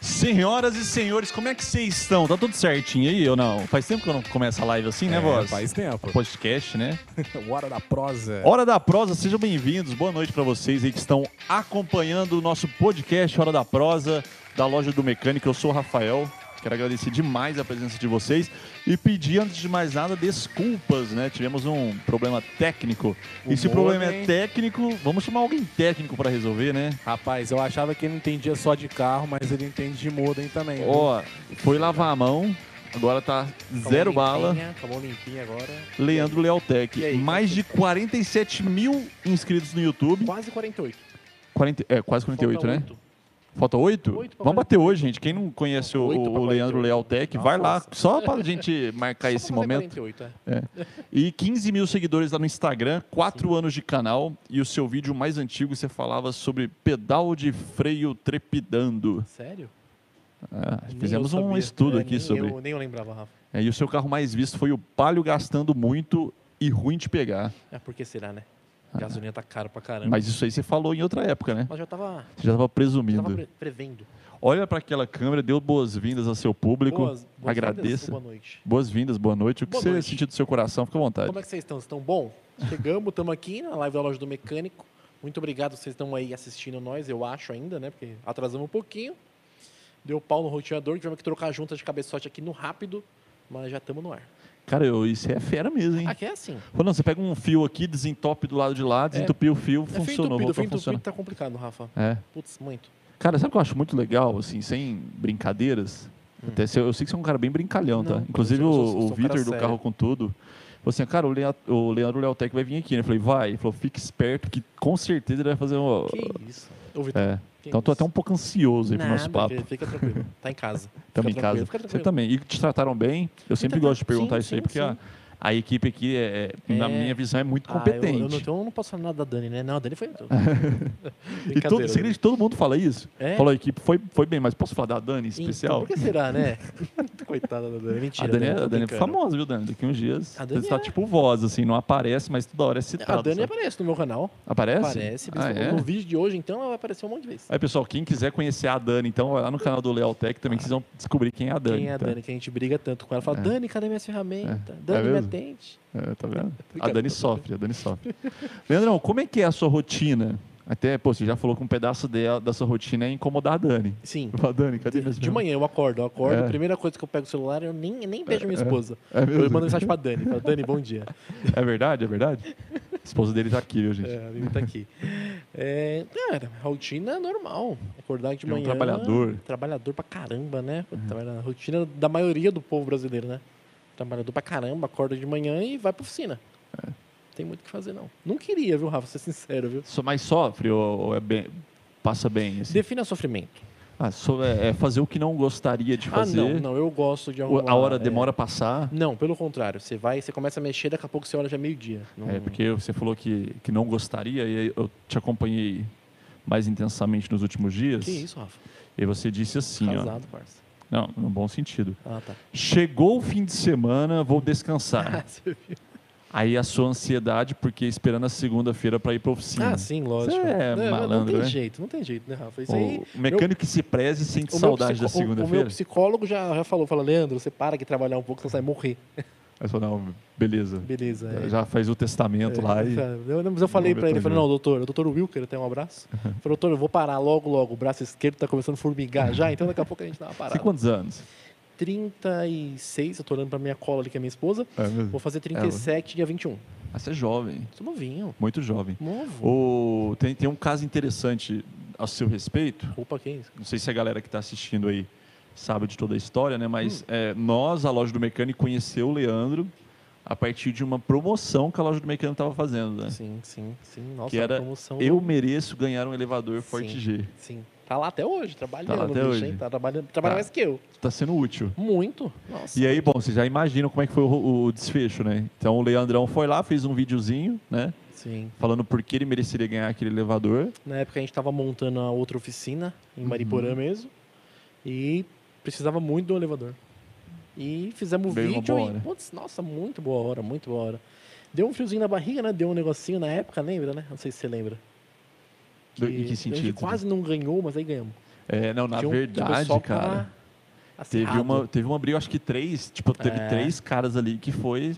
Senhoras e senhores, como é que vocês estão? Tá tudo certinho aí ou não? Faz tempo que eu não começo a live assim, né, É, voz? Faz É. tempo. Podcast, né? Hora da prosa. Hora da Prosa, sejam bem-vindos. Boa noite pra vocês aí que estão acompanhando o nosso podcast Hora da Prosa da loja do Mecânico. Eu sou o Rafael. Quero agradecer demais a presença de vocês e pedir, antes de mais nada, desculpas, né? Tivemos um problema técnico. e se o Humor, problema é hein? técnico, vamos chamar alguém técnico pra resolver, né? Rapaz, eu achava que ele entendia só de carro, mas ele entende de modem também. viu? Ó, foi lavar a mão, agora tá Acabou zero limpinha, bala. né? Acabou limpinha agora. Leandro Lealtec. E aí, Mais de 47 mil inscritos no YouTube. Quase 48. 40, é, quase 48, Falta né? oito. Falta 8? Oito pra Vamos bater hoje, gente. Quem não conhece o, Oito pra o Leandro 48. Lealtec, Nossa. vai lá, só pra gente marcar Só esse pra fazer momento. 48, é. E 15 mil seguidores lá no Instagram, 4 anos de canal. E o seu vídeo mais antigo você falava sobre pedal de freio trepidando. Sério? Ah, Nem fizemos eu um sabia. estudo É, aqui nem sobre. Eu, nem eu lembrava, Rafa. É, e o seu carro mais visto foi o Palio gastando muito e ruim de pegar. É, por que será, né? Gasolina tá caro pra É. caramba. Mas, Ah, Mas isso aí você falou em outra época, né? já tava, Você já estava já presumindo. tava pre- prevendo. Olha para aquela câmera, deu boas-vindas ao seu público. Boas- boas vindas, Agradeça. Boa noite. Boas-vindas, boa noite. O que Boa você noite. sentiu do seu coração, fica à vontade. Como é que vocês estão? Vocês estão bom? Chegamos, estamos aqui na live da loja do mecânico. Muito obrigado, vocês estão aí assistindo nós, eu acho ainda, né? Porque atrasamos um pouquinho. Deu pau no roteador, tivemos que trocar juntas de cabeçote aqui no rápido, mas já estamos no ar. Cara, eu- isso é fera mesmo, hein? Aqui é assim. Pô, não, você pega um fio aqui, desentope do lado de lá, desentupiu o fio, É fio funcionou, entupido, fio voltou a entupido funcionar. tá complicado, Rafa. É. Putz, muito. Cara, sabe o que eu acho muito legal, assim, sem brincadeiras? Até se- eu sei que você é um cara bem brincalhão, tá? Hum. Não, Inclusive eu sou- eu o, sou- sou o um cara Vitor do sério. Carro com Tudo. Falou assim, cara, o, Lea, o Leandro Lealtec vai vir aqui, né? Eu falei, vai. Ele falou, fica esperto que com certeza ele vai fazer um. Que isso. Ô, Vitor. É. que Então tô isso. até um pouco ansioso aí pro nosso Nada, papo. filho, Fica tranquilo. Tá em casa. Tamo em fica casa. tranquilo, fica Você tranquilo. também. E te trataram bem? Eu sempre Fica gosto de perguntar tranquilo. isso aí, Sim, porque sim, a, a equipe aqui, é, é- na É. minha visão, é muito Ah, eu- eu, não, competente. então eu não posso falar nada da Dani, né? Não, a Dani foi. né? e todo, você acredita que todo mundo fala isso? É? Então, Falou, a equipe foi, foi bem, mas posso falar da Dani em especial? Por que será, né? Coitada da Dani. a Mentira. né? Dani, é- tô a Dani é brincando. famosa, viu, Dani? Daqui uns dias. A Dani você tá é. tipo voz, assim, não aparece, mas toda hora é citado. A Dani sabe? aparece no meu canal. aparece? Aparece. Ah, principalmente é? No vídeo de hoje, então, ela apareceu um monte de vezes. Aí, pessoal, quem quiser conhecer a Dani, então vai lá no canal do Lealtec também, que vocês vão descobrir quem é a Dani. Quem é a tá? Dani, que a gente briga tanto com ela. Fala, É. Dani, cadê minhas ferramentas? É Dani, me mesmo? atende. É, tá vendo? A Brincadeira, Dani tô sofre, a Dani sofre. Leandrão, como é que é a sua rotina? Até, pô, você já falou que um pedaço dela, da sua rotina é incomodar a Dani. Sim. Fala, Dani, cadê minhas De manhã eu acordo, eu acordo. É. A primeira coisa que eu pego o celular, eu nem, nem beijo minha esposa. É, Eu mesmo? mando mensagem pra Dani. Falo, Dani, bom dia. É verdade, é verdade? A esposa dele tá aqui, viu, gente? É, ele tá aqui. É, cara, rotina normal. Acordar de É um manhã. trabalhador. Uhum. Trabalhador pra caramba, né? Pô, trabalha na rotina da maioria do povo brasileiro, né? Trabalhador pra caramba, acorda de manhã e vai pra oficina. É. Tem muito o que fazer, não. Não queria, viu, Rafa? Ser sincero, viu? Só mais sofre ou, ou é bem. Passa bem, assim? Defina sofrimento. Ah, so- é, é fazer o que não gostaria de fazer. Ah, não, não. Eu gosto de o- arrumar. A hora é, demora a passar. Não, pelo contrário. Você vai, você começa a mexer, daqui a pouco você olha já é meio-dia. Não- É, porque você falou que, que não gostaria e aí eu te acompanhei mais intensamente nos últimos dias. Que isso, Rafa? E você disse assim, Casado, parça. ó. Não, no bom sentido. Ah, tá. Ah, Chegou o fim de semana, vou descansar. Aí a sua ansiedade, porque esperando a segunda-feira para ir para oficina. Ah, sim, lógico. Você é Não, mas malandro, não tem né? jeito, não tem jeito, né, Rafa? Isso aí. O mecânico que se preze sente o meu saudade da psico- o- O meu segunda-feira. psicólogo já, já falou, fala, Leandro, você para de trabalhar um pouco, senão você vai morrer. Aí você fala, não, beleza. Beleza. é. Já faz o testamento É, lá e. eu, não, mas eu Vamos falei ver pra ele, pra falei, ver. não, doutor, o doutor Wilker, até um abraço. Falei, doutor, eu vou parar logo, logo, o braço esquerdo tá começando a formigar já, então daqui a pouco a gente dá uma Você parada. tem quantos anos? 36, eu tô olhando pra minha cola ali, que é minha esposa, É mesmo? vou fazer 37 dia 21. Ah, você é jovem, Sou novinho, muito jovem. novo. O... Tem, tem um caso interessante a seu respeito. Opa, que isso? Não sei se a galera que está assistindo aí sabe de toda a história, né? Hum. Mas é, nós, a loja do mecânico, conheceu o Leandro a partir de uma promoção que a loja do mecânico estava fazendo, né? Sim, sim, sim, nossa, Que era promoção. Eu mereço ganhar um elevador Ford Sim. G. Sim, tá lá até hoje, trabalhando, Tá lá até bicho, hoje. hein? Tá trabalhando, trabalha Tá. mais que eu. Tá sendo útil. Muito. Nossa. E aí, bom, vocês já imaginam como é que foi o, o desfecho, né? Então o Leandrão foi lá, fez um videozinho, né? Sim. Falando por que ele mereceria ganhar aquele elevador. Na época a gente estava montando a outra oficina, em Uhum. Mariporã mesmo. E precisava muito do elevador. E fizemos o Veio uma vídeo boa hora. e. Putz, nossa, muito boa hora, muito boa hora. Deu um friozinho na barriga, né? Deu um negocinho na época, lembra, né? Não sei se você lembra. Do- em que A gente sentido? quase não ganhou, mas aí ganhamos. É, não, na Tinha um- tinha um verdade, pessoal cara. pra- Teve acirrado. uma, teve uma briga, eu acho que três, tipo, teve É. três caras ali que foi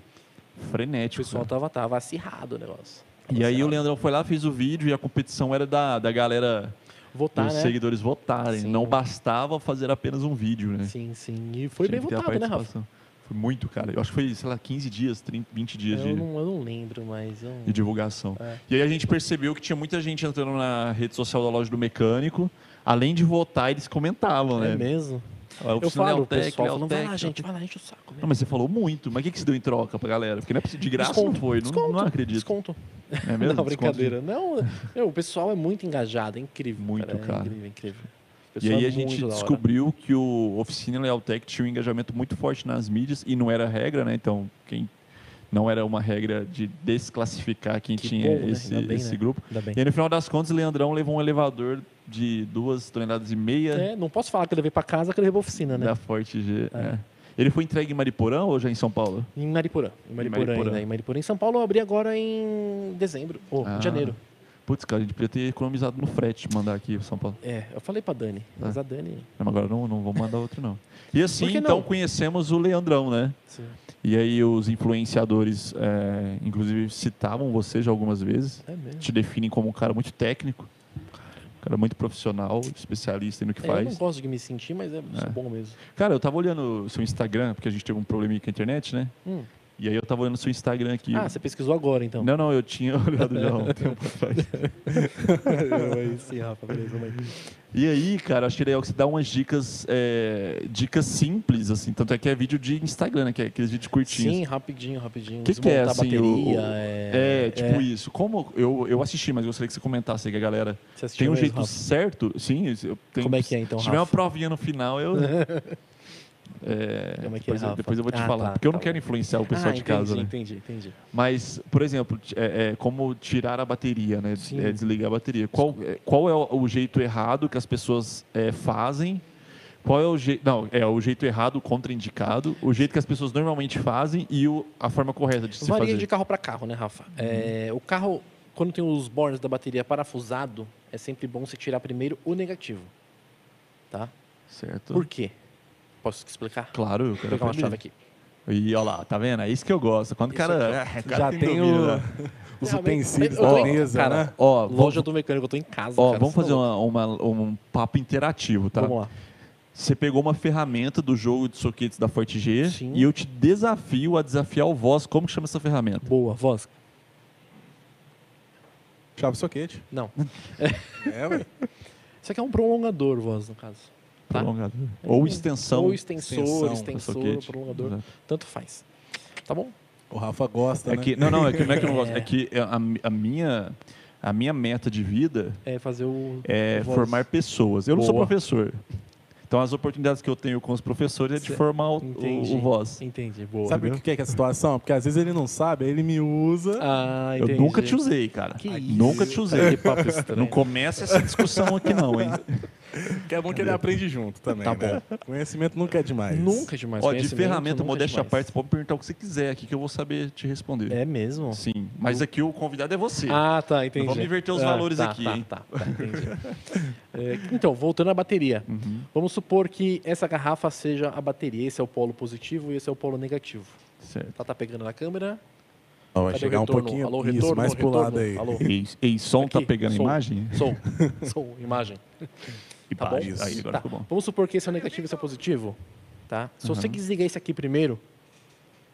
O frenético. pessoal cara. tava, tava acirrado o negócio. E aí o Leandro. Leandrão foi lá, fez o vídeo e a competição era da, da galera, Votar, dos né? seguidores votarem. Sim. Não bastava fazer apenas um vídeo, né? Sim, sim. E foi Tinha bem que ter a votado, né, Rafa? participação. Foi muito, cara. Eu acho que foi, sei lá, 15 dias, 30, 20 dias Eu de, não, eu não lembro, mas. Eu... de divulgação. É. E aí a gente percebeu que tinha muita gente entrando na rede social da loja do mecânico. Além de votar, eles comentavam, É né? mesmo? Ah, Eu preciso de falo, o Lealtec, pessoal falando, vai lá, Lealtec, gente, vai lá, enche o saco. Não, Mesmo. mas você falou muito. Mas o que, que você deu em troca pra galera? Porque não é possível. De graça não Desconto, foi. Não, desconto, não acredito. Desconto. É mesmo? não, Desconto. brincadeira. Não, meu, o pessoal é muito engajado, é incrível. Muito, cara. É incrível, incrível. O E pessoal aí é a gente muito da hora. descobriu que o Oficina Lealtec tinha um engajamento muito forte nas mídias e não era regra, né? Então, quem não era uma regra de desclassificar quem Que tinha bom, né? esse, Ainda bem, esse né? grupo. Ainda bem. E aí, no final das contas, Leandrão levou um elevador de duas toneladas e meia É, não posso falar que eu levei pra casa que eu levei pra oficina, né? da Forte G. É. é. Ele foi entregue em Mariporã ou já em São Paulo? Em Mariporã. Em Mariporã, Mariporã. ainda, em Mariporã. Em São Paulo eu abri agora em dezembro. Ou Ah. em janeiro. Putz, cara, a gente podia ter economizado no frete mandar aqui para São Paulo. É, eu falei pra Dani. Ah. Mas a Dani. Não, mas agora não, não vou mandar outro, não. E assim, Por que então, não? conhecemos o Leandrão, né? Sim. E aí os influenciadores, é, inclusive, citavam você já algumas vezes. É mesmo. Te definem como um cara muito técnico, um cara muito profissional, especialista no que É, eu não faz. gosto de me sentir, mas é, sou bom mesmo. Cara, eu tava olhando o seu Instagram, porque a gente teve um probleminha com a internet, né? Hum. E aí eu tava olhando o seu Instagram aqui. Ah, você pesquisou agora então. Não, não, eu tinha olhado já há um tempo atrás. Sim, Rafa, beleza, vamos aí. E aí, cara, acho legal que você dá umas dicas, é, dicas simples, assim. Tanto é que é vídeo de Instagram, né? Que é aqueles vídeos curtinhos. Sim, rapidinho, rapidinho. O que, que é Desmontar a assim? o- bateria, o- é... tipo isso. Como eu, eu assisti, mas gostaria que você comentasse aí que a galera Você assistiu tem um mesmo, jeito Rafa? certo. Sim, isso, eu tenho- Como é que é, então, Se tiver uma Rafa? provinha no final, eu. É, Como é que é, depois, eu, Rafa? depois eu vou te Ah, falar, tá, porque eu tá não quero influenciar o pessoal Ah, de casa, né? Entendi, entendi, entendi. Mas, por exemplo, t- é, é, como tirar a bateria, né? Sim. É, desligar a bateria. Qual é, qual é o, o jeito errado que as pessoas é, fazem? Qual é o jeito. Não, é o jeito errado, contraindicado, o jeito que as pessoas normalmente fazem e o- a forma correta de se Varia fazer. Uhum. de carro para carro, né, Rafa? É, o carro, quando tem os bornes da bateria parafusado, é sempre bom você tirar primeiro o negativo. Tá? Certo. Por quê? Posso te explicar? Claro, eu Vou quero pegar uma aprender. chave aqui. E olha lá, tá vendo? É isso que eu gosto. Quando o Isso cara, é, o cara Já tem tem domínio, o- né? os Realmente, utensílios eu tô da em- mesa, cara, né? Ó, Loja vamos, do mecânico, eu tô em casa. ó, cara, vamos você tá fazer louco. uma- uma- um papo interativo, tá? Vamos lá. Você pegou uma ferramenta do jogo de soquetes da Forte G Sim. e eu te desafio a desafiar o Voz. Como que chama essa ferramenta? Boa, voz. Chave soquete. Não. É, ué. Isso aqui é um prolongador, voz, no caso. Tá. Prolongador. Ou um- extensão. Uhum. Ou extensor, Extensão, extensor, soquete. prolongador. Exato. Tanto faz. Tá bom? O Rafa gosta, É né? que, não, não, é que não é que eu não gosto. É. É que a, a minha, a minha meta de vida É fazer o. é o voz. formar pessoas. Eu não sou Boa. professor. Então as oportunidades que eu tenho com os professores é de Cê- formar o, o, Entendi. o Voz. Entendi, boa. Sabe o que é que é a situação? Porque às vezes ele não sabe, aí ele me usa. Ah, Eu entendi. nunca te usei, cara. Que isso. nunca te usei. Que papo estranho. Não começa essa discussão aqui, não, hein? Que é bom que ele aprende junto também, Tá né? Conhecimento nunca é demais. Nunca demais. Ó, de conhecimento, ferramenta, nunca é modéstia à demais. parte, você pode perguntar o que você quiser aqui que eu vou saber te responder. É mesmo? Sim, mas aqui o convidado é você. Ah, tá, entendi. Vamos inverter os Ah, valores tá, aqui, Tá, hein? tá, tá, entendi. É, então, voltando à bateria. Uhum. Vamos supor que essa garrafa seja a bateria. Esse é o polo positivo e esse é o polo negativo. Certo. Tá, tá pegando na câmera. Ó, vai Cadê chegar o um retorno? pouquinho. Alô, isso, retorno, mais pro retorno. lado aí. Alô, Ei, ei, som tá Aqui, pegando som. a imagem? som, som, imagem. E Tá pá, bom? Aí, agora Tá, ficou bom. Vamos supor que esse é o negativo e esse é o positivo. Tá? Se você desligar esse aqui primeiro,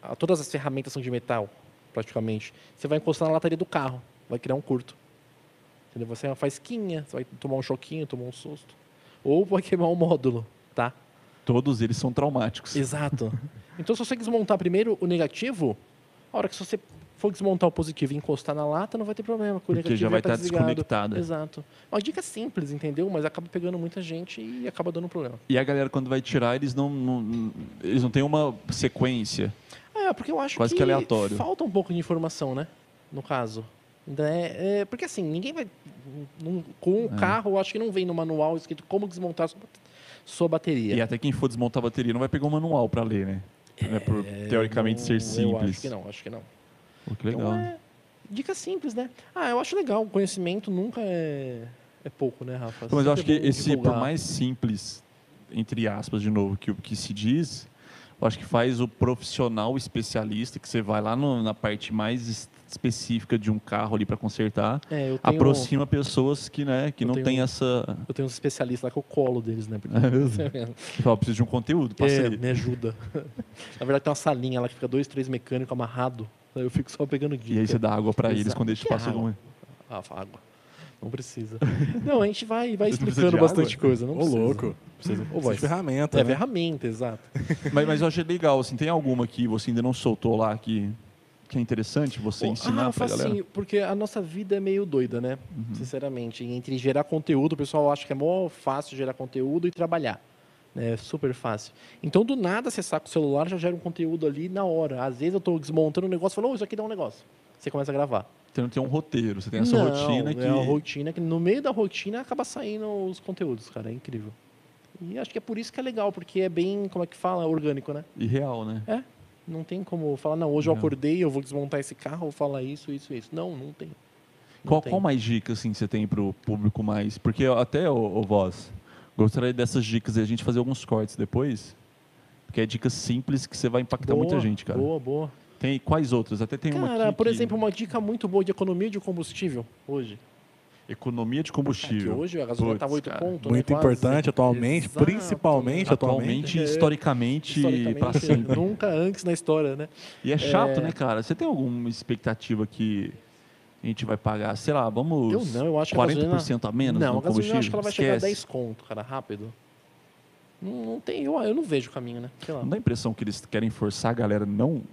ah, todas as ferramentas são de metal, praticamente. Você vai encostar na lataria do carro, vai criar um curto. Entendeu? Você faz esquinha, você vai tomar um choquinho, tomar um susto. Ou vai queimar um módulo, tá? Todos eles são traumáticos. Exato. Então, se você desmontar primeiro o negativo, a hora que você for desmontar o positivo e encostar na lata, não vai ter problema, porque o Porque negativo já vai tá estar desligado. desconectada. Exato. Uma dica simples, entendeu? Mas acaba pegando muita gente e acaba dando problema. E a galera, quando vai tirar, eles não, não- eles não têm uma sequência. É, porque eu acho Quase que que, aleatório. falta um pouco de informação, né? No caso. Né? É, porque assim, ninguém vai. num- com É. o carro, eu acho que não vem no manual escrito como desmontar sua, bate- sua bateria. E é até quem for desmontar a bateria não vai pegar o manual pra ler, né? Não é por, teoricamente, Não, ser simples. Eu acho que não, acho que não. Pô, que legal. Então é dica simples, né? Ah, eu acho legal. O conhecimento nunca é, É pouco, né, Rafa? Mas Sempre eu acho que é bom esse, por divulgar. mais simples, entre aspas, de novo, que o que se diz, eu acho que faz o profissional especialista, que você vai lá no- na parte mais es- específica de um carro ali para consertar, É, eu tenho, aproxima pessoas que, né, que Eu não tenho- um tem essa. eu tenho uns especialistas lá que eu colo deles, né? Porque... É mesmo? Fala, preciso de um conteúdo, passa É, aí. me ajuda. Na verdade, tem uma salinha lá que fica dois, três mecânicos amarrado. Aí eu fico só pegando E aí guia. você dá água para eles Exato. quando eles te Que passam água? alguma. Ah, água. Não precisa. Não, a gente vai, vai Vocês não precisam explicando de bastante água? coisa. Não Ô, precisa. louco. Precisa. Ô, Precisa de voz. ferramenta, É né? ferramenta, exato. Mas, mas eu achei legal, assim, tem alguma que você ainda não soltou lá que, que é interessante você Ô, ensinar Rafa, pra galera? Uhum. assim, porque a nossa vida é meio doida, né? Sinceramente. Entre gerar conteúdo, o pessoal acha que é mó fácil gerar conteúdo e trabalhar. É super fácil. Então, do nada, você saca o celular, já gera um conteúdo ali na hora. Às vezes eu estou desmontando um negócio e falo, "Ô, isso aqui dá um negócio. Você começa a gravar. Você não tem um roteiro, você tem essa Não, rotina que. É uma rotina que no meio da rotina acaba saindo os conteúdos, cara. É incrível. E acho que é por isso que é legal, porque é bem, como é que fala, orgânico, né? E real, né? Não tem como falar, não, hoje eu Não. acordei, eu vou desmontar esse carro, eu vou falar isso, isso, isso. Não, não tem. Não Qual, tem. qual mais dica assim, você tem para o público mais? Porque ó, até, o, Voz, gostaria dessas dicas e a gente fazer alguns cortes depois. Porque é dicas simples que você vai impactar Boa, Tá muita gente, cara. Boa, boa. Tem quais outras? Até tem uma Cara, aqui por que- exemplo, uma dica muito boa de economia de combustível hoje. Economia de Cara, que combustível. hoje a gasolina tá Putz, estava 8 cara. pontos. Muito importante atualmente, principalmente atualmente. É, Atualmente, historicamente, pra sempre. Nunca antes na história, né? E é chato, né, cara? Você tem alguma expectativa que a gente vai pagar, sei lá, vamos Eu não, eu acho que a 40% gasolina... a menos não, no a gasolina eu combustível? acho que ela vai Esquece. chegar a 10 conto, cara, rápido. Não, não tem, eu, eu não vejo caminho, né? Sei lá. Não dá a impressão que eles querem forçar a galera a não...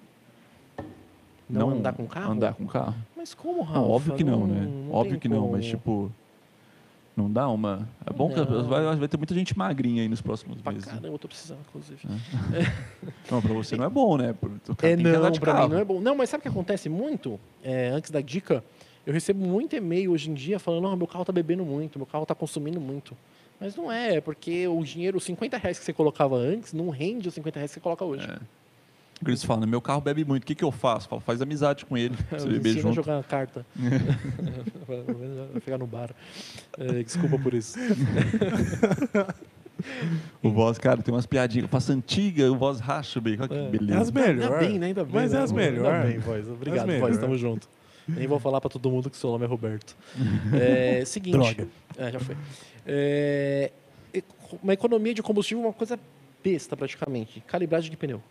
Não andar com carro? Ah, Andar com carro. Mas como, Rafa? Não, óbvio que não, né? óbvio tem que não, como. mas tipo. Não dá uma. É bom que Não. vai, vai ter muita gente magrinha aí nos próximos Pra meses. caramba, eu tô precisando, inclusive. Não, pra você não é bom, né? Pro- O cara É, tem que andar não, de pra carro. mim não é bom. Não, mas sabe o que acontece muito? É, antes da dica, eu recebo muito e-mail hoje em dia falando, não, meu carro tá bebendo muito, meu carro tá consumindo muito. Mas não é, é porque o dinheiro, os 50 reais que você colocava antes, não rende os 50 reais que você coloca É, hoje. Eles falam, meu carro bebe muito, o que, que eu faço? Falo, faz amizade com ele, pra você Me beber ensina a junto. jogar carta. Pelo menos vai Ficar no bar. É, desculpa por isso. O voz, cara, tem umas piadinhas. Eu faço antiga, o voz racha o bico. Olha que É. É as beleza. Ainda melhores. bem, né? Ainda bem. Mas né? é as Ainda bem, melhores. voz. Obrigado, melhor. voz. Tamo junto. Nem vou falar pra todo mundo que seu nome é Roberto. É, seguinte. Droga. É, já foi. É, e- uma economia de combustível é uma coisa besta, praticamente. Calibragem de pneu.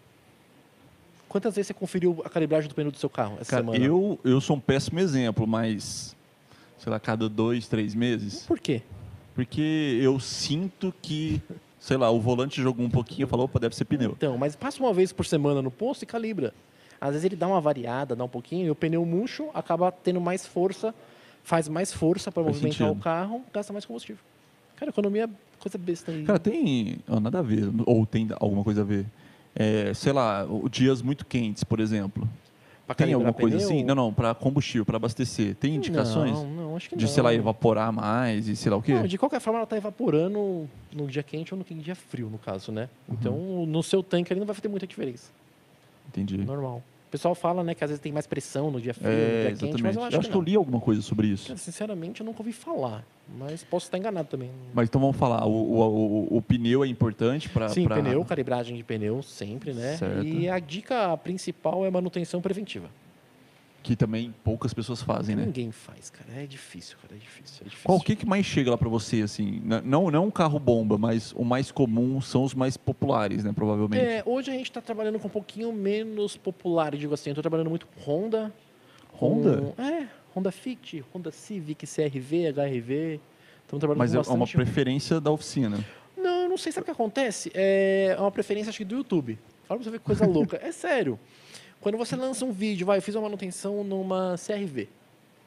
Quantas vezes você conferiu a calibragem do pneu do seu carro essa Cara, semana? eu, eu sou um péssimo exemplo, mas. Sei lá, cada dois, três meses. Por quê? Porque eu sinto que, sei lá, o volante jogou um pouquinho e falou, opa, deve ser pneu. Então, mas passa uma vez por semana no posto e calibra. Às vezes ele dá uma variada, dá um pouquinho, e o pneu murcho acaba tendo mais força, faz mais força para Faz movimentar sentido. o carro, gasta mais combustível. Cara, economia é coisa besta aí. Cara, tem. ó, nada a ver. Ou tem alguma coisa a ver. É, sei lá, o- dias muito quentes, por exemplo. Pra Tem calibrar alguma coisa pneu? assim? Não, não, para combustível, para abastecer. Tem indicações Não, não, acho que de, não. sei lá, evaporar mais e sei lá o quê? Não, de qualquer forma, ela está evaporando no dia quente ou no dia frio, no caso, né? Uhum. Então, no seu tanque ali não vai ter muita diferença. Entendi. Normal. O pessoal fala, né, que às vezes tem mais pressão no dia frio, no É, dia exatamente. quente, mas eu acho, que, eu não. li alguma coisa sobre isso. Cara, sinceramente, eu nunca ouvi falar. Mas posso estar enganado também. Mas então vamos falar, o, o, o- o pneu é importante para. Sim, pneu, calibragem de pneu, sempre, né? Certo. E a dica principal é manutenção preventiva. Que também poucas pessoas fazem, né? Ninguém faz, cara. É difícil, cara. É difícil. É difícil. Qual o que, que mais chega lá para você, assim? Na- Não, não um carro bomba, mas o mais comum são os mais populares, né? Provavelmente. É, hoje a gente está trabalhando com um pouquinho menos popular, digo assim. Eu tô trabalhando muito com Honda. Honda? Com, é, Honda Fit, Honda Civic, CRV, HRV. Estamos trabalhando Mas com é bastante. uma preferência da oficina. Não, eu não sei, sabe o que acontece? É uma preferência, acho que, do YouTube. Fala pra você ver que coisa louca. É sério. Quando você lança um vídeo, vai, eu fiz uma manutenção numa CRV.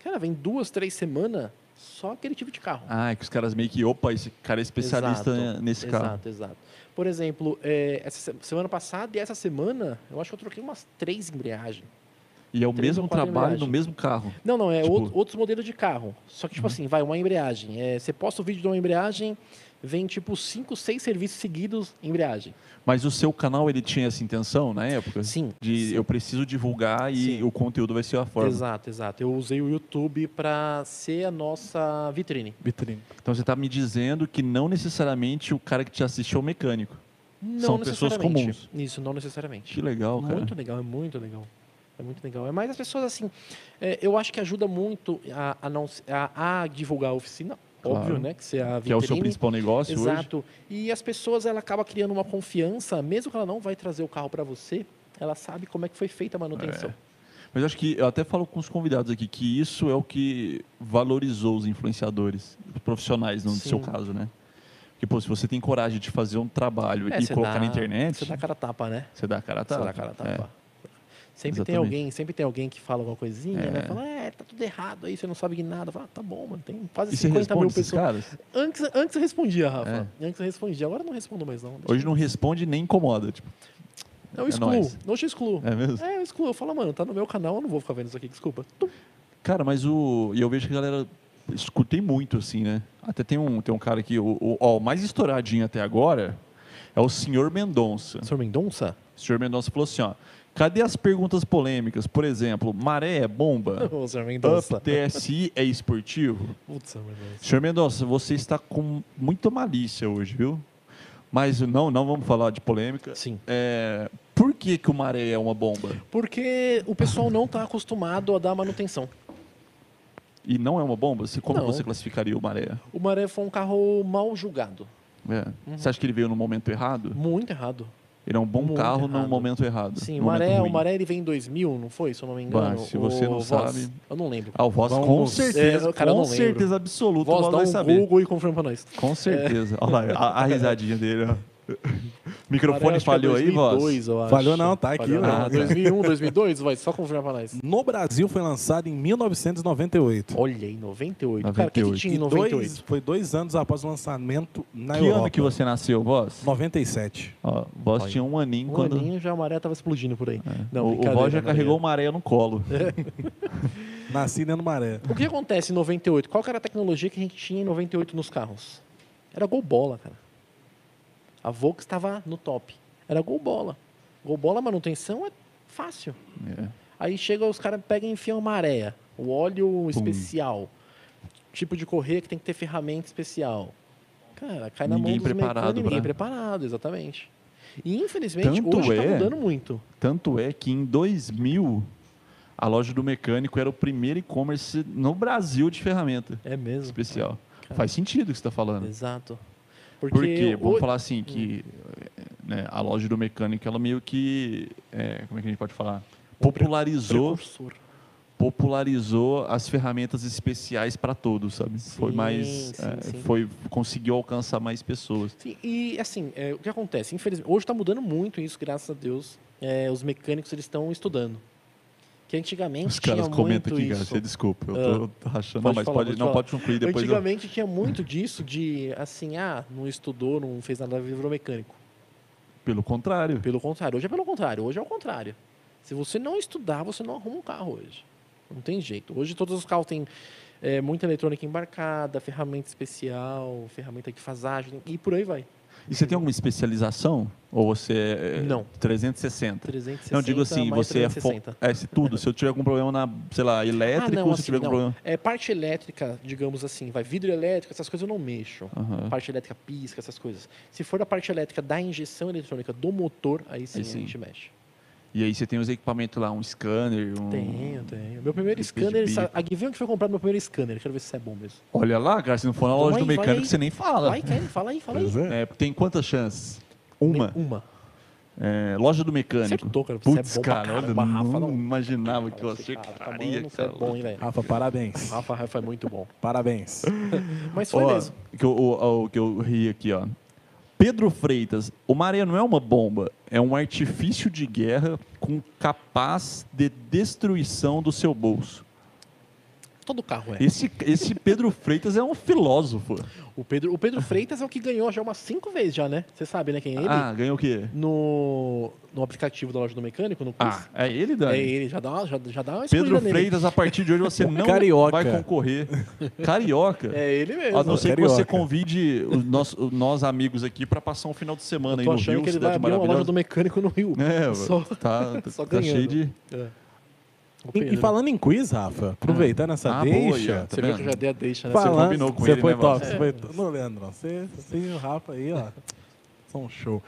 Cara, vem duas, três semanas só aquele tipo de carro. Ah, é que os caras meio que, opa, esse cara é especialista Exato, nesse exato, carro. Exato, Por exemplo, é, essa se- semana passada e essa semana, eu acho que eu troquei umas três embreagens. E é o Três ou mesmo quatro trabalho no embreagens. mesmo carro. Não, não, é Tipo- Uhum. outro- outros modelos de carro. Só que, tipo assim, vai, uma embreagem. É, você posta o vídeo de uma embreagem, vem tipo 5, 6 serviços seguidos embreagem. Mas o seu canal, ele tinha essa intenção na época? Sim. De eu preciso divulgar e Sim. o conteúdo vai ser a forma. Exato, exato. Eu usei o YouTube para ser a nossa vitrine. Vitrine. Então você está me dizendo que não necessariamente o cara que te assistiu é o mecânico. Não São pessoas necessariamente. comuns. Isso, não necessariamente. Que legal, cara. Muito legal, é muito legal. É muito legal. É mais as pessoas assim. é, eu acho que ajuda muito a, a não, a, a divulgar a oficina, Claro. óbvio, né? Que você é a vitrine. que é o seu principal negócio hoje. Exato. E as pessoas, ela acaba criando uma confiança, mesmo que ela não vai trazer o carro para você, ela sabe como é que foi feita a manutenção. Mas eu acho que eu até falo com os convidados aqui que isso é o que valorizou os influenciadores, os profissionais, no Sim. seu caso, né? Porque, pô, se você tem coragem de fazer um trabalho É, e você colocar dá- na internet, Você dá cara a tapa, né? a cara a Você tapa. dá cara a tapa. É. Sempre tem Exatamente. alguém, sempre tem alguém que fala alguma coisinha, É. né? Fala, é, tá tudo errado aí, você não sabe de nada. Fala, "Ah, tá bom, mano, tem quase É. E você 50 mil responde esses pessoas. caras? Antes, antes eu respondia, Rafa. Antes eu respondia. Agora eu não respondo mais, não. Deixa Hoje eu- não responde nem incomoda, tipo, Eu é excluo. nóis. Hoje eu excluo. é mesmo? É, eu excluo. Eu falo, mano, tá no meu canal, eu não vou ficar vendo isso aqui, desculpa. Tum. Cara, mas o. E eu vejo que a galera escutei muito, assim, né? Até tem um, tem um cara aqui, o, o, ó, o mais estouradinho até agora é o senhor Mendonça. Senhor Mendonça? O senhor Mendonça falou assim, ó. Cadê as perguntas polêmicas? Por exemplo, maré é bomba? Ô, senhor Mendonça. Up TSI é esportivo? Putz, senhor Mendonça. Senhor Mendonça, você está com muita malícia hoje, viu? Mas não, não vamos falar de polêmica. Sim. É, por que, que o maré é uma bomba? Porque o pessoal não tá acostumado a dar manutenção. E não é uma bomba? Você, como Não. você classificaria o maré? O Maré foi um carro mal julgado. É. Você acha que ele veio no momento errado? Muito errado. Ele é um bom Uhum. Muito carro num errado. momento errado. Sim, num o Maré, é momento o ruim. Maré ele vem em 2000, não foi? Se eu não me Bah, engano. se você O não Voz. sabe- Eu não lembro. Ah, o Voz Vamos- com certeza, É, cara, eu com não lembro. certeza absoluta, o Voz, Voz dá vai um saber. Google e confirma pra nós. Com certeza. Olha lá, a, a risadinha dele. ó. O microfone Maré, É. acho que é falhou aí, Voz? 2002, eu acho. Falhou não, tá aqui, Falhou né? não. Ah, tá. 2001, 2002, vai, só confirma pra nós. No Brasil foi lançado em 1998. Olha, em 98. Cara, o que, que 98. tinha em E 98? dois, foi dois anos após o lançamento na Que Europa. ano que você nasceu, Voz? 97. Ó, o Voz tinha um aninho Um quando... É. aninho já a maré tava explodindo por aí. Não, o, o brincadeira, Voz já não, carregou um- uma areia no colo. Nasci dentro do Maré. brincadeira. O que acontece em 98? Qual que era a tecnologia que a gente tinha em 98 nos carros? Era gol bola, cara. A Volks estava no top. Era gol bola. Gol bola, manutenção é fácil. É. Aí chega os caras, pegam e enfiam uma areia. O óleo especial. Tipo de correia que tem que ter ferramenta especial. Cara, cai na Ninguém mão dos preparado mecânicos, ninguém pra- preparado, exatamente. E infelizmente Tanto hoje é- tá mudando muito. Tanto é que em 2000, a loja do mecânico era o primeiro e-commerce no Brasil de ferramenta É mesmo. especial. Faz sentido o que você está falando. Exato. Por quê? Vamos É, o- Hum. falar assim, que né, a loja do mecânico, ela meio que... é, como é que a gente pode falar? Popularizou, precursor. popularizou as ferramentas especiais para todos, sabe? foi mais, sim, é, sim. foi conseguiu alcançar mais pessoas. Sim, e assim, é, o que acontece? Infelizmente, hoje está mudando muito isso, graças a Deus. É, os mecânicos eles estão estudando. Que antigamente Os caras tinha comentam muito aqui, cara, isso. você desculpa, eu Ah. tô, tô rachando. não, Pode mas falar, pode, pode não falar. pode concluir depois. eu- Antigamente tinha muito disso de assim, ah, não estudou, não fez nada, virou mecânico. Pelo contrário. Pelo contrário, hoje é pelo contrário, hoje é o contrário. Se você não estudar, você não arruma um carro hoje. Não tem jeito. Hoje todos os carros têm é, muita eletrônica embarcada, ferramenta especial, ferramenta de fasagem e por aí vai. E você tem alguma especialização? Ou você é Não. 360? 360 não, digo assim, mais você é, fo... 360. é se tudo. Se eu tiver algum problema na, sei lá, Ah, elétrico, não, se assim, tiver algum não. problema. É parte elétrica, digamos assim, vai vidro elétrico, essas coisas eu não mexo. Aham. Parte elétrica pisca, essas coisas. Se for a parte elétrica da injeção eletrônica do motor, aí sim, sim. a gente mexe. E aí você tem os equipamentos lá, um scanner, um. Tenho, tenho. Meu primeiro Bico de scanner, bico. sa- adivinha o que foi comprado meu primeiro scanner? Quero ver se isso é bom mesmo. Olha lá, cara, se não for na loja Vai, do vai mecânico, aí. você nem fala. Vai, Kevin, fala aí, fala aí. Pois é. É, tem quantas chances? Uma. Uma. É, loja do mecânico. Acertou, cara. Você Putz, é bom pra cara, olha, caramba, Rafa, não, não. imaginava que eu Nossa, cara, tá acertaria, bom, você cara. é bom, hein, velho. Rafa, parabéns. Ah. Rafa, Rafa é muito bom. Parabéns. Mas foi Ó, mesmo. que eu, o, o que eu ri aqui, ó. Pedro Freitas, o maré não é uma bomba, é um artifício de guerra com capaz de destruição do seu bolso. Todo carro é. Esse, esse Pedro Freitas é um filósofo. O Pedro, o Pedro Freitas é o que ganhou já umas cinco vezes já, né? Você sabe, né, quem é ele? Ah, ganhou o quê? No, no aplicativo da loja do mecânico, no quiz. Ah, é ele, Dani? é ele, já dá uma, já, já dá uma Pedro escolhida nele. Freitas, a partir de hoje você não Carioca. vai concorrer. Carioca. É ele mesmo. A não ser que Carioca. você convide os nós, os nós amigos aqui para passar um final de semana aí Tô no achando Rio, que ele vai cidade abrir uma loja maravilhosa. do mecânico no Rio. É, Só- tá, só tá cheio ganhando. de. É. O E, e Pedro. falando em quiz, Rafa, aproveitando essa Ah, boa, deixa. Ian. Você Tá viu vendo? que eu já dei a deixa, né? Fala. falando- combinou com você ele, foi né, top, Valdir? você foi top. Não, Leandrão, você, você e o Rafa aí, ó, são um show.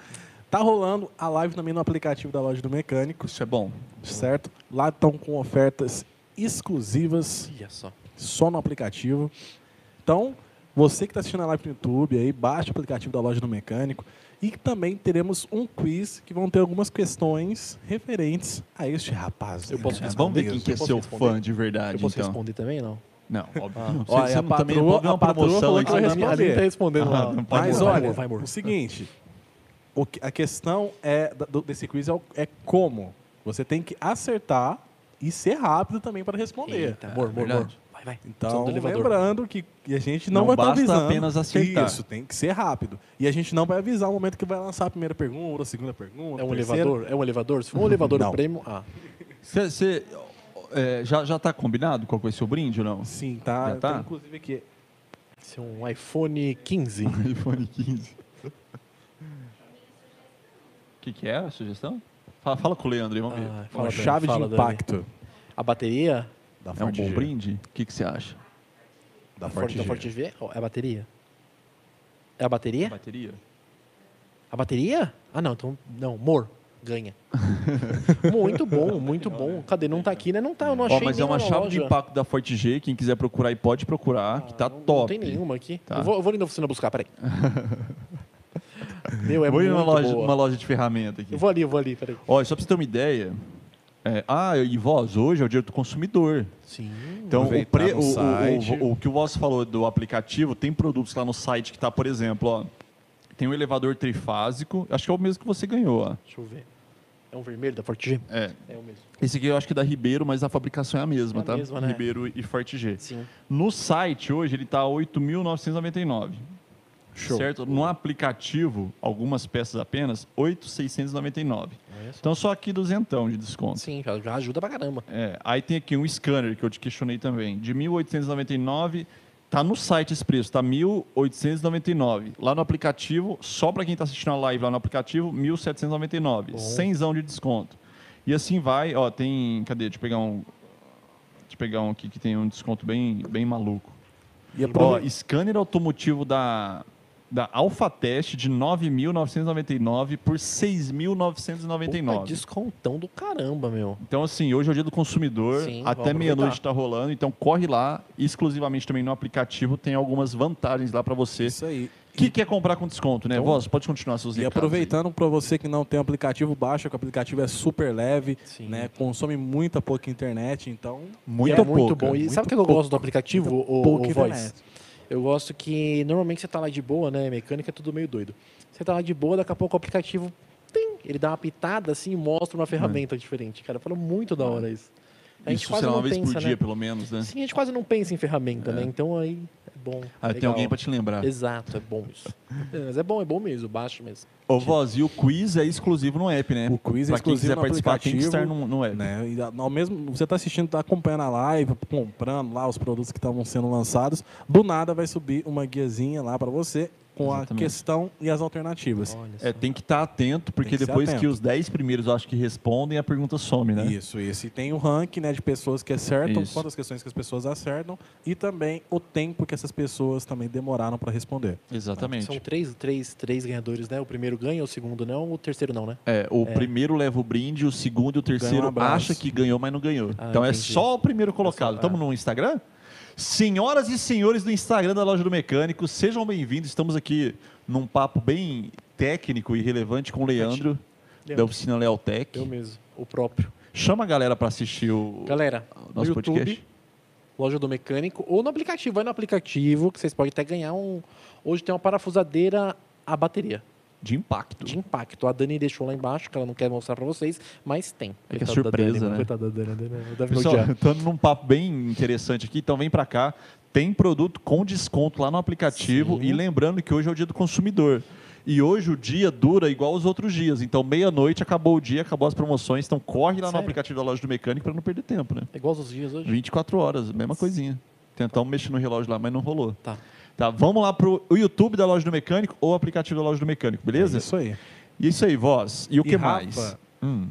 Tá rolando a live também no aplicativo da loja do mecânico, Isso é bom. certo? Lá estão com ofertas exclusivas Olha só. só no aplicativo. Então, você que está assistindo a live no YouTube, aí, baixa o aplicativo da loja do mecânico. E também teremos um quiz que vão ter algumas questões referentes a este rapaz. né? Eu posso É, responder? vamos ver quem que é posso seu responder? fã de Eu verdade, posso então. responder também, não? Não, óbvio. Ah. Você- Olha, você a não- tá também patroa- pode ver é uma a patroa promoção falou aí. que vai né? responder. A Aline tá respondendo Ah, lá. não pode Mas Vai, olha, vai, amor. o seguinte, o que- a questão é da- do- desse quiz é, o- é como. Você tem que acertar e ser rápido também para responder. Eita, amor, amor, amor. verdade. Vai, vai. Então, Som do elevador. lembrando que que a gente não, Não vai estar basta avisando. apenas acertar. Isso, tem que ser rápido. E a gente não vai avisar o momento que vai lançar a primeira pergunta, a segunda pergunta, É um a terceira. elevador? É um elevador? Se for um elevador Não. o prêmio, ah. tá- Você- Você é, já, já tá combinado qual foi seu brinde ou não? Sim, tá? Já tá? Tem, inclusive aqui. Se é um iPhone 15. iPhone 15. O que, que é a sugestão? Fala, fala com o Leandro aí, vamos ver. Ah, Uma fala, Dani, chave fala, de Dani. impacto A bateria da é um Ford bom G. brinde? O que, que você acha? Da Ford, Ford, da G. Ford G? É a bateria? É a bateria? Bateria? A bateria? Ah, não. Então, não. Mor, ganha. muito bom, muito bom. Cadê? Não tá aqui, né? Não tá. Eu não achei Ó, mas é nenhuma uma na chave de loja. Ah, impacto da Forte G. Quem quiser procurar aí pode procurar, que tá não, top. Não tem nenhuma aqui. Tá. Eu, vou, eu vou ali na oficina buscar, peraí. Meu, é vou ir muito numa loja, boa. numa loja de ferramenta aqui. Eu vou ali, eu vou ali, peraí. Olha, só pra você ter uma ideia. é, ah, e voz, hoje é o dia do consumidor. Sim. Então, o, Aproveitar pre- o- no o- site. o- o que o Voz falou do aplicativo, tem produtos lá no site que tá, por exemplo, ó, tem um elevador trifásico, acho que é o mesmo que você ganhou. Ó. Deixa eu ver. É um vermelho da Forte G? É, É o mesmo. esse aqui eu acho que é da Ribeiro, mas a fabricação é a mesma, É a tá? mesma, né? Ribeiro e Forte G. Sim. No site hoje ele tá 8.999. Certo? No aplicativo, algumas peças apenas, 8.699. Olha só. Então só aqui duzentão de desconto. Sim, já, já ajuda pra caramba. É, aí tem aqui um scanner que eu te questionei também, de 1.899, tá no site esse preço, tá 1.899. Lá no aplicativo, só para quem tá assistindo a live lá no aplicativo, 1.799, Bom. 100 de desconto. E assim vai, ó, tem, cadê? Deixa eu pegar um Deixa eu pegar um aqui que tem um desconto bem bem maluco. E Ó, aprove... scanner automotivo da da Alpha Test de 9.999 por 6.999. Puta, descontão do caramba, meu. Então, assim, hoje é o dia do consumidor, Sim, vamos até aproveitar. meia-noite está rolando, então corre lá, exclusivamente também no aplicativo, tem algumas vantagens lá para você Isso aí. que quer comprar com desconto, né? Então- Voz, pode continuar seus E recados aproveitando para você que não tem aplicativo, baixa, que o aplicativo é super leve, Sim. né? Consome muita pouca internet, então aí. Muito, e é muito pouca. bom. E sabe o que eu gosto do aplicativo, o, pouca o é Voice? internet. Eu gosto que normalmente você tá lá de boa, né? Mecânica é tudo meio doido. Você tá lá de boa, daqui a pouco o aplicativo tem. Ele dá uma pitada assim e mostra É. uma ferramenta diferente, cara. Fala muito da hora isso. A gente Isso quase será não uma vez pensa, por né? dia, pelo menos, né? Sim, a gente quase não pensa em ferramenta, né? Então aí é bom. Ah, tem alguém para te lembrar. Exato, é bom isso. É, mas é bom, é bom mesmo, baixo mesmo. Ô, Voz, e o quiz é exclusivo no app, né? O quiz é Pra quem exclusivo quiser no participar, tem que aplicativo, estar no, no app. né? E a- ao mesmo, você está assistindo, está acompanhando a live, comprando lá os produtos que estavam sendo lançados, do nada vai subir uma guiazinha lá para você com Exatamente. a questão e as alternativas. Olha É, tem que estar atento, porque Tem que ser depois que atento. os 10 primeiros, eu acho que respondem, a pergunta some, né? Isso, isso. E tem o ranking né, de pessoas que acertam, Isso. quantas questões que as pessoas acertam e também o tempo que essas pessoas também demoraram para responder. São Exatamente. três, três, três ganhadores, né? O primeiro ganha, o segundo não, o terceiro não, né? É, o primeiro leva o brinde, o segundo e o terceiro abraço. acha que ganhou, mas não ganhou. um Ah, então é entendi. é. só o primeiro colocado. Estamos no Instagram? Senhoras e senhores do Instagram da Loja do Mecânico, sejam bem-vindos. Estamos aqui num papo bem técnico e relevante com o Leandro, da Leandro. oficina Lealtec. Eu mesmo, o próprio. Chama a galera para assistir o Galera, o no nosso YouTube, podcast. Loja do Mecânico, ou no aplicativo. Vai no aplicativo que vocês podem até ganhar um. Hoje tem uma parafusadeira a bateria. de impacto. de impacto. A Dani deixou lá embaixo, que ela não quer mostrar pra vocês, mas tem. É que é surpresa, né? Coitada da Dani, a Dani deve Pessoal, odiar. estando num um papo bem interessante aqui, então vem pra cá. Tem produto com desconto lá no aplicativo. E lembrando que hoje é o dia do consumidor. E hoje o dia dura igual os outros dias. Então, meia-noite, acabou o dia, acabou as promoções. Então, corre lá no Sério? aplicativo da loja do mecânico para não perder tempo, né? É igual aos dias hoje? 24 horas, mesma coisinha. Tentamos mexer no relógio lá, mas não rolou. Tá. Tá, vamos lá pro YouTube da loja do mecânico ou aplicativo da loja do mecânico, É beleza? É Isso aí. E é isso aí, voz. E o E que Rafa? mais? Hum.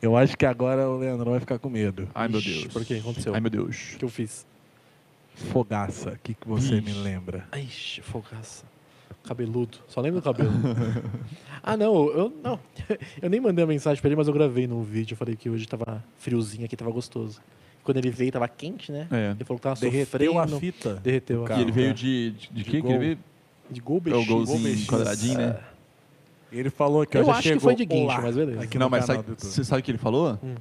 Eu acho que agora o Leandrão vai ficar com medo. Ai, meu Ixi, Deus. por quê? Aconteceu. Ai, meu Deus. O que eu fiz? Fogaça, o que, que você me Ixi. lembra? Ixi, fogaça. Cabeludo. Só lembro do cabelo. ah, não, eu não. Eu nem mandei a mensagem pra ele, mas eu gravei num vídeo. Eu falei que hoje tava friozinho aqui, tava gostoso. Quando ele veio, tava quente, né? É. Ele falou que tava Derreteu sofrendo. a fita. Derreteu a E ele Calma, veio tá. de, de, de De quê que ele gol. veio? de gol É o bexiga. golzinho Golbex. quadradinho, né? Ele falou que ó, Eu já acho que chegou, foi de guincho, "Olá", mas beleza. É, Aqui não, no mas canal sabe, do YouTube. você sabe o que ele falou? Hum.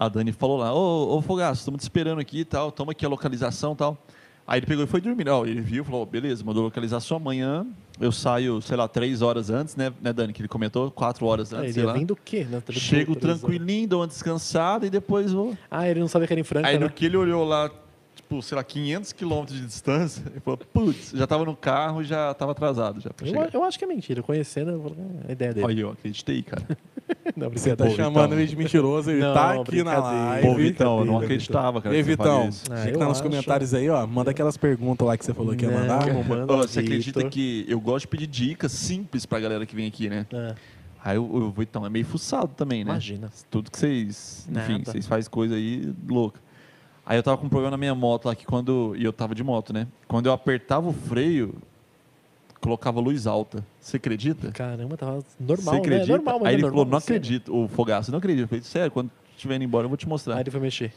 A Dani falou lá, ô, ô Fogaço, estamos te esperando aqui e tal, toma aqui a localização e tal. Aí ele pegou e foi dormir. né? Ó, ele viu, falou, ó, beleza, mandou localização amanhã. Eu saio, sei lá, três horas antes, né, né Dani? Que ele comentou, quatro horas Ah, antes, ele sei ia lá. vem do quê? Né? Também Chego duas, três tranquilinho, dou uma descansada e depois vou. horas. Ah, ele não sabia que era em Franca, Aí né? no que ele olhou lá, tipo, sei lá, 500 quilômetros de distância, ele falou, putz, já tava no carro e já tava atrasado já pra Eu, chegar. eu acho que é mentira. Conhecendo, eu vou- é a ideia dele. Olha, eu acreditei, cara. Não, Você tá brincadeira. chamando então. ele de mentiroso, ele Não, tá aqui na brincadeira. live. Pô, Vitão, eu não brincadeira, acreditava, cara. E aí, que você faria Vitão, isso. Ah, tinha que eu tá nos acho. comentários aí, ó. Manda aquelas perguntas lá que você falou que ia Não, mandar. não manda, Ô, você acredita Vitor. que eu gosto de pedir dicas simples pra galera que vem aqui, né? Ah, Aí o o Vitão é meio fuçado também, né? Imagina. Tudo que vocês. Enfim, Nada. vocês fazem coisa aí louca. Aí eu tava com um problema na minha moto lá que quando. E eu tava de moto, né? Quando eu apertava o freio, colocava luz alta. Você acredita? Caramba, tava Você normal, né? acredita? Normal, mas Aí é ele normal, falou, não sério. acredito. né? O Fogaço, não acredito. Eu falei, sério, quando estiver indo embora eu vou te mostrar. Aí ele foi mexer.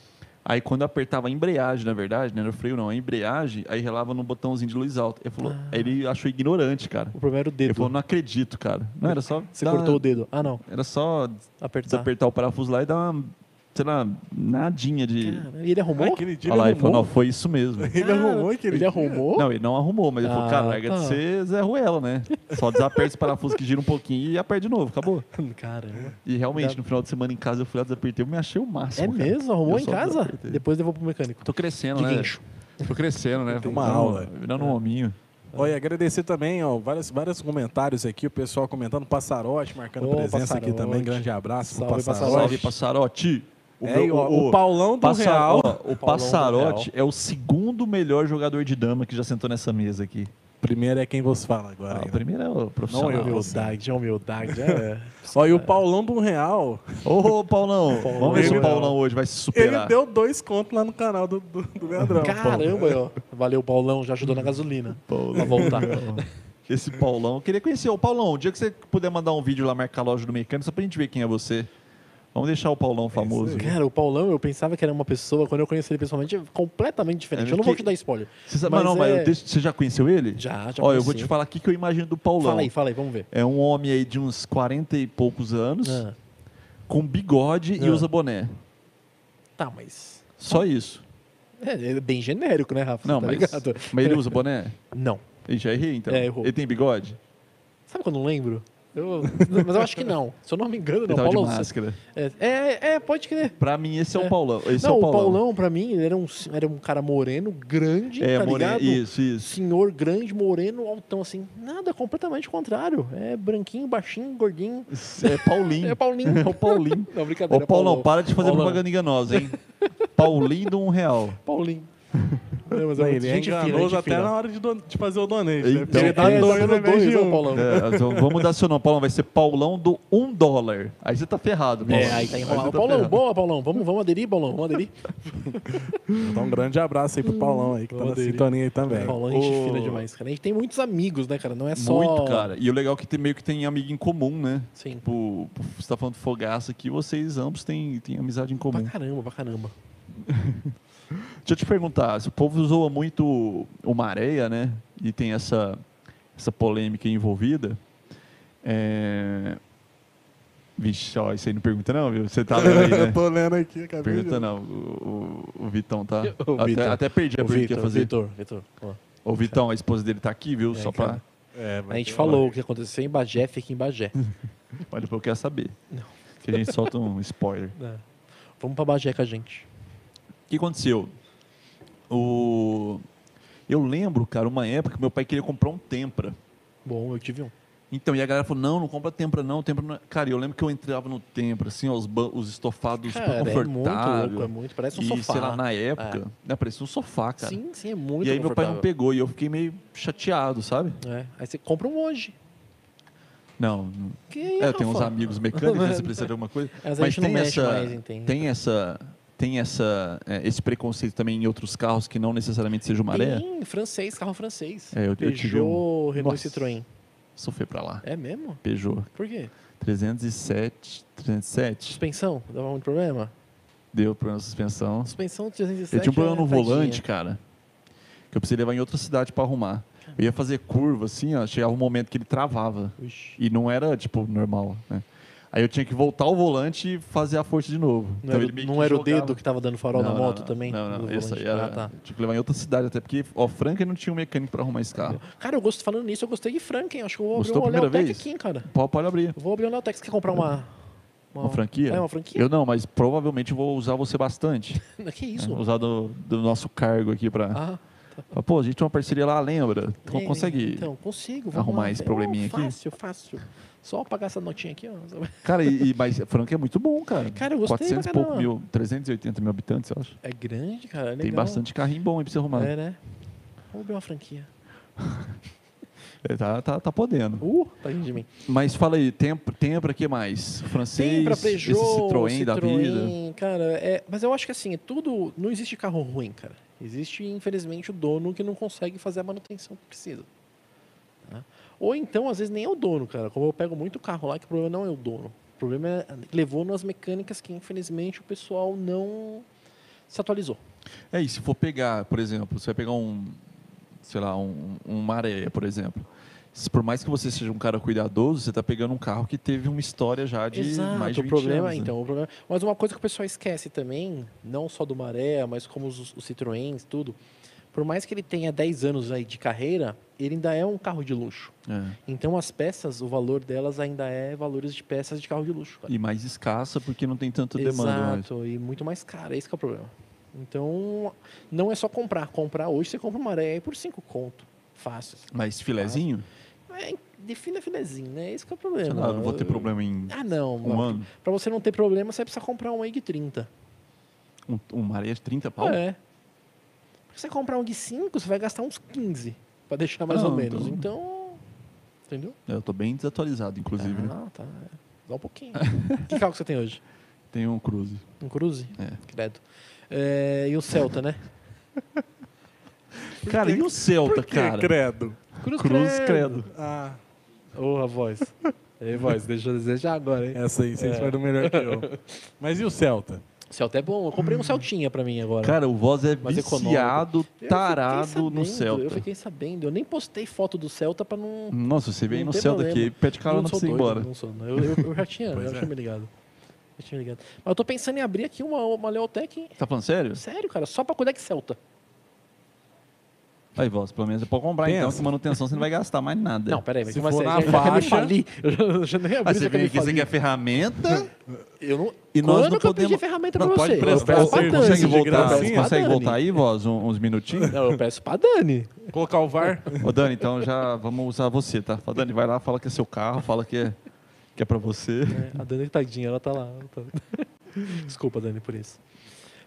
Aí quando eu apertava a embreagem, na verdade, não era o freio não, a embreagem, aí relava num botãozinho de luz alta. Ele falou, Ah. aí ele achou ignorante, cara. O problema era o Ele dedo. falou, não acredito, cara. Não, era só. Você dar- cortou o dedo. Ah, não. Era só Apertar. desapertar o parafuso lá e dar uma, sei lá, nadinha de. Cara, e ele arrumou? Ah, Aquele dia Olha lá, ele ele falou, não, arrumou. foi isso mesmo. Ele arrumou aquele Ele dia. arrumou? Não, ele não arrumou, mas ele falou, Ah, cara, larga tá. de ser Zé Ruela, né? Só desaperta esse parafuso que gira um pouquinho e aperta de novo, acabou. Caramba. E realmente, Dá- no final de semana em casa, eu fui lá, desapertei, eu me achei o É máximo. um cara. mesmo? Arrumou Eu em só casa? desapertei. Depois levou pro mecânico. Tô crescendo, De né? guincho. Tô crescendo, né? Tem uma aula. Virando um hominho. Olha, e agradecer também, ó, vários, vários comentários aqui, o pessoal comentando, Passarote marcando Ô, presença aqui Passarotti. também, grande abraço pro Salve, Passarote. Salve, Passarote! O, é, o, o Paulão do Passa- Real. ó, o Passarote é o segundo melhor jogador de dama que já sentou nessa mesa aqui. Primeiro é quem vos fala agora. Ah, aí, o né? primeiro é o profissional. Não, eu- Humildade, é humildade. É. Ó, e o Paulão do Real, Ô, Paulão, Paulão. vamos ver se o Ele- Paulão hoje vai se ele superar. deu dois contos lá no canal do, do, do Leandrão. Caramba, ó. Valeu, Paulão. Já ajudou na gasolina. Paulão. Pra voltar. Esse Paulão, eu queria conhecer. Ô, Paulão, o dia que você puder mandar um vídeo lá, marcar a loja do mecânico, só pra gente ver quem é você. Vamos deixar o Paulão famoso. Cara, o Paulão, eu pensava que era uma pessoa, quando eu conheci ele pessoalmente, completamente diferente. Eu não vou que- te dar spoiler. Você sabe, mas Mas não, mas é- eu deixo- você já conheceu ele? Já, já Ó, eu vou conheci. te falar o que que eu imagino do Paulão. Fala aí, fala aí, vamos ver. É um homem aí de uns 40 e poucos anos, Ah, com bigode e Ah. usa boné. tá, mas. Só isso. É, é bem genérico, né, Rafa? Não, tá mas, ligado? mas ele usa boné? Não. Ele já errei, então. É, errou. Ele tem bigode? Sabe quando eu não lembro? Eu- mas eu acho que não. Se eu não me engano, Ele não. tava de Paulão, máscara. é, é, é, pode crer. Pra mim, esse é, o É. Paulão. Esse não, é o o Paulão. Paulão, pra mim, ele era um, era um cara moreno, grande, é, tá moreno. ligado? Isso, isso. Senhor grande, moreno, altão, assim. Nada, completamente contrário. É branquinho, baixinho, gordinho. É Paulinho. É Paulinho. É o Paulinho. não, Ô, brincadeira. é Paulão, para de fazer Paulão. propaganda enganosa, hein? Paulinho do um real. Paulinho. Não, mas Não, é ele é gente fina, enganoso gente até fina. na hora de, don- de fazer o donate, né? Então, Porque ele tá é, dois tá ao dando invés de dois, ó, um. Paulão. É, então vamos mudar seu nome, Paulão. Vai ser Paulão do um dólar. Aí você tá ferrado, Paulão. É, aí tá Aí enrolado. você tá Paulão, ferrado. boa, Paulão. Vamos, vamos aderir, Paulão. Vamos aderir. Então, um grande abraço aí pro Paulão aí, que tá na Poderia. sintonia aí também. Paulão, gente Ô. fina demais, cara. A gente tem muitos amigos, né, cara? Não é só. Muito, cara. E o legal é que tem, meio que tem amigo em comum, né? Sim. Tipo, você tá falando do Fogaça aqui, vocês ambos têm, têm amizade em comum. Pra caramba, pra caramba. Deixa eu te perguntar, se o povo zoa muito o Maréia, né? E tem essa, essa polêmica envolvida. É... Vixe, ó, isso aí não pergunta não, viu? Você tá vendo aí, né? Eu tô lendo aqui, acabei de- Pergunta não, o, o- o Vitão tá. O até, Vitor. até perdi a Ô, pergunta que ia Vitor, fazer. Vitor, Vitor. ó. Ô Vitão, a esposa dele tá aqui, viu? É, Só cara. pra. É, vai A gente ter- falou o que aconteceu em Bagé, fica em Bagé. Mas depois eu quero saber. Não. Que a gente solta um spoiler. É. Vamos pra Bagé com a gente. O que aconteceu? O... Eu lembro, cara, uma época que meu pai queria comprar um Tempra. Bom, eu tive um. Então, e a galera falou, não, não compra Tempra não, Tempra não é... Cara, eu lembro que eu entrava no Tempra, assim, ó, os, ban- os estofados Cara, super é muito louco, é confortáveis. muito. Parece um Tipo, e, sofá. É. sei lá, na época, né, parecia um sofá, cara. Sim, sim, é muito e aí meu pai não confortável. pegou e eu fiquei meio chateado, sabe? É, Aí você compra um hoje. Não, não- Que aí, é, eu tenho uns Rafa? amigos mecânicos, né, se precisa de alguma coisa. Mas, a Mas gente não tem mexe essa- mais, entende? Tem essa... Tem essa, é, esse preconceito também em outros carros que não necessariamente seja o maré? Tem francês, carro francês. É, eu- eu tive Peugeot, Renault Nossa. Citroën. Sofrer pra lá. É mesmo? Peugeot. Por quê? 307, 307, Suspensão? Dava muito problema? deu problema na suspensão. Suspensão de 307 Eu tinha um problema no é, tadinha. volante, cara, que eu precisei levar em outra cidade pra arrumar. Eu ia fazer curva, assim, ó, chegava um momento que ele travava. Ixi. E não era, tipo, normal, né? Aí eu tinha que voltar o volante e fazer a força de novo. Então Não era, ele meio não que era o jogava- dedo que tava dando farol Não, na não, moto não, também? Não, não, do essa aí volante? era. Ah, tá. Tinha que levar em outra cidade, até porque, ó, Franca não tinha um mecânico pra arrumar esse carro. Cara, eu gosto, falando nisso, eu gostei de Franken. Acho que eu vou Gostou a abrir um primeira Leotec vez? aqui, hein, cara. Pô, pode abrir. Eu vou abrir um Leotec. Você quer comprar uma... Uma franquia? É, uma franquia? Eu não, mas provavelmente eu vou usar você bastante. Que né? isso? Vou Usar do, do nosso cargo aqui pra. Ah, Ah, Pô, a gente tem uma parceria lá, lembra? Então, é, consegue. Então, consigo. vamos arrumar lá. esse probleminha aqui? Fácil, fácil. Só pagar essa notinha aqui, ó. Cara, e, e- mas Franca é muito bom, cara. Cara, eu gostei 400 pra e pouco caramba. mil, 380 mil habitantes, eu acho. É grande, cara. É legal. Tem bastante carrinho bom aí pra você arrumar. É, né? Vamos ver uma franquia. É, tá, tá, tá podendo. Uh, tá rindo de mim. Mas fala aí, tem, tem pra que mais? Francês, Tem pra assim, esse Peugeot, Citroën, da vida. Citroën, Cara, é, mas eu acho que assim, é tudo. Não existe carro ruim, cara. Existe, infelizmente, o dono que não consegue fazer a manutenção que precisa. Tá? Ou então, às vezes, nem é o dono, cara. Como eu pego muito carro lá, que o problema não é o dono. O problema é levou nas mecânicas que, infelizmente, o pessoal não se atualizou. É, e se for pegar, por exemplo, você vai pegar um, sei lá, um, um maré, por exemplo. Se- Por mais que você seja um cara cuidadoso, você tá pegando um carro que teve uma história já de Exato, mais de 20 o problema, anos. né? então, o problema. Mas uma coisa que o pessoal esquece também, não só do Maré, mas como os, os Citroëns, tudo. Por mais que ele tenha 10 anos aí de carreira, ele ainda é um carro de luxo. É. Então as peças, o valor delas ainda é valores de peças de carro de luxo, cara. E mais escassa porque não tem tanta demanda. mais. Exato, e muito mais caro, é esse que é o problema. Então, não é só comprar. Comprar hoje, você compra um Maré aí por 5 conto. Fácil. Mas filezinho? É, defina filezinho, né? Esse que é o Sei problema. lá, não vou ter problema em Ah, não. um ano. Pra você não ter problema, você precisa comprar um EG 30. Um, um maré de 30 pau? É. Porque você comprar um Gui 5, você vai gastar uns 15 pra deixar mais Ah, ou menos. então- Então. Entendeu? Eu tô bem desatualizado, inclusive. né? Ah, tá. é. Dá um pouquinho. que carro que você tem hoje? Tem um cruze. Um Cruze? É. Credo. É, e um Celta, né? Cara, e o Celta, Por que, cara? credo? Cruz, Cruz Credo. Ah, Ô, a voz. Ei, voz, deixa eu desejar agora, hein? essa aí, vocês É. foram melhor que eu. Mas e o Celta? Celta é bom. Eu comprei um Celtinha pra mim agora. Cara, o Voz é Mas viciado, Eu fiquei tarado no sabendo, Eu Celta. fiquei sabendo. Eu nem postei foto do Celta pra não Nossa, você vem Não no tem Celta problema. aqui, pede cara, Eu não sou precisa ir doido, embora. Não sou, não. Eu, eu- eu já tinha, Pois eu é. já tinha me ligado. Eu tinha me ligado. Mas eu tô pensando em abrir aqui uma, uma Leotec, hein? Tá falando sério? sério, cara, só pra Codec Celta. Aí, Voz, pelo menos você pode comprar Pensa. então, que manutenção você não vai gastar mais nada. Não, peraí, mas Se como for na assim? Já- já que eu me faixa- fali, eu já, eu já nem abri, Aí você já que eu vem me aqui, você fali. quer ferramenta Eu não... e Quando nós não que eu pedi podemos... ferramenta Não tá pra pode você? Eu prestar. peço Você pra Dani. consegue Dani. voltar, Eu você peço pra consegue Tá, Dani. voltar aí, Voz, um- uns minutinhos? Não, eu peço pra Dani. Colocar o VAR? Ô, Dani, então já vamos usar você, tá? Fala, Dani, vai lá, fala que é seu carro, fala que é, que é pra você. É, a Dani, tadinha, ela tá lá. ela tá- Desculpa, Dani, por isso.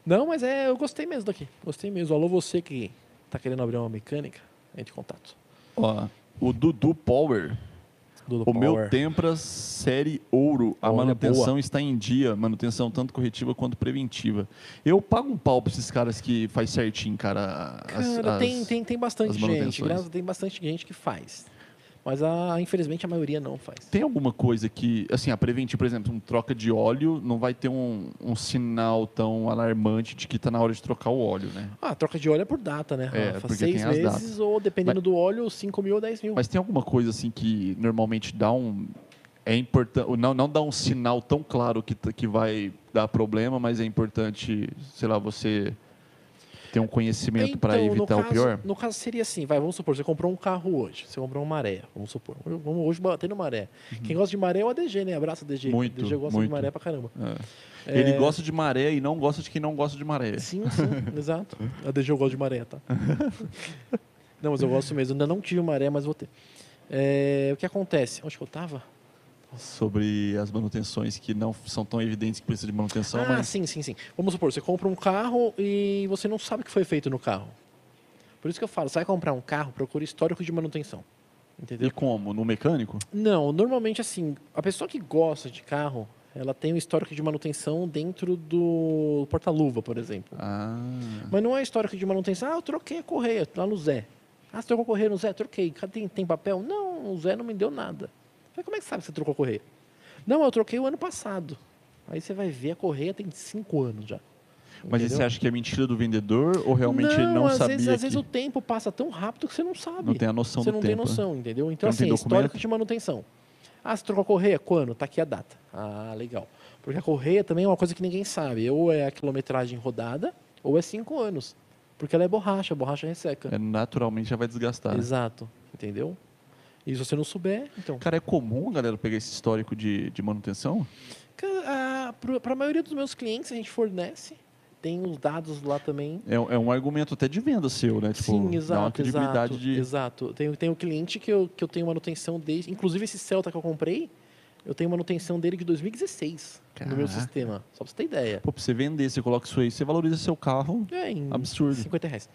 Não, mas é, eu gostei mesmo daqui. Gostei mesmo. Alô, você que tá querendo abrir uma mecânica, entre em contato. Ó, o Dudu Power. Dudu O meu Power. Tempra Série Ouro. A Olha, manutenção boa. está em dia. Manutenção tanto corretiva quanto preventiva. Eu pago um pau pra esses caras que faz certinho, cara. as- Cara, as- tem, tem, tem as bastante gente. manutenções. graças- tem bastante gente que faz. Mas a- infelizmente a maioria não faz. Tem alguma coisa que, assim, a preventiva, por exemplo, uma troca de óleo, não vai ter um, um sinal tão alarmante de que tá na hora de trocar o óleo, né? Ah, a troca de óleo é por data, né? É, Rafa? porque Seis tem as meses ou, dependendo do óleo, 5 mil ou 10 mil. Mas tem alguma coisa, assim, que normalmente dá um. É importante. Não, não dá um sinal tão claro que, t- que vai dar problema, mas é importante, sei lá, você ter um conhecimento para Então, no evitar o caso- pior? No caso seria assim, vai, vamos supor, você comprou um carro hoje, você comprou uma maré, vamos supor. Vamos hoje bater no maré. Quem gosta de maré é o ADG, né? Abraça o ADG. Uhum. Muito, o ADG gosta muito. de maré pra caramba. É, Ele gosta de maré e não gosta de quem não gosta de maré. Sim, sim, exato. A DG eu gosto de maré, tá? não, mas eu gosto mesmo. Ainda não tive maré, mas vou ter. É, o que acontece? Onde que eu tava? Sobre as manutenções que não são tão evidentes que precisa de manutenção, ah, mas sim, sim, sim. Vamos supor, você compra um carro e você não sabe o que foi feito no carro. Por isso que eu falo, você vai comprar um carro, procura histórico de manutenção. Entendeu? e como? No mecânico? Não, normalmente assim, a pessoa que gosta de carro, ela tem um histórico de manutenção dentro do porta-luva, por exemplo. Ah. Mas não é histórico de manutenção. Ah, eu troquei a correia lá no Zé. Ah, você trocou a correia no Zé? Troquei. Cadê? Tem papel? Não, o Zé não me deu nada. Falei, como é que sabe que você trocou a correia? Não, eu troquei o ano passado. Aí você vai ver, a correia tem cinco anos já. Mas aí Entendeu? você acha que é mentira do vendedor ou realmente ele não às sabia Vezes, às que vezes o tempo passa tão rápido que você não sabe. não tem a noção você do não tempo? tem né? noção, entendeu? Então, Não tem assim, documento? histórico de manutenção. Ah, você trocou a correia? Quando? Tá aqui a data. Ah, legal. Porque a correia também é uma coisa que ninguém sabe. Ou é a quilometragem rodada, ou é cinco anos. Porque ela é borracha, a borracha resseca. É, naturalmente já vai desgastar. né? Exato. Entendeu? E se você não souber, então. Cara, é comum a galera pegar esse histórico de, de manutenção? Para a ah, maioria dos meus clientes, a gente fornece. Tem os dados lá também. É, é um argumento até de venda seu, né? Tipo, Sim, dá uma exato, credibilidade exato, de. exato. Tem, tem um cliente que eu, que eu tenho manutenção desde... Inclusive, esse Celta que eu comprei, eu tenho manutenção dele de 2016 no meu Caraca. sistema. Só pra você ter ideia. Pô, pra você vender, você coloca isso aí, você valoriza seu carro. É, em Absurdo. 50 reais.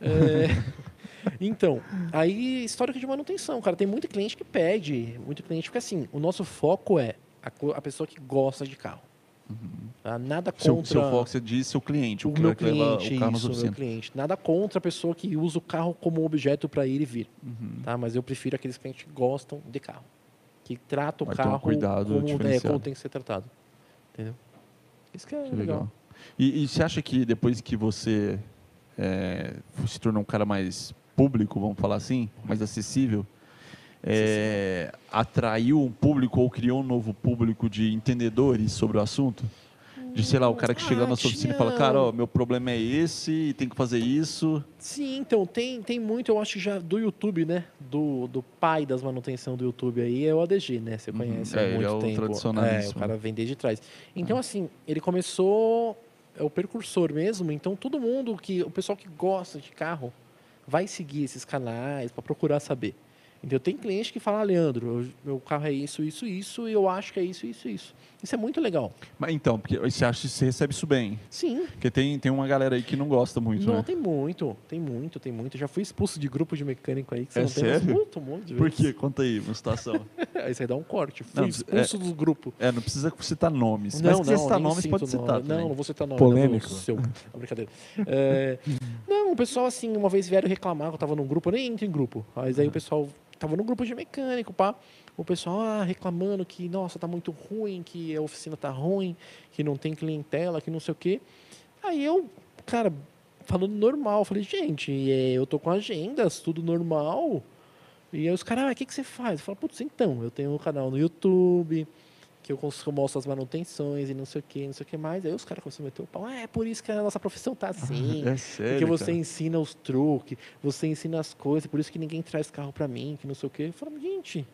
É, então, aí, histórico de manutenção, cara. Tem muito cliente que pede, muito cliente... Porque, assim, o nosso foco é a, co- a pessoa que gosta de carro. Tá? Nada Uhum. Seu, contra... seu foco, você diz seu cliente, o, o cara meu que leva cliente, o carro nas isso, meu oficinas. cliente. Nada contra a pessoa que usa o carro como objeto para ir e vir, Uhum. tá? Mas eu prefiro aqueles clientes que gostam de carro, que tratam o Vai tomar carro cuidado como, né, diferenciado. como tem que ser tratado, entendeu? Isso que é Que legal. legal. E, e você acha que depois que você é, se tornou um cara mais público, vamos falar assim, mais acessível, é, atraiu um público ou criou um novo público de entendedores sobre o assunto? De, sei lá, o cara que chega Ah, na sua oficina e tinha- fala, cara, ó, meu problema é esse, tem que fazer isso. Sim, então tem tem muito, eu acho que já do YouTube, né? Do, do pai das manutenções do YouTube aí é o ADG, né? Você Uhum, é, conhece há muito ele é o tempo. é, tradicionalíssimo. né? Uhum. o cara vem desde trás. Então assim, ele começou é o precursor mesmo, então todo mundo que o pessoal que gosta de carro vai seguir esses canais para procurar saber. Então tem cliente que fala, "Ah, Leandro, eu- meu carro é isso, isso, isso, e eu acho que é isso, isso, isso. Isso é muito legal. Mas então, porque você acha que você recebe isso bem. Sim, Porque tem, tem uma galera aí que não gosta muito, não, né? tem muito, tem muito, tem muito. Já fui expulso de grupo de mecânico aí, que você É não tem noção. sério? muito, muito. de Por vezes. quê? Conta aí, uma situação. Aí você dá um corte. Fui Não, expulso do grupo. é, não precisa citar nomes. mas se você citar nem nomes, sinto pode né? citar. nome. também. Não, não vou citar nome. Polêmico. não vou- Seu. Não, brincadeira. É, não, o pessoal, assim, uma vez vieram reclamar que eu tava num grupo, eu nem entro em grupo. Mas Uhum. aí o pessoal tava num grupo de mecânico, pá. O pessoal ah, reclamando que, nossa, tá muito ruim, que a oficina tá ruim, que não tem clientela, que não sei o quê. Aí eu, cara, falando normal, falei, gente, é, eu tô com agendas, tudo normal. E aí os caras, ah, o que, que você faz? Eu falo, putz, então, eu tenho um canal no YouTube, que eu cons- eu mostro as manutenções e não sei o que, não sei o que mais. Aí os caras começam a meter o pau, ah, é por isso que a nossa profissão tá assim. É sério. Porque você cara? ensina os truques, você ensina as coisas, por isso que ninguém traz carro pra mim, que não sei o quê. Eu falo, gente,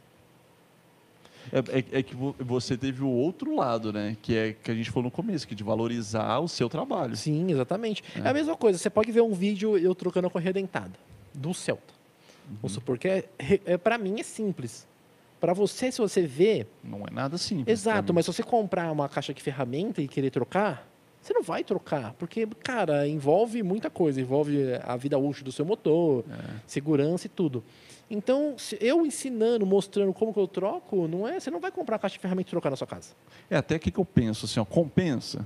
É, é- é que vo- você teve o outro lado, né? Que é que a gente falou no começo, que de valorizar o seu trabalho. sim, exatamente. É. a mesma coisa, você pode ver um vídeo eu trocando a correia dentada, do Celta. Uhum. Vamos supor que é, é, pra mim é simples. Pra você, se você vê, Não é nada simples. Exato, É- mas se você comprar uma caixa de ferramenta e querer trocar, você não vai trocar, porque, cara, envolve muita coisa, envolve a vida útil do seu motor, É. segurança e tudo. Então, se eu ensinando, mostrando como que eu troco, não é, você não vai comprar a caixa de ferramenta e trocar na sua casa. É até o que que eu penso, assim, ó, compensa.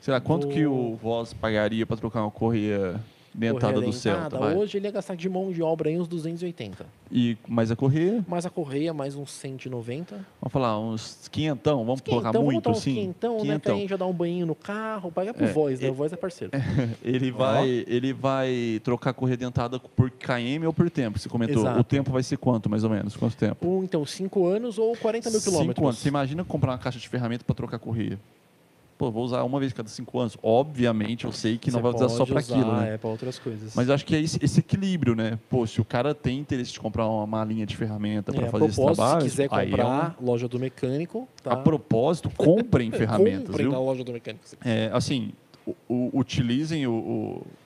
Será quanto que o Voz pagaria para trocar uma correia dentada do Correia Celta? dentada, vai? Hoje ele ia gastar de mão de obra aí uns 280, E mais a correia, mais a correia mais uns 190. vamos falar, uns quinhentão, vamos colocar Quinhentão, muito, vamos botar uns assim? quinhentão, né, que aí já dá um banho no carro, paga pro É, Voz, né, é- o Voz é parceiro. Ele vai, ele vai trocar a correia dentada por KM ou por tempo, você comentou. Exato. O tempo vai ser quanto, mais ou menos? Quanto tempo? Ou, então, 5 anos ou 40 mil Cinco quilômetros. anos. Você imagina comprar uma caixa de ferramenta para trocar a correia. pô, vou usar uma vez cada cinco anos. Obviamente, eu sei que não Você vai usar só pode para aquilo, né? É, para outras coisas. Mas acho que é esse, esse equilíbrio, né? Pô, se o cara tem interesse de comprar uma, uma linha de ferramenta para É, a fazer esse propósito, trabalho, se quiser aí é um- comprar, loja do mecânico, tá? um a propósito, comprem ferramentas, Comprem viu? na loja do mecânico. É, assim, o- o- utilizem o,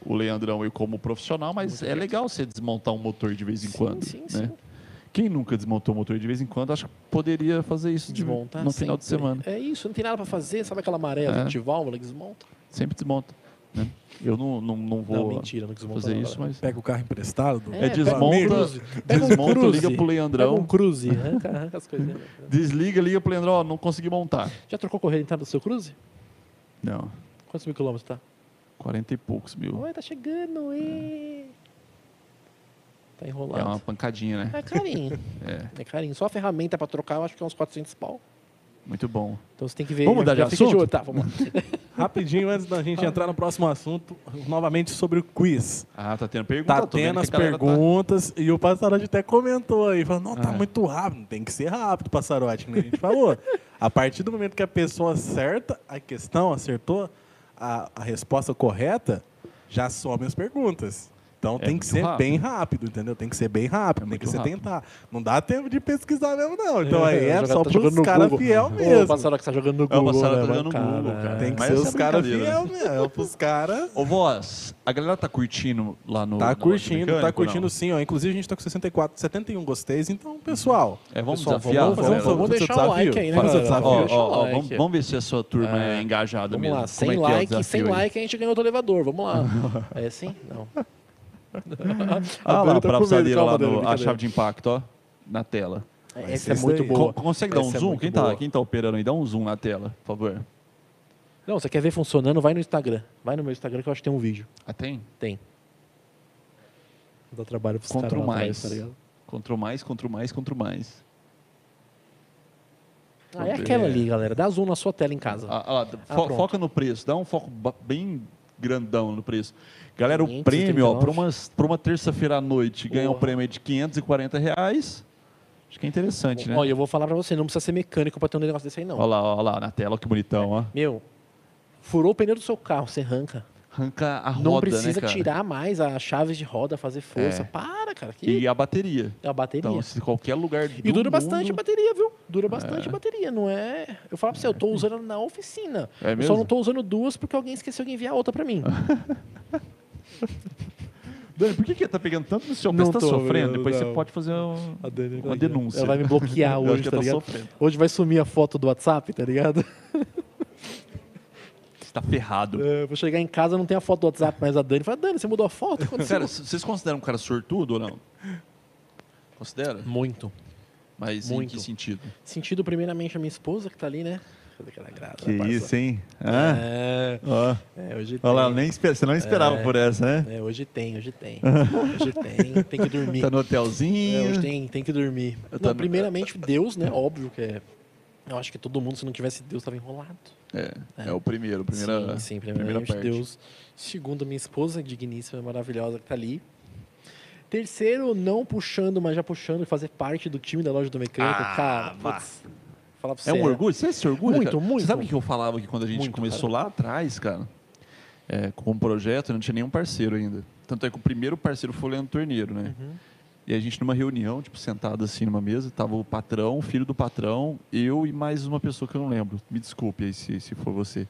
o, o Leandrão aí como profissional, mas é legal você desmontar um motor de vez em Sim, quando. sim, né? sim. Quem nunca desmontou um motor de vez em quando, acho que poderia fazer isso de, um, no Desmontar final de sempre. semana. É isso, não tem nada pra fazer. Sabe aquela maré É. de válvula que desmonta? Sempre desmonta. né? Eu não, não, não Não, vou mentira, não desmonta fazer não, isso, galera. mas. Pega o carro emprestado. do- É, pega um desmonta, Cruze, pega um desmonta Cruze, liga pro Pega Leandrão. um cruze, arranca, arranca as coisas. né? Desliga, liga pro Leandrão, ó, não consegui montar. Já trocou a correia de entrada do seu cruze? Não, Quantos mil quilômetros tá? 40 e poucos mil. Oi, tá chegando, e... Tá É uma enrolado. pancadinha, né? É carinho, É, é carinho. Só a ferramenta pra trocar, eu acho que é uns 400 pau. muito bom. Então você tem que ver. Vamos mudar de já fica assunto? olho. Tá, vamos lá. Rapidinho, antes da gente entrar no próximo assunto, novamente sobre o quiz. Ah, tá tendo pergunta? Tá tô vendo tendo que as a galera tá- perguntas e o Passarote até comentou aí. Falou, não, tá Ah. muito rápido. Tem que ser rápido, Passarote, que nem a gente falou. a partir do momento que a pessoa acerta a questão, acertou a, a resposta correta, já some as perguntas. Então tem É muito que ser rápido. É bem rápido, entendeu? Tem que ser bem rápido, tem muito que ser rápido. tentar. Não dá tempo de pesquisar mesmo, não. Então aí é O só jogador tá jogando pros no caras Google. fiel Ô, O mesmo. Passaró que tá jogando no É, o Google. Passaró né, tá jogando no cara? Google, cara. Tem que É, Mas ser essa os caras brincadeira, né? fiel mesmo. é Os caras. Ô, Voz, a galera tá curtindo lá no. Tá no curtindo, Mecânico, tá curtindo não? sim, ó. Inclusive a gente tá com 64, 71 gosteis, então, pessoal. É, vamos Pessoal, desafiar. vamos fazer um galera? favor, Fazer o deixar o desafio? like aí, né? Fazer o galera? Ó, desafio. ó, Deixa o ó, like. vamos, vamos ver se a sua turma é, É. engajada Vamos mesmo. lá, Como sem é que é o like, sem desafio aí? like a gente ganhou o elevador, vamos lá. É assim? Não. Ah, lá, Dani a braçadeira tá com lá, medo, calma, Dani, no, a brincadeira. chave de impacto, ó, na tela. Essa é isso muito aí. boa. Co- consegue dar um Essa é zoom? muito quem, tá, boa. quem tá operando aí, dá um zoom na tela, por favor. Não, você quer ver funcionando? Vai no Instagram. Vai no meu Instagram que eu acho que tem um vídeo. Ah, tem? Tem. Dá trabalho pros Contra caras o lá atrás, mais. tá ligado? Contra o mais, contra o mais, contra o mais. Ah, é aquela ali, galera. Dá zoom na sua tela em casa. Ah, ah, lá, fo- Ah, pronto. foca no preço, dá um foco ba- bem grandão no preço. Galera, o 539. prêmio, ó, para uma, pra uma terça-feira à noite, ganha um Porra. prêmio aí de 540 reais. Acho que é interessante, né? Olha, eu vou falar pra você, não precisa ser mecânico pra ter um negócio desse aí, não. Olha lá, olha lá na tela, ó, que bonitão, ó. Meu, furou o pneu do seu carro, você arranca. Arranca a roda, Não né, precisa cara? tirar mais a chave de roda, fazer força. É. Para, cara. Que... E a bateria. É a bateria. Então, se qualquer lugar do E dura mundo- bastante a bateria, viu? Dura bastante a bateria, não é? Eu falo pra você, eu tô usando na oficina. É Eu mesmo? só não tô usando duas porque alguém esqueceu de enviar outra pra mim. Dani, por que que tá pegando tanto no seu pé? Não Você tá tô, sofrendo? não, Depois você não. pode fazer um- Dani uma denúncia. Ela vai me bloquear Eu acho hoje, que tá ela tá ligado? sofrendo. Hoje vai sumir a foto do WhatsApp, tá ligado? Você tá ferrado. É, eu vou chegar em casa não tem a foto do WhatsApp, mas a Dani fala, Dani, você mudou a foto? Aconteceu?" Cara, c- vocês consideram um cara sortudo ou não? Considera? Muito. Mas em Muito. que sentido? Sentido primeiramente a minha esposa que tá ali, né? Cadê aquela grada, Que parça? isso, hein? Ah, É, ó. é, hoje tem. Olha lá, nem espe- você não esperava por essa, né? É, hoje tem, hoje tem. hoje tem, tem que dormir. Tá no É, hotelzinho. hoje tem, tem que dormir. Eu Não, também- primeiramente, Deus, né? Óbvio que é. Eu acho que todo mundo, se não tivesse Deus, estava enrolado. É, é o primeiro, primeira, sim, sim, primeira primeiramente parte. Deus. Segundo, minha esposa, digníssima, maravilhosa, que tá ali. Terceiro, não puxando, mas já puxando, fazer parte do time da loja do mecânico. Ah, cara, vá. putz, falar pra você. É um orgulho? Você se orgulha? Muito, cara? muito. Você sabe o que eu falava aqui quando a gente Muito, começou lá atrás, cara? É, com um projeto, eu não tinha nenhum parceiro ainda. Tanto é que o primeiro parceiro foi o Leandro Torneiro, né? Uhum. E a gente numa reunião, tipo, sentado assim numa mesa, tava o patrão, o filho do patrão, eu e mais uma pessoa que eu não lembro. Me desculpe aí se, se for você.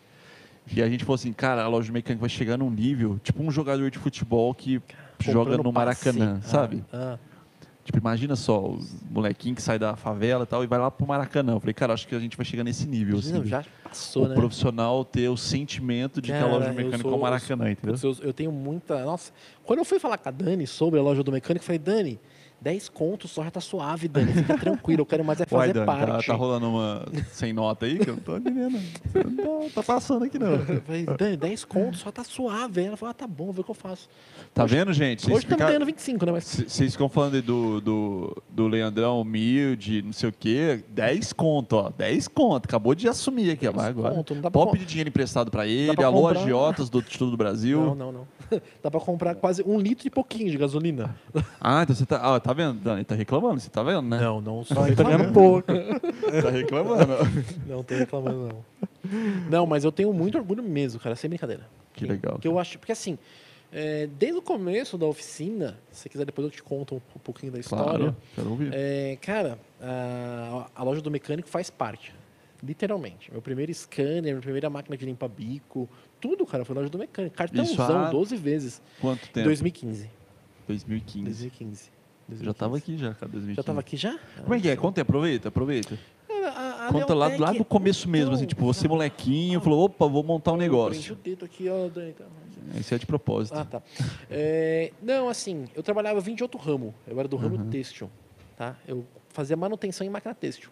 E a gente falou assim, cara, a loja de mecânica vai chegar num nível, tipo um jogador de futebol que joga Comprando no Maracanã, passe. Ah, sabe? ah. Tipo, imagina só, o molequinho que sai da favela e tal e vai lá pro Maracanã. Eu falei, cara, acho que a gente vai chegar nesse nível. Assim, Não, do- já passou, o né? profissional ter o sentimento de que a Cara, loja eu mecânica é sou- o Maracanã, entendeu? Putz, eu, eu tenho muita. Nossa, quando eu fui falar com a Dani sobre a loja do mecânico, eu falei, Dani, 10 contos só já tá suave, Dani. Fica tranquilo, eu quero mais é fazer tá, parte. tá rolando uma sem nota aí que eu não tô entendendo. Você não tá, tá passando aqui não. Eu falei, Dani, 10 contos só tá suave. Aí Ela falou, ah, tá bom, vou ver o que eu faço. Tá Hoje- vendo, gente? Vocês Hoje estamos ficaram- ganhando 25, né? Mas C- Vocês ficam falando aí do, do, do Leandrão humilde, não sei o quê. 10 conto, ó. 10 conto. Acabou de assumir aqui, ó. Vai 10 agora. conto, não dá pra Pode com- pedir dinheiro emprestado pra ele. pra Alô, comprar. agiotas do Instituto do Brasil. não, não, não. Dá pra comprar quase um litro e pouquinho de gasolina. Ah, então você tá. Ah, tá vendo, Dani? Tá reclamando, você tá vendo, né? Não, não, sou Então, tá reclamando. ganhando pouco. Tá reclamando. Não tô reclamando, não. Não, mas eu tenho muito orgulho mesmo, cara, sem brincadeira. Que legal, Porque eu acho, porque assim, é, desde o começo da oficina, se quiser depois eu te conto um, um pouquinho da história. Claro, quero ouvir. É, cara, a, a loja do mecânico faz parte. Literalmente. Meu primeiro scanner, minha primeira máquina de limpar bico, tudo, cara, foi na loja do mecânico. Cartãozão, há 12 vezes. Quanto Em tempo? 2015. 2015. 2015. Eu já tava aqui já, cara, 2015. Já tava aqui já? Como é que é? Conta aí, aproveita, aproveita. Cara, a- a Conta lá, Leotec- lá do começo mesmo, Então, assim, tipo, você molequinho, falou, opa, vou montar um Prende negócio. o dedo aqui, ó. daí, tá. Isso é de propósito. Ah, tá. É, não, assim, eu trabalhava, eu vim de outro ramo. Eu era do ramo Uhum. têxtil, tá? Eu fazia manutenção em máquina têxtil.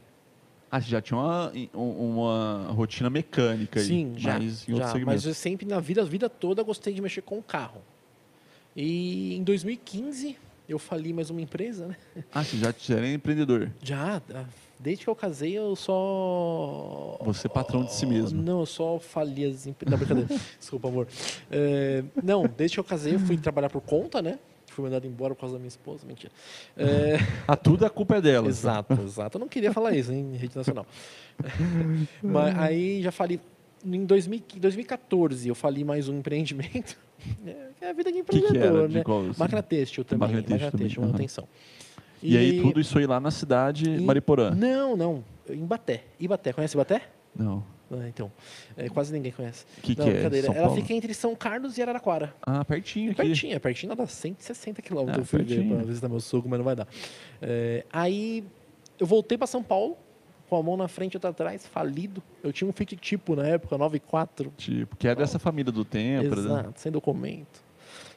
Ah, você já tinha uma, um- uma rotina mecânica aí. Sim, já. Mas em outro já segmento. mas eu sempre, na vida, a vida toda, gostei de mexer com o carro. E em 2015, eu fali mais uma empresa, né? Ah, você já, já era empreendedor. Já, ah, desde que eu casei, eu só. Você é patrão de si mesmo. Não, eu só fali as empresas. Não, brincadeira. Desculpa, amor. É, não, desde que eu casei, eu fui trabalhar por conta, né? Fui mandado embora por causa da minha esposa, mentira. É, Ah, tudo a culpa é dela. Exato, exato. Eu não queria falar isso hein, em rede nacional. Mas aí já falei. Em 2000 2014 eu falei mais um empreendimento. É a vida de O que, empreendedor, que era? De né? qual, assim? Máquina têxtil também. Máquina Máquina têxtil têxtil, também, aham. manutenção. E, aí tudo isso aí lá na cidade, e- Mariporã. Não, não. Em Baté. Ibaté. Conhece Ibaté? Não. Ah, então. É, quase ninguém conhece. O que, não, que é? brincadeira. São Ela Paulo? fica entre São Carlos e Araraquara. Ah, pertinho aqui. Pertinho, é pertinho, dá 160 quilômetros. Ah, eu fui ver pertinho. pra visitar meu sogro, mas não vai dar. É, aí eu voltei pra São Paulo, com a mão na frente e outra atrás, falido. Eu tinha um Fit Tipo na época, 94. Tipo, que é dessa família do tempo. né? Exato, sem documento.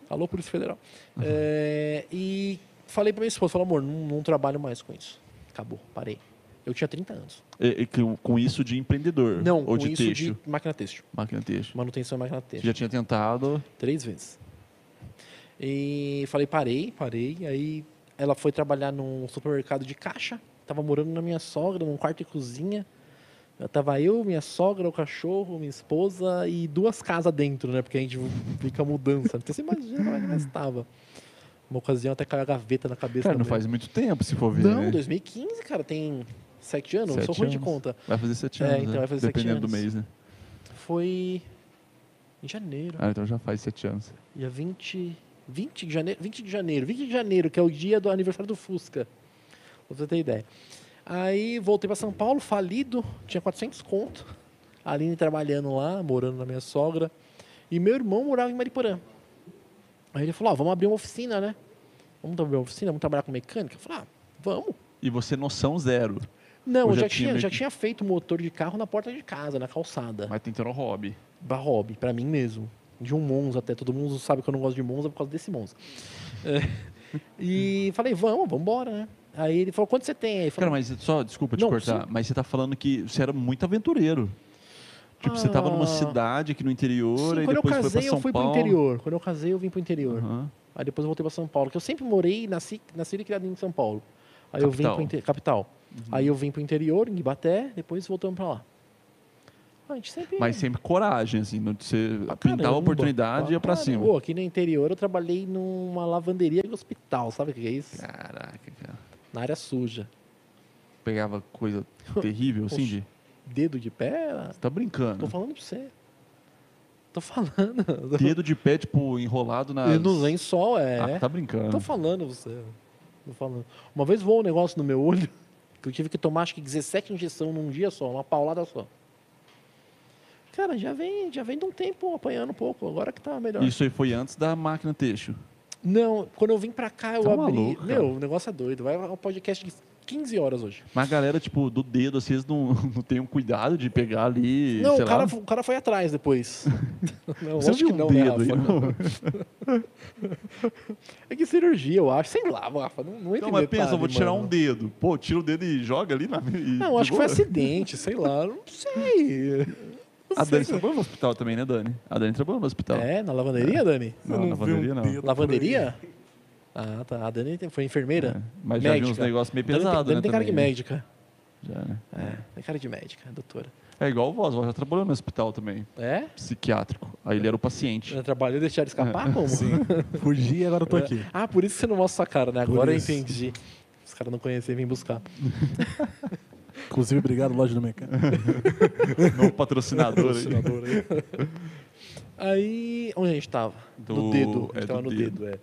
Alô, Polícia Federal. Uhum. É, e falei pra minha esposa, falei, amor, não, não trabalho mais com isso. Acabou, parei. Eu tinha 30 anos. E- e com- com isso de empreendedor. Não, ou com de isso texto. de máquina têxtil. Máquina texto. Manutenção de máquina Você têxtil. já tinha tentado. Três vezes. E falei, parei, parei. Aí ela foi trabalhar num supermercado de caixa. Tava morando na minha sogra, num quarto e cozinha. Tava eu, minha sogra, o cachorro, minha esposa e duas casas dentro, né? Porque a gente fica mudança. Então você imagina como é que nós tava. Uma ocasião até caiu a gaveta na cabeça. Cara, não da mulher. faz muito tempo, se for ver. Não, né? 2015, cara, tem sete anos, eu sou Sete ruim de anos. conta. Vai fazer sete É, anos. então né? vai fazer sete Dependendo do anos. mês, né? Foi em janeiro. Ah, então já faz sete anos. Dia 20, 20 de janeiro, 20 de janeiro, 20 de janeiro, que é o dia do aniversário do Fusca. Pra você ter ideia. Aí voltei para São Paulo, falido, tinha 400 conto. A Aline trabalhando lá, morando na minha sogra. E meu irmão morava em Mariporã. Aí ele falou: "Ó, vamos abrir uma oficina, né? Vamos abrir uma oficina, vamos trabalhar com mecânica? Eu falei: ah, vamos. E você noção zero. Não, Ou eu já já, tinha tinha, meio já que- tinha feito motor de carro na porta de casa, na calçada. Mas tentando o um hobby. Bah hobby, pra mim mesmo. De um Monza até. Todo mundo sabe que eu não gosto de Monza por causa desse Monza. É. E falei, vamos, vamos embora, né? Aí ele falou, quanto você tem? Aí eu Cara, falei, mas só, desculpa te Não, cortar, mas você tá falando que você era muito aventureiro. Tipo, você Ah. tava numa cidade aqui no interior, sim, e quando eu depois foi pra casei, São eu fui Paulo. pro interior. Quando eu casei, eu vim pro interior. Aham. Aí depois eu voltei pra São Paulo. Que eu sempre morei, nasci, nasci e criado em São Paulo. Aí eu vim Capital. Uhum. pro inter... capital. Aí eu vim pro interior, em Ibaté, depois voltamos pra lá. A gente sempre... Mas sempre coragem, assim, não- você Pra pintava a caramba. oportunidade e ia pra Cara, cima. Pô, aqui no interior eu trabalhei numa lavanderia de hospital, sabe o que é isso? Caraca, cara. Na área suja. Pegava coisa terrível, assim, de... Dedo de pé? era- Você tá brincando. Tô falando pra você. Tô falando. Dedo de pé, tipo, enrolado na. E no lençol, é. Ah, tá brincando. Tô falando pra você. Tô falando. Uma vez voou um negócio no meu olho que eu tive que tomar acho que 17 injeções num dia só, uma paulada só. Cara, já vem, já vem de um tempo apanhando um pouco, agora que tá melhor. Isso aí foi antes da máquina texto. Não, quando eu vim pra cá, eu Tá abri. maluco, cara. meu, o negócio é doido. Vai um podcast de 15 horas hoje. Mas a galera, tipo, do dedo, assim, eles não, não tem um cuidado de pegar ali. não, sei o cara, lá. o cara foi atrás depois. não, Você lógico viu que um não, né, dedo aí, Rafa? não? É que cirurgia, eu acho. Sei lá, Rafa. Não, não entra Não, mas em pensa, detalhe, eu vou tirar mano. um dedo. Pô, tira o dedo e joga ali na. e- Não, acho de que foi boa. acidente, sei lá. Não sei. A Dani trabalhou no hospital também, né, Dani? A Dani trabalhou no hospital. assim, É, na lavanderia, Dani? Não, não na viu lavanderia um não. dedo? Lavanderia? Ah, tá. A Dani tem- foi enfermeira? É, Mas já vi uns Médica. negócios meio Dani tem- pesados, Dani né? tem cara de também. médica. Já, né? É, tem cara de médica, doutora. É igual o Voz, o Voz já trabalhou no hospital também, É? psiquiátrico. Aí ele era o paciente. Já trabalhou e deixaram escapar? Como? Fugi e agora eu tô aqui. Ah, por isso que você não mostra sua cara, né? Por Agora eu isso. entendi. Os caras não conheciam e vim buscar. Inclusive, obrigado, loja do mecânico. Novo patrocinador aí. Patrocinador aí. Aí, onde a gente estava? Do- No dedo. A é, gente tava do no dedo, é.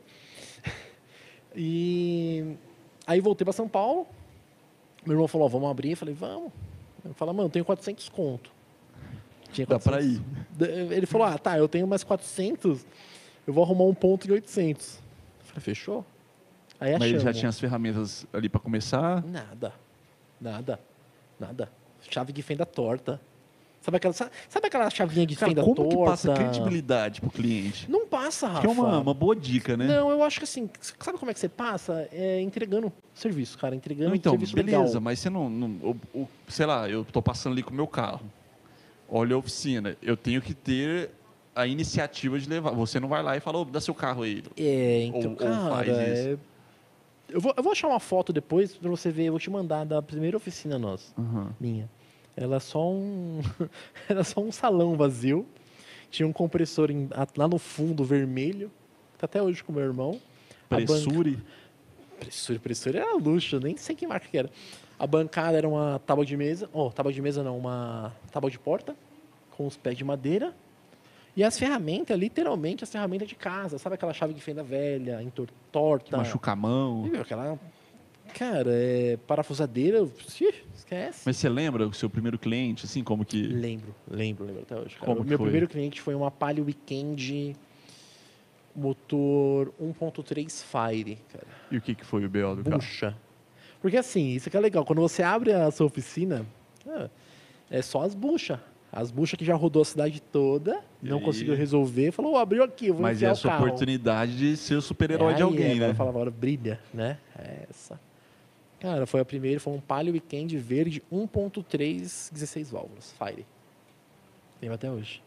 E aí voltei para São Paulo. Meu irmão falou, ó, vamos abrir. Eu falei, vamos. Ele falou, mano, eu tenho 400 conto. Tinha Dá pra ir. Da- Ele falou, ah, tá, eu tenho mais 400, eu vou arrumar um ponto de 800. Eu falei, fechou? Aí Mas ele já achamos. tinha as ferramentas ali pra começar. Nada. Nada. Nada. Chave de fenda torta. Sabe aquela, sa- sabe aquela chavinha de Cara, fenda como torta? que passa credibilidade pro cliente? Não passa, Rafa. Que é uma, uma boa dica, né? Não, eu acho que assim, sabe como é que você passa? É entregando serviço, cara. Entregando Não, então, serviço beleza, legal. mas você não. não- o- o- sei lá, eu tô passando ali com o meu carro. Olha a oficina. Eu tenho que ter a iniciativa de levar. Você não vai lá e fala, ô, dá seu carro aí. É, então, Ou- ou cara, faz isso. é- Eu, vou, eu vou achar uma foto depois pra você ver. Eu vou te mandar da primeira oficina nossa. Aham. minha. Era só um, era só um salão vazio. Tinha um compressor em- a- lá no fundo vermelho. Tá até hoje com meu irmão. A banca- Pressure. Pressure, pressure era luxo, nem sei que marca que era. A bancada era uma tábua de mesa, oh, tábua de mesa não, uma tábua de porta com os pés de madeira. E as ferramentas, literalmente as ferramentas de casa, sabe aquela chave de fenda velha, entor- torta, Machuca a mão. Meu, aquela cara, é parafusadeira, xiii, esquece. Mas você lembra o seu primeiro cliente, assim, como que. Lembro, lembro, lembro até hoje. cara. Como O que meu foi? primeiro cliente foi uma Palio Weekend motor 1.3 Fire, cara. E o que, que foi o BO do carro? Puxa. Porque assim, isso que é legal, quando você abre a sua oficina, ah, é só as buchas. As buchas que já rodou a cidade toda, E não aí? conseguiu resolver, falou, "Ô, abriu aqui, eu vou Mas é enfiar a o sua carro. oportunidade de ser o super-herói de Aí, alguém, é, né? Ela falava, "Olha, brilha, né? É essa. Cara, foi a primeira, foi um Palio Weekend verde 1.3, 16 válvulas, Fire. Lembro até hoje.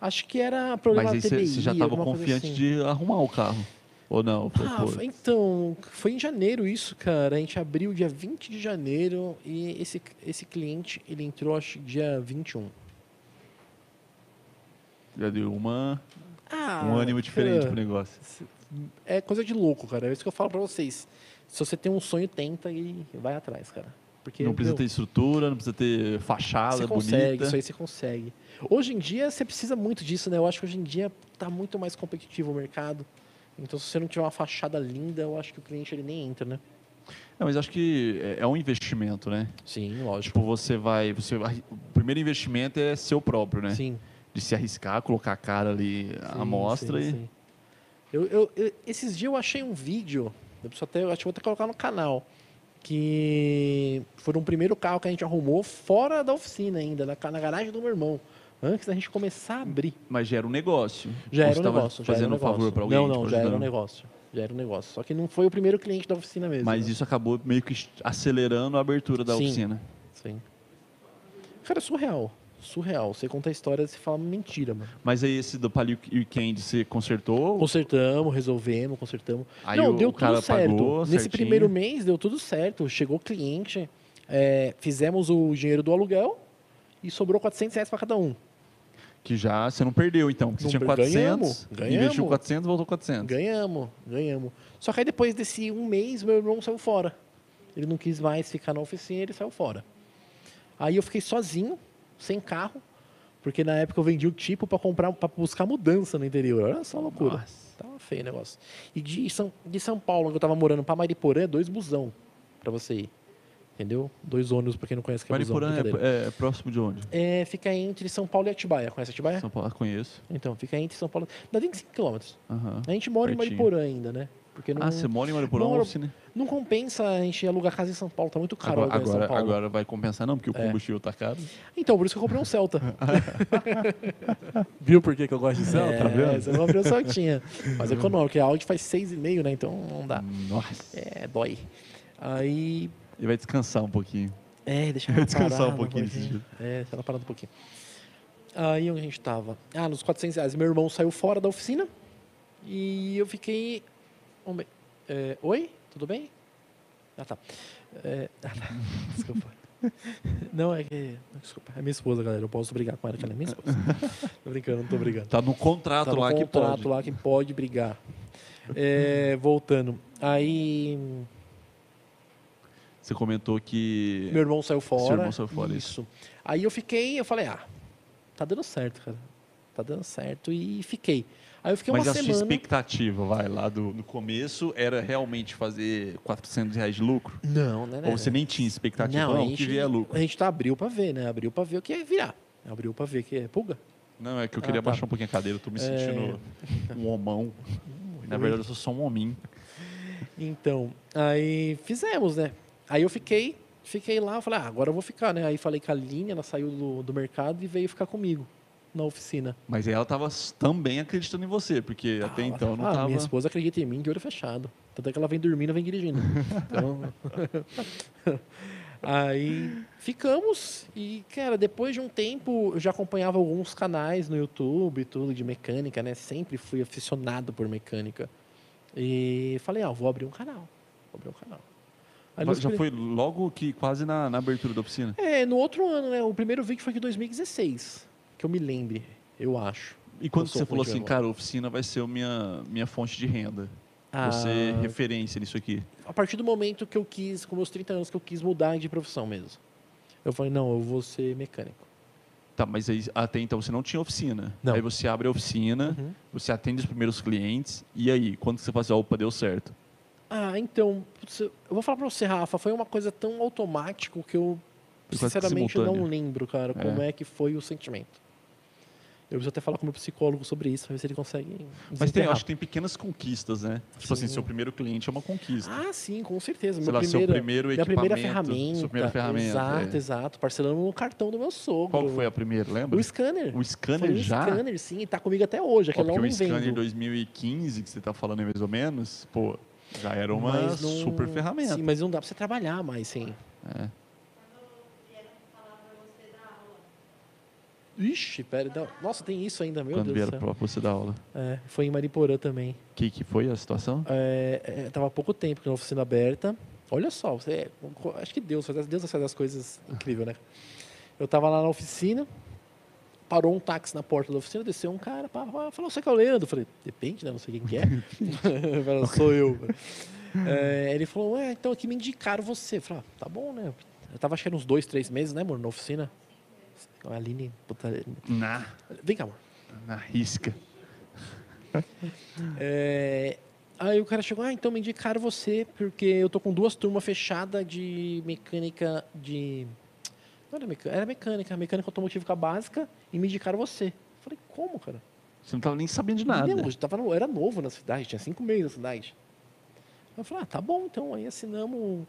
Acho que era problema Mas aí você TBI, você já estava alguma coisa confiante assim. de arrumar o carro. Ou não? Foi, Ah, pô, foi- então, foi em janeiro isso, cara. A gente abriu dia 20 de janeiro e esse, esse cliente, ele entrou acho que dia 21. Já deu uma, Ah, um ânimo diferente cara. pro negócio. É coisa de louco, cara. É isso que eu falo pra vocês. Se você tem um sonho, tenta e vai atrás, cara. Porque, não precisa meu, ter estrutura, não precisa ter fachada você consegue, bonita. isso aí você consegue. Hoje em dia, você precisa muito disso, né? Eu acho que hoje em dia tá muito mais competitivo o mercado. Então, se você não tiver uma fachada linda, eu acho que o cliente ele nem entra, né? Não, mas acho que é- é um investimento, né? Sim, lógico. Tipo, você vai. Você, vai- o primeiro investimento é seu próprio, né? Sim. De se arriscar, colocar a cara ali à Sim, mostra sim, e. sim. Eu, eu- eu- esses dias eu achei um vídeo, eu preciso até, eu acho que vou até colocar no canal, que foi um primeiro carro que a gente arrumou fora da oficina ainda, na, ca- na garagem do meu irmão, antes da gente começar a abrir. Mas gera um negócio. Já Ou era você um tava negócio. já era Fazendo um negócio. favor pra alguém. Não, não, tipo, já era um ajudando? negócio. Já era um negócio. Só que não foi o primeiro cliente da oficina mesmo. Mas né? isso acabou meio que acelerando a abertura da Sim. oficina. Sim. Cara, é surreal. Surreal. Você conta a história e você fala mentira, mano. Mas aí esse do Palio Weekend você consertou? Consertamos, resolvemos, consertamos. Aí não, o deu o cara tudo certo. pagou. Nesse certinho. primeiro mês deu tudo certo. Chegou o cliente, é, fizemos o dinheiro do aluguel e sobrou 400 reais para cada um. Que já você não perdeu, então. Porque Você Não tinha per- 400, ganhamos, ganhamos. investiu 400, voltou 400. Ganhamos, ganhamos. Só que aí depois desse um mês, meu irmão saiu fora. Ele não quis mais ficar na oficina, ele saiu fora. Aí eu fiquei sozinho, sem carro, porque na época eu vendi o tipo para comprar, para buscar mudança no interior. Olha só a loucura. Nossa. Tava feio o negócio. E de São, de São Paulo, onde eu tava morando, pra Mariporã, é dois busão pra você ir. Entendeu? Dois ônibus, pra quem não conhece o que é Mariporã busão. é- brincadeira. é, próximo de onde? É, fica entre São Paulo e Atibaia. Conhece Atibaia? São Paulo, ah, conheço. Então, fica entre São Paulo... Dá 25 quilômetros. Aham. A gente mora Pertinho. em Mariporã ainda, né? Porque não, Ah, você mora em Mariporã Moro- ou oficina? não compensa a gente alugar casa em São Paulo. Tá muito caro agora, alugar em São agora, Paulo. É. agora vai compensar não, porque o combustível tá caro. Então, por isso que eu comprei um Celta. Viu por que, que eu gosto de tá Celta? é, Você não comprei um Celtinha. Hum. Mas é econômico, porque a Audi faz 6,5, né? Então não dá. Nossa. É, dói. Aí, Ele vai descansar um pouquinho. É, deixa ela Descansar parada um pouquinho pouquinho. nesse dia. É, deixa ela parada um pouquinho. Aí onde a gente tava? Ah, nos 400 reais. Meu irmão saiu fora da oficina e eu fiquei... um me- é, Oi? Tudo bem? Ah, tá. É, ah, tá. Desculpa. Não, é que... Desculpa. É minha esposa, galera. Eu posso brigar com ela, que ela é minha esposa. Tô brincando, não tô brigando Tá no contrato tá no lá que contrato pode. lá que pode brigar. É, voltando. Aí. Você comentou que. Meu irmão saiu fora. É. irmão saiu fora, Isso. Aí eu fiquei, eu falei, ah, tá dando certo, cara. Tá dando certo. E fiquei. Aí eu fiquei Mas uma a sua semana. expectativa, vai, lá do, no começo, era realmente fazer 400 reais de lucro? Não, né? né? Ou você nem tinha expectativa? Não, a o que vier é lucro. A gente tá abriu pra ver, né? Abriu pra ver o que ia virar. Abriu pra ver que é pulga. Não, é que eu queria Ah, tá. baixar um pouquinho a cadeira, eu tô me sentindo um homão. Na verdade, eu sou só um hominho. Então, aí fizemos, né? Aí eu fiquei, fiquei lá, eu falei, ah, agora eu vou ficar, né? Aí falei com a Aline, ela saiu do, do mercado e veio ficar comigo na oficina. Mas ela tava s- também acreditando em você, porque até Ah, então eu não ah, tava. Minha esposa acredita em mim de olho fechado. Tanto é que ela vem dormindo, vem dirigindo. Então... Aí ficamos e, cara, depois de um tempo eu já acompanhava alguns canais no YouTube, e tudo de mecânica, né? Sempre fui aficionado por mecânica. E falei, ah, vou abrir um canal. Vou abrir um canal. Aí Mas nos Já pri- foi logo que quase na, na abertura da piscina. É, no outro ano, né? O primeiro vídeo foi de 2016, que eu me lembre, eu acho. E quando Eu sou você falou fonte de assim, cara, oficina vai ser a minha, minha fonte de renda. Você é Ah, referência nisso aqui. a partir do momento que eu quis, com meus 30 anos, que eu quis mudar de profissão mesmo. Eu falei, não, eu vou ser mecânico. Tá, mas aí, até então você não tinha oficina. Não. Uhum. Aí você abre a oficina, você atende os primeiros clientes, e aí, quando você fala assim, opa, deu certo. Ah, então, putz, eu vou falar pra você, Rafa, foi uma coisa tão automático que eu, Foi quase que sinceramente, não simultâneo. lembro, cara, como é. que foi o sentimento. Eu preciso até falar com o meu psicólogo sobre isso, pra ver se ele consegue Mas tem, desenterrar. acho que tem pequenas conquistas, né? Tipo assim, Sim. seu primeiro cliente é uma conquista. Ah, sim, com certeza. Sei Meu lá, seu primeiro primeiro, minha primeira equipamento. ferramenta. Sua primeira ferramenta. Exato, é. exato. Parcelando no cartão do meu sogro. Qual que foi a primeira, lembra? O scanner. O scanner Foi um já? scanner, sim, e tá comigo até Ó, hoje. Aquele lá porque eu não o scanner vendo. 2015, que você tá falando aí mais ou menos, pô, já era uma Mas não- super ferramenta. É. Sim, mas não dá pra você trabalhar mais, sim. Ixi, pera, não. nossa, tem isso ainda, meu quando Deus do vieram céu. pra você dar aula. É, foi em Mariporã também. O que, que foi a situação? É, é, tava há pouco tempo na oficina aberta. Olha só, você, é, co- acho que Deus faz, Deus faz as coisas incríveis, né? Eu tava lá na oficina, parou um táxi na porta da oficina, desceu um cara, pá, pá, falou, você que é o Leandro? Eu falei, depende, né? Não sei quem que é. Eu falei, sou eu. É, ele falou, é, então aqui me indicaram você. Eu falei, ah, tá bom, né? Eu tava acho que era uns dois, três meses, né, amor, na oficina. Então, A Aline, puta, Na, vem cá, amor. na risca. É, aí o cara chegou, ah, então me indicaram você, porque eu tô com duas turmas fechadas de mecânica de. Não era mecânica, era mecânica, mecânica automotiva com a básica, e me indicaram você. Eu falei, como, cara? Você não tava nem sabendo de nada. Não, eu tava no- eu era novo na cidade, tinha cinco meses na cidade. Eu falei, ah, tá bom, então. Aí assinamos um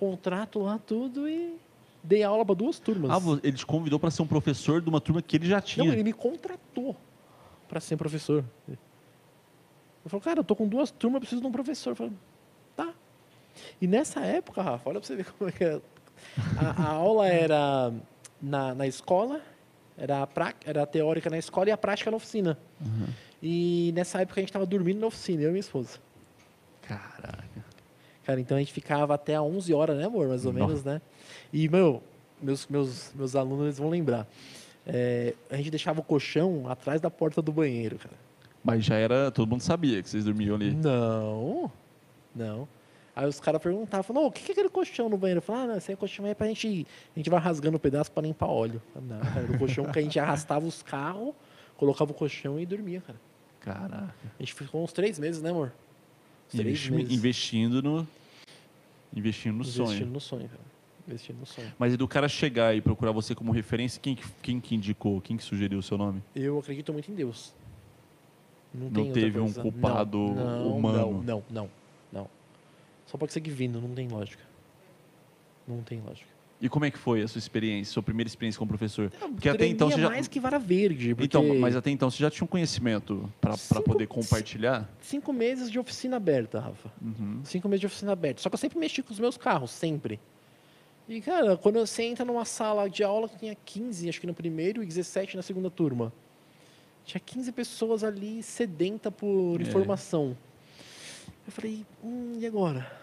contrato lá, tudo, e dei aula pra duas turmas. Ah, vo- ele te convidou para ser um professor de uma turma que ele já tinha. Não, ele me contratou para ser professor. Ele falou, cara, eu tô com duas turmas, eu preciso de um professor. Eu falei, tá. E nessa época, Rafa, olha pra você ver como é que é. A, a aula era na, na escola, era a, prá- era a teórica na escola e a prática na oficina. E nessa época a gente tava dormindo na oficina, eu e minha esposa. Caraca. Cara, então a gente ficava até a 11 horas, né, amor? Mais ou Nossa. menos, né? E, meu, meus, meus, meus alunos eles vão lembrar. É, a gente deixava o colchão atrás da porta do banheiro, cara. Mas já era. Todo mundo sabia que vocês dormiam ali. Não, não. Aí os caras perguntavam, falaram, "Ô, o que é aquele colchão no banheiro? Eu falava, ah, não, esse aí é colchão aí pra gente. A gente vai rasgando um pedaço pra limpar óleo. Eu falava, Não, cara, era o colchão que a gente arrastava os carros, colocava o colchão e dormia, cara. Caraca. A gente ficou uns três meses, né, amor? Uns Três Investi- Investindo no. Investindo no Investindo sonho. no sonho, cara. Investindo no sonho. Mas e do cara chegar e procurar você como referência, quem, que- quem que indicou? Quem que sugeriu o seu nome? Eu acredito muito em Deus. Não tem outra teve um coisa. culpado humano. Não, não, não, não. Só pode ser divino, não tem lógica. Não tem lógica. E como é que foi a sua experiência, sua primeira experiência como professor? Porque até Tremia então você já. mais que vara verde, É porque Então, mas até então você já tinha um conhecimento para Cinco- poder compartilhar? cinco meses de oficina aberta, Rafa. Uhum. Cinco meses de oficina aberta. Só que eu sempre mexi com os meus carros, sempre. E, cara, quando você entra numa sala de aula que tinha 15, acho que no primeiro, e 17 na segunda turma. Tinha 15 pessoas ali sedenta por É. informação. Eu falei, hum, e agora?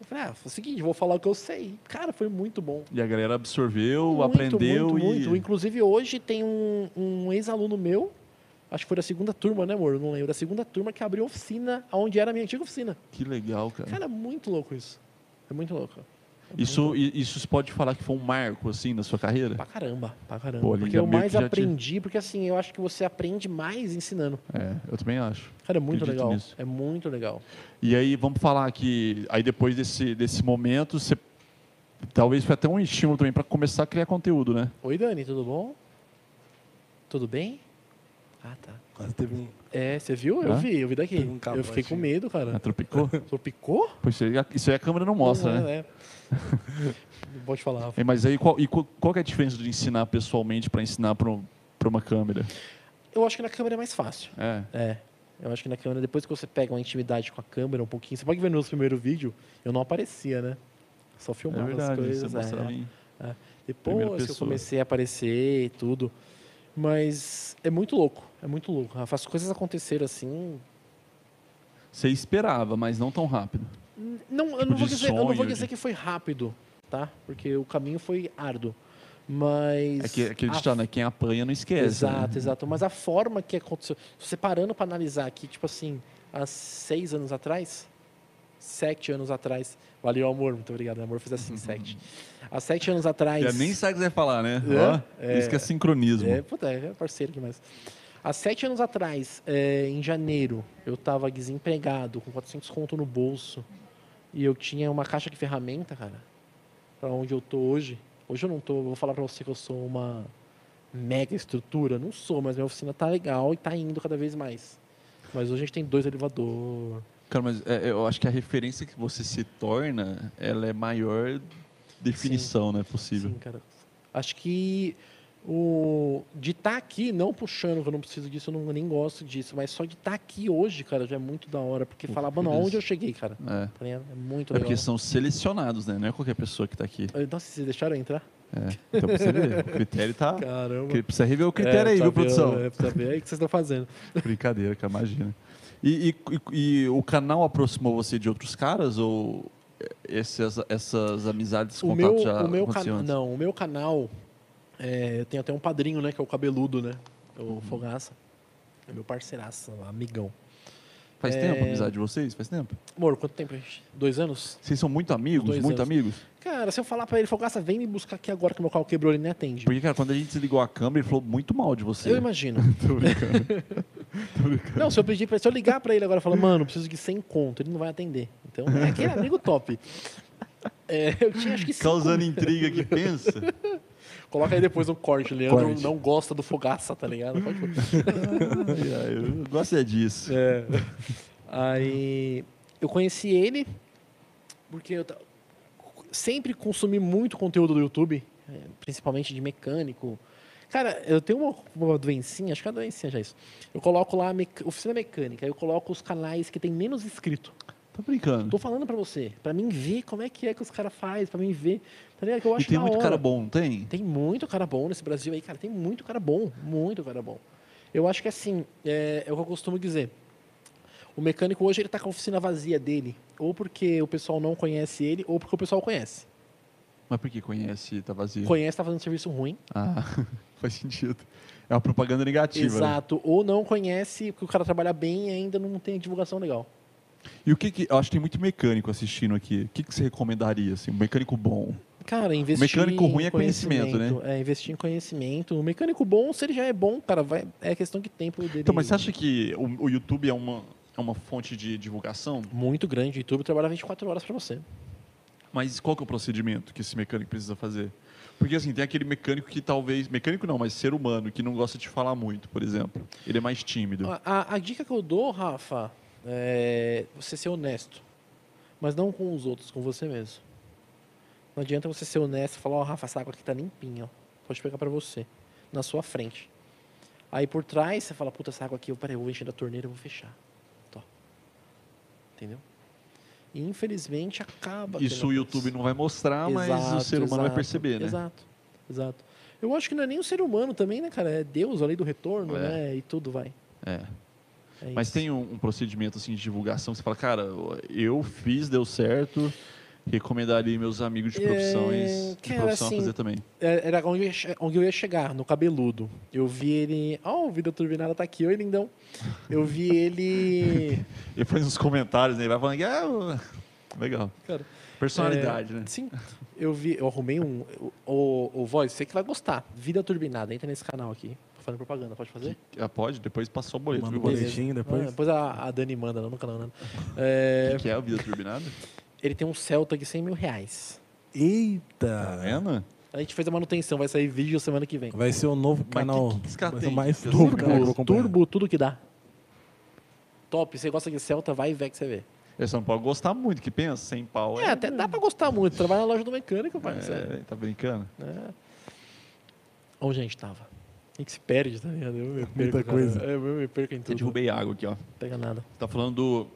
Eu falei, ah, foi o seguinte, vou falar o que eu sei. Cara, foi muito bom. E a galera absorveu, Muito, aprendeu muito, e. muito. Inclusive, hoje tem um, um ex-aluno meu, acho que foi da segunda turma, né, amor? Eu Não lembro. Da segunda turma que abriu a oficina onde era a minha antiga oficina. Que legal, cara. Cara, é muito louco isso. É muito louco. Isso, i- isso você pode falar que foi um marco, assim, na sua carreira? Pra caramba, pra caramba. Pô, porque ainda eu bem que mais já te- aprendi, porque assim, eu acho que você aprende mais ensinando. É, eu também acho. Cara, é muito Acredito legal. nisso. É muito legal. E aí, vamos falar que aí depois desse, desse momento, você talvez foi até um estímulo também para começar a criar conteúdo, né? Oi, Dani, tudo bom? Tudo bem? Ah, tá. Quase teve um. É, você viu? Eu Hã? vi, eu vi daqui. Teve um eu fiquei com capote. medo, Ah, cara. Tropicou? Tropicou? Pois isso aí, isso aí a câmera não mostra, Não, né? é, é. Não Pode falar. É, mas aí, qual, e qual, qual que é a diferença de ensinar pessoalmente para ensinar para uma câmera? Eu acho que na câmera é mais fácil. É. É. Eu acho que na câmera, depois que você pega uma intimidade com a câmera um pouquinho, você pode ver no nosso primeiro vídeo, eu não aparecia, né? Só É filmava as verdade, coisas. você mostra é. ali. Primeira Depois que eu pessoa. comecei a aparecer e tudo. Mas é muito louco, é muito louco. Rafa, as coisas aconteceram assim. Você esperava, mas não tão rápido. n- Não, eu, Tipo não vou de dizer, eu não vou sonho, dizer de- que foi rápido, tá? Porque o caminho foi árduo. Mas. É que, é aquele a ditado, né? Quem apanha não esquece. Exato, né? exato. Mas a forma que aconteceu. Se você parando para analisar aqui, tipo assim, há seis anos atrás, sete anos atrás. Valeu, amor, muito obrigado, amor. Fiz assim, sete. Há sete anos atrás. Já É, nem sabe o que você vai falar, né? É, Ó, Isso que é sincronismo. É, puta, é parceiro demais. Há sete anos atrás, é, em janeiro, eu estava desempregado, com 400 conto no bolso. E eu tinha uma caixa de ferramenta, cara, para onde eu tô hoje. Hoje eu não tô, eu vou falar para você que eu sou uma mega estrutura. Não sou, mas minha oficina tá legal e tá indo cada vez mais. Mas hoje a gente tem dois elevadores. Cara, mas é, eu acho que a referência que você se torna, ela é maior definição, né? Possível. Sim, cara. Acho que o de estar aqui, não puxando, que eu não preciso disso, eu não, nem gosto disso, mas só de estar aqui hoje, cara, já é muito da hora. Porque Pô, falar, que mano, beleza. aonde eu cheguei, cara? É. Tá ligado? É muito É legal. porque são selecionados, né? Não é qualquer pessoa que tá aqui. Eh, Nossa, vocês deixaram eu entrar? É. Então pra você ver, o critério tá. Caramba. que- Precisa rever o critério É, aí, pra viu, ver, produção? É, pra ver aí o que vocês estão fazendo. Brincadeira, cara, imagina. E, e- e- e o canal aproximou você de outros caras ou essas, essas amizades, O contatos meu, já o meu aconteciam canal. antes? Não, o meu canal. É, eu tenho até um padrinho, né? Que é o cabeludo, né? É O Uhum. Fogaça. É meu parceiraço, amigão. Faz É. tempo a amizade de vocês? Faz tempo? Amor, quanto tempo? gente? Dois anos? Vocês são muito amigos? Dois Muito anos. amigos? Cara, se eu falar pra ele, Fogaça, vem me buscar aqui agora que meu carro quebrou, ele nem atende. Porque, cara, quando a gente desligou a câmera, ele falou muito mal de você. Eu imagino. Tô brincando. Não, se eu pedir pra ele, se eu ligar pra ele agora e falar, mano, preciso de 100 conto, ele não vai atender. Então, é aquele amigo top. É, eu tinha acho que 5 Causando intriga que pensa. Coloca aí depois um corte, Leandro Corte. não gosta do Fogaça, tá ligado? Pode pôr. Ai, ai, eu gosto é disso. É. Aí eu conheci ele porque eu ta- sempre consumi muito conteúdo do YouTube, eh, principalmente de mecânico. Cara, eu tenho uma, uma doencinha, acho que é uma doencinha já isso. Eu coloco lá mec- oficina mecânica, aí eu coloco os canais que tem menos inscrito. Tá brincando. Tô falando pra você, pra mim ver como é que é que os caras fazem, pra mim ver. Tá ligado? Que eu E acho tem da muito hora. cara bom, não tem? Tem muito cara bom nesse Brasil aí, cara. Tem muito cara bom. Muito cara bom. Eu acho que assim, é, é o que eu costumo dizer. O mecânico hoje ele tá com a oficina vazia dele. Ou porque o pessoal não conhece ele, ou porque o pessoal conhece. Mas por que conhece e tá vazio? Conhece, tá fazendo serviço ruim. Ah, faz sentido. É uma propaganda negativa. né? Exato. Ou não conhece, porque o cara trabalha bem e ainda não tem divulgação legal. E o que que... Eu acho que tem muito mecânico assistindo aqui. O que que você recomendaria, assim? Um mecânico bom. Cara, investir mecânico ruim em é conhecimento, né? É, investir em conhecimento. O mecânico bom, se ele já é bom, cara, vai, é questão de tempo dele. Então, mas você acha que o, o YouTube é uma, é uma fonte de divulgação? Muito grande. O YouTube trabalha 24 horas pra você. Mas qual que é o procedimento que esse mecânico precisa fazer? Porque, assim, tem aquele mecânico que talvez... Mecânico não, mas ser humano, que não gosta de falar muito, por exemplo. Ele é mais tímido. A, a- a dica que eu dou, Rafa, é você ser honesto. Mas não com os outros, com você mesmo. Não adianta você ser honesto e falar, ó, Rafa, essa água aqui tá limpinha, ó. Pode pegar pra você. Na sua frente. Aí por trás você fala, puta, essa água aqui, eu, peraí, eu vou encher da torneira e vou fechar. Tó. Entendeu? E infelizmente acaba. Isso tendo o YouTube não vai mostrar, mas o Exato, ser humano vai exato, perceber, né? Exato, exato. Eu acho que não é nem o ser humano também, né, cara? É Deus, a lei do retorno, É. né? E tudo vai. É. É Mas isso. tem um, um procedimento assim de divulgação que você fala, cara, eu fiz, deu certo, recomendaria meus amigos de É, profissões de cara, profissão a assim, fazer também. É, Era onde eu, ia, che- onde eu ia chegar, no cabeludo. Eu vi ele. Ó, o Vida Turbinada tá aqui, oi, lindão. Eu vi ele. Ele faz uns comentários, né? Ele vai falando que ah, legal. Cara, Personalidade, né? É, Sim, eu vi, eu arrumei um. O, o Voz, você que vai gostar. Vida Turbinada, entra nesse canal aqui. Tô fazendo propaganda, pode fazer? Ah, pode, depois passou o boleto. Manda viu, o Boleto? boletim Ah, depois. depois a, a Dani manda, não no canal, não. É, O que é a vida turbinada? ele tem um Celta de 100 mil reais. Tá Eita! vendo? A gente fez a manutenção, vai sair vídeo semana que vem. Vai ser o novo canal. que- que esse cara vai ser tem? o mais Esse novo cara canal que eu vou Turbo, acompanhar. turbo, tudo que dá. Top, você gosta de Celta, vai e vê que você vê. Você não pode É, gostar muito, que pensa, sem pau. É, até dá pra gostar muito. Trabalha na loja do mecânico, parceiro. É, tá brincando? É. Onde a gente tava? A gente se perde, tá ligado? Eu me perco, Muita cara. coisa. É, Eu me perco em Eu tudo. derrubei água aqui, ó. Não pega nada. Tá falando do,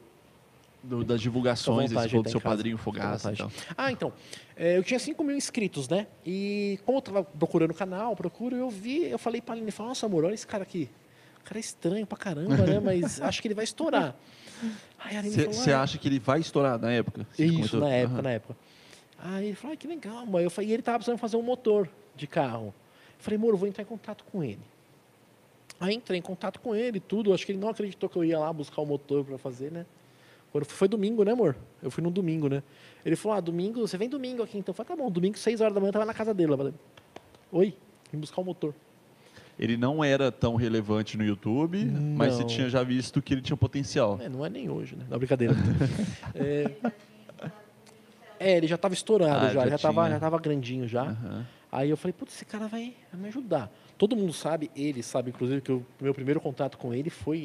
do- das divulgações, Fica à vontade, esse falou do tá em seu casa. padrinho Fica à Fogaça e tal. vontade. Ah, então. é, eu tinha 5 mil inscritos, né? E como eu tava procurando o canal, procuro, eu vi, eu falei pra Aline, falei, nossa, amor, olha esse cara aqui. O cara é estranho pra caramba, né? Mas acho que ele vai estourar. Aí a Aline falou, Você "Ah, acha que ele vai estourar na época? Cê Isso, comentou? na época, Aham. na época. Aí ele falou, ah, que legal, mãe. Eu falei, e ele tava precisando fazer um motor de carro. Eu falei, amor, eu vou entrar em contato com ele. Aí entrei em contato com ele, tudo. Acho que ele não acreditou que eu ia lá buscar o motor para fazer, né? Quando foi, foi domingo, né, amor? Eu fui no domingo, né? Ele falou, ah, domingo, você vem domingo aqui, então. Eu falei, tá bom, domingo, seis horas da manhã, eu tava na casa dele. Eu falei, oi, vim buscar o motor. Ele não era tão relevante no YouTube, mas você Não. tinha já visto que ele tinha potencial. É, não é nem hoje, né? Não, brincadeira. é... É, ele já tava estourado, Ah, já. já Já, tava, tinha. já tava grandinho já. Aham. Aí eu falei, putz, esse cara vai vai me ajudar. Todo mundo sabe, ele sabe, inclusive, que o meu primeiro contato com ele foi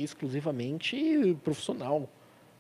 exclusivamente profissional.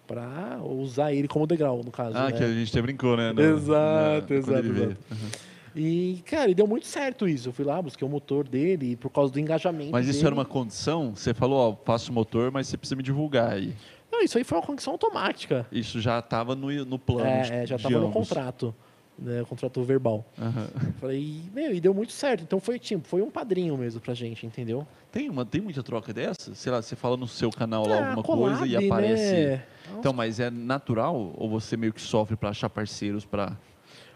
Pra usar ele como degrau, no caso. Ah, né? que a gente até brincou, né? Exato, quando exato, ele veio. exato. E, cara, e deu muito certo isso. Eu fui lá, busquei o motor dele, e por causa do engajamento. Mas isso dele- era uma condição? Você falou, ó, faço o motor, mas você precisa me divulgar aí. Não, isso aí foi uma conexão automática. Isso já estava no, no plano. de- É, é, já de estava no ambos. contrato, né, contrato verbal. Aham. Falei, e, meu, e deu muito certo. Então foi tipo, foi um padrinho mesmo pra gente, entendeu? Tem, uma, tem muita troca dessa? Sei lá, você fala no seu canal lá Ah, alguma collab, coisa e aparece. né? Então, mas é natural ou você meio que sofre para achar parceiros para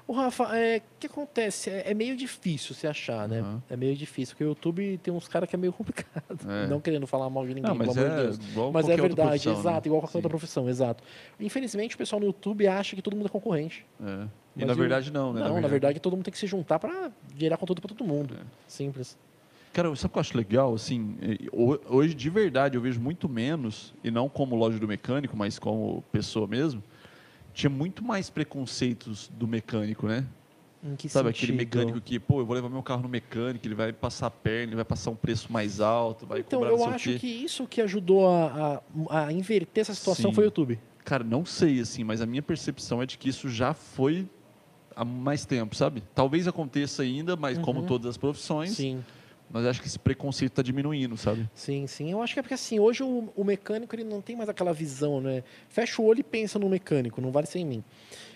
O Rafa, é, o que acontece? É, é meio difícil se achar, né? Uhum. É meio difícil, porque o YouTube tem uns caras que é meio complicado. É. Não querendo falar mal de ninguém, Não, mas pelo amor de é Deus. igual Mas é qualquer outra verdade, profissão, né? exato, igual qualquer Sim. outra profissão, exato. Infelizmente, o pessoal no YouTube acha que todo mundo é concorrente. É. E Mas na e- verdade É. não, né? Não, na verdade, todo mundo tem que se juntar pra gerar conteúdo pra todo mundo. Simples. Cara, sabe o que eu acho legal? Assim, eh, ho- hoje de verdade eu vejo muito menos, e não como loja do mecânico, mas como pessoa mesmo, tinha muito mais preconceitos do mecânico, né? Em que Sabe aquele sentido? mecânico que, pô, eu vou levar meu carro no mecânico, ele vai passar a perna, ele vai passar um preço mais alto, vai Então, cobrar eu não sei o acho quê. que isso que ajudou a, a- a inverter essa situação Sim. foi o YouTube. Cara, não sei, assim, mas a minha percepção é de que isso já foi há mais tempo, sabe? Talvez aconteça ainda, mas como todas as profissões, Uhum. Sim, mas acho que esse preconceito está diminuindo, sabe? sim, sim. Eu acho que é porque assim, hoje o, o mecânico ele não tem mais aquela visão, né? Fecha o olho e pensa no mecânico, não vale sem mim.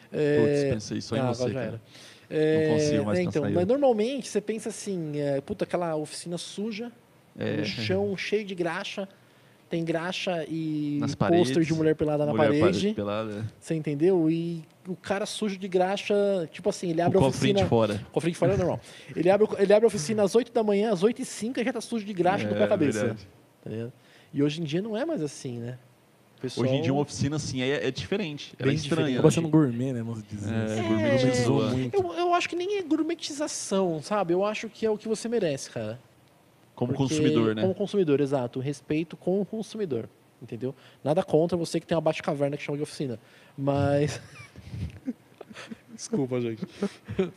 Putz, É... pensei só em ah, você, agora já cara. era. É, consigo mais né, pensar então, em mas outro. normalmente você pensa assim, é, puta, aquela oficina suja, É. no chão cheio de graxa, tem graxa e Nas pôster paredes, de mulher pelada na Mulher parede, pelada. você entendeu? E o cara sujo de graxa, tipo assim, ele O abre a cofrinho oficina... de fora. Cofre de fora é normal. Ele abre, ele abre a oficina às 8 da manhã, às 8 e 5 já tá sujo de graxa do É, pé à cabeça. verdade. tá ligado? e hoje em dia não é mais assim, né? O pessoal- Hoje em dia uma oficina, assim, é, é diferente. Ela é um Bem estranha. diferente. Tá né? parecendo gourmet, né? Vamos dizer. É, assim. gourmet É, Gourmetizou zoa. muito. eu, eu acho que nem é gourmetização, sabe? Eu acho que é o que você merece, cara. Como Porque- consumidor, né? Como consumidor, exato. Respeito com o consumidor, entendeu? Nada contra você que tem uma bate-caverna que chama de oficina. Mas... Desculpa, gente.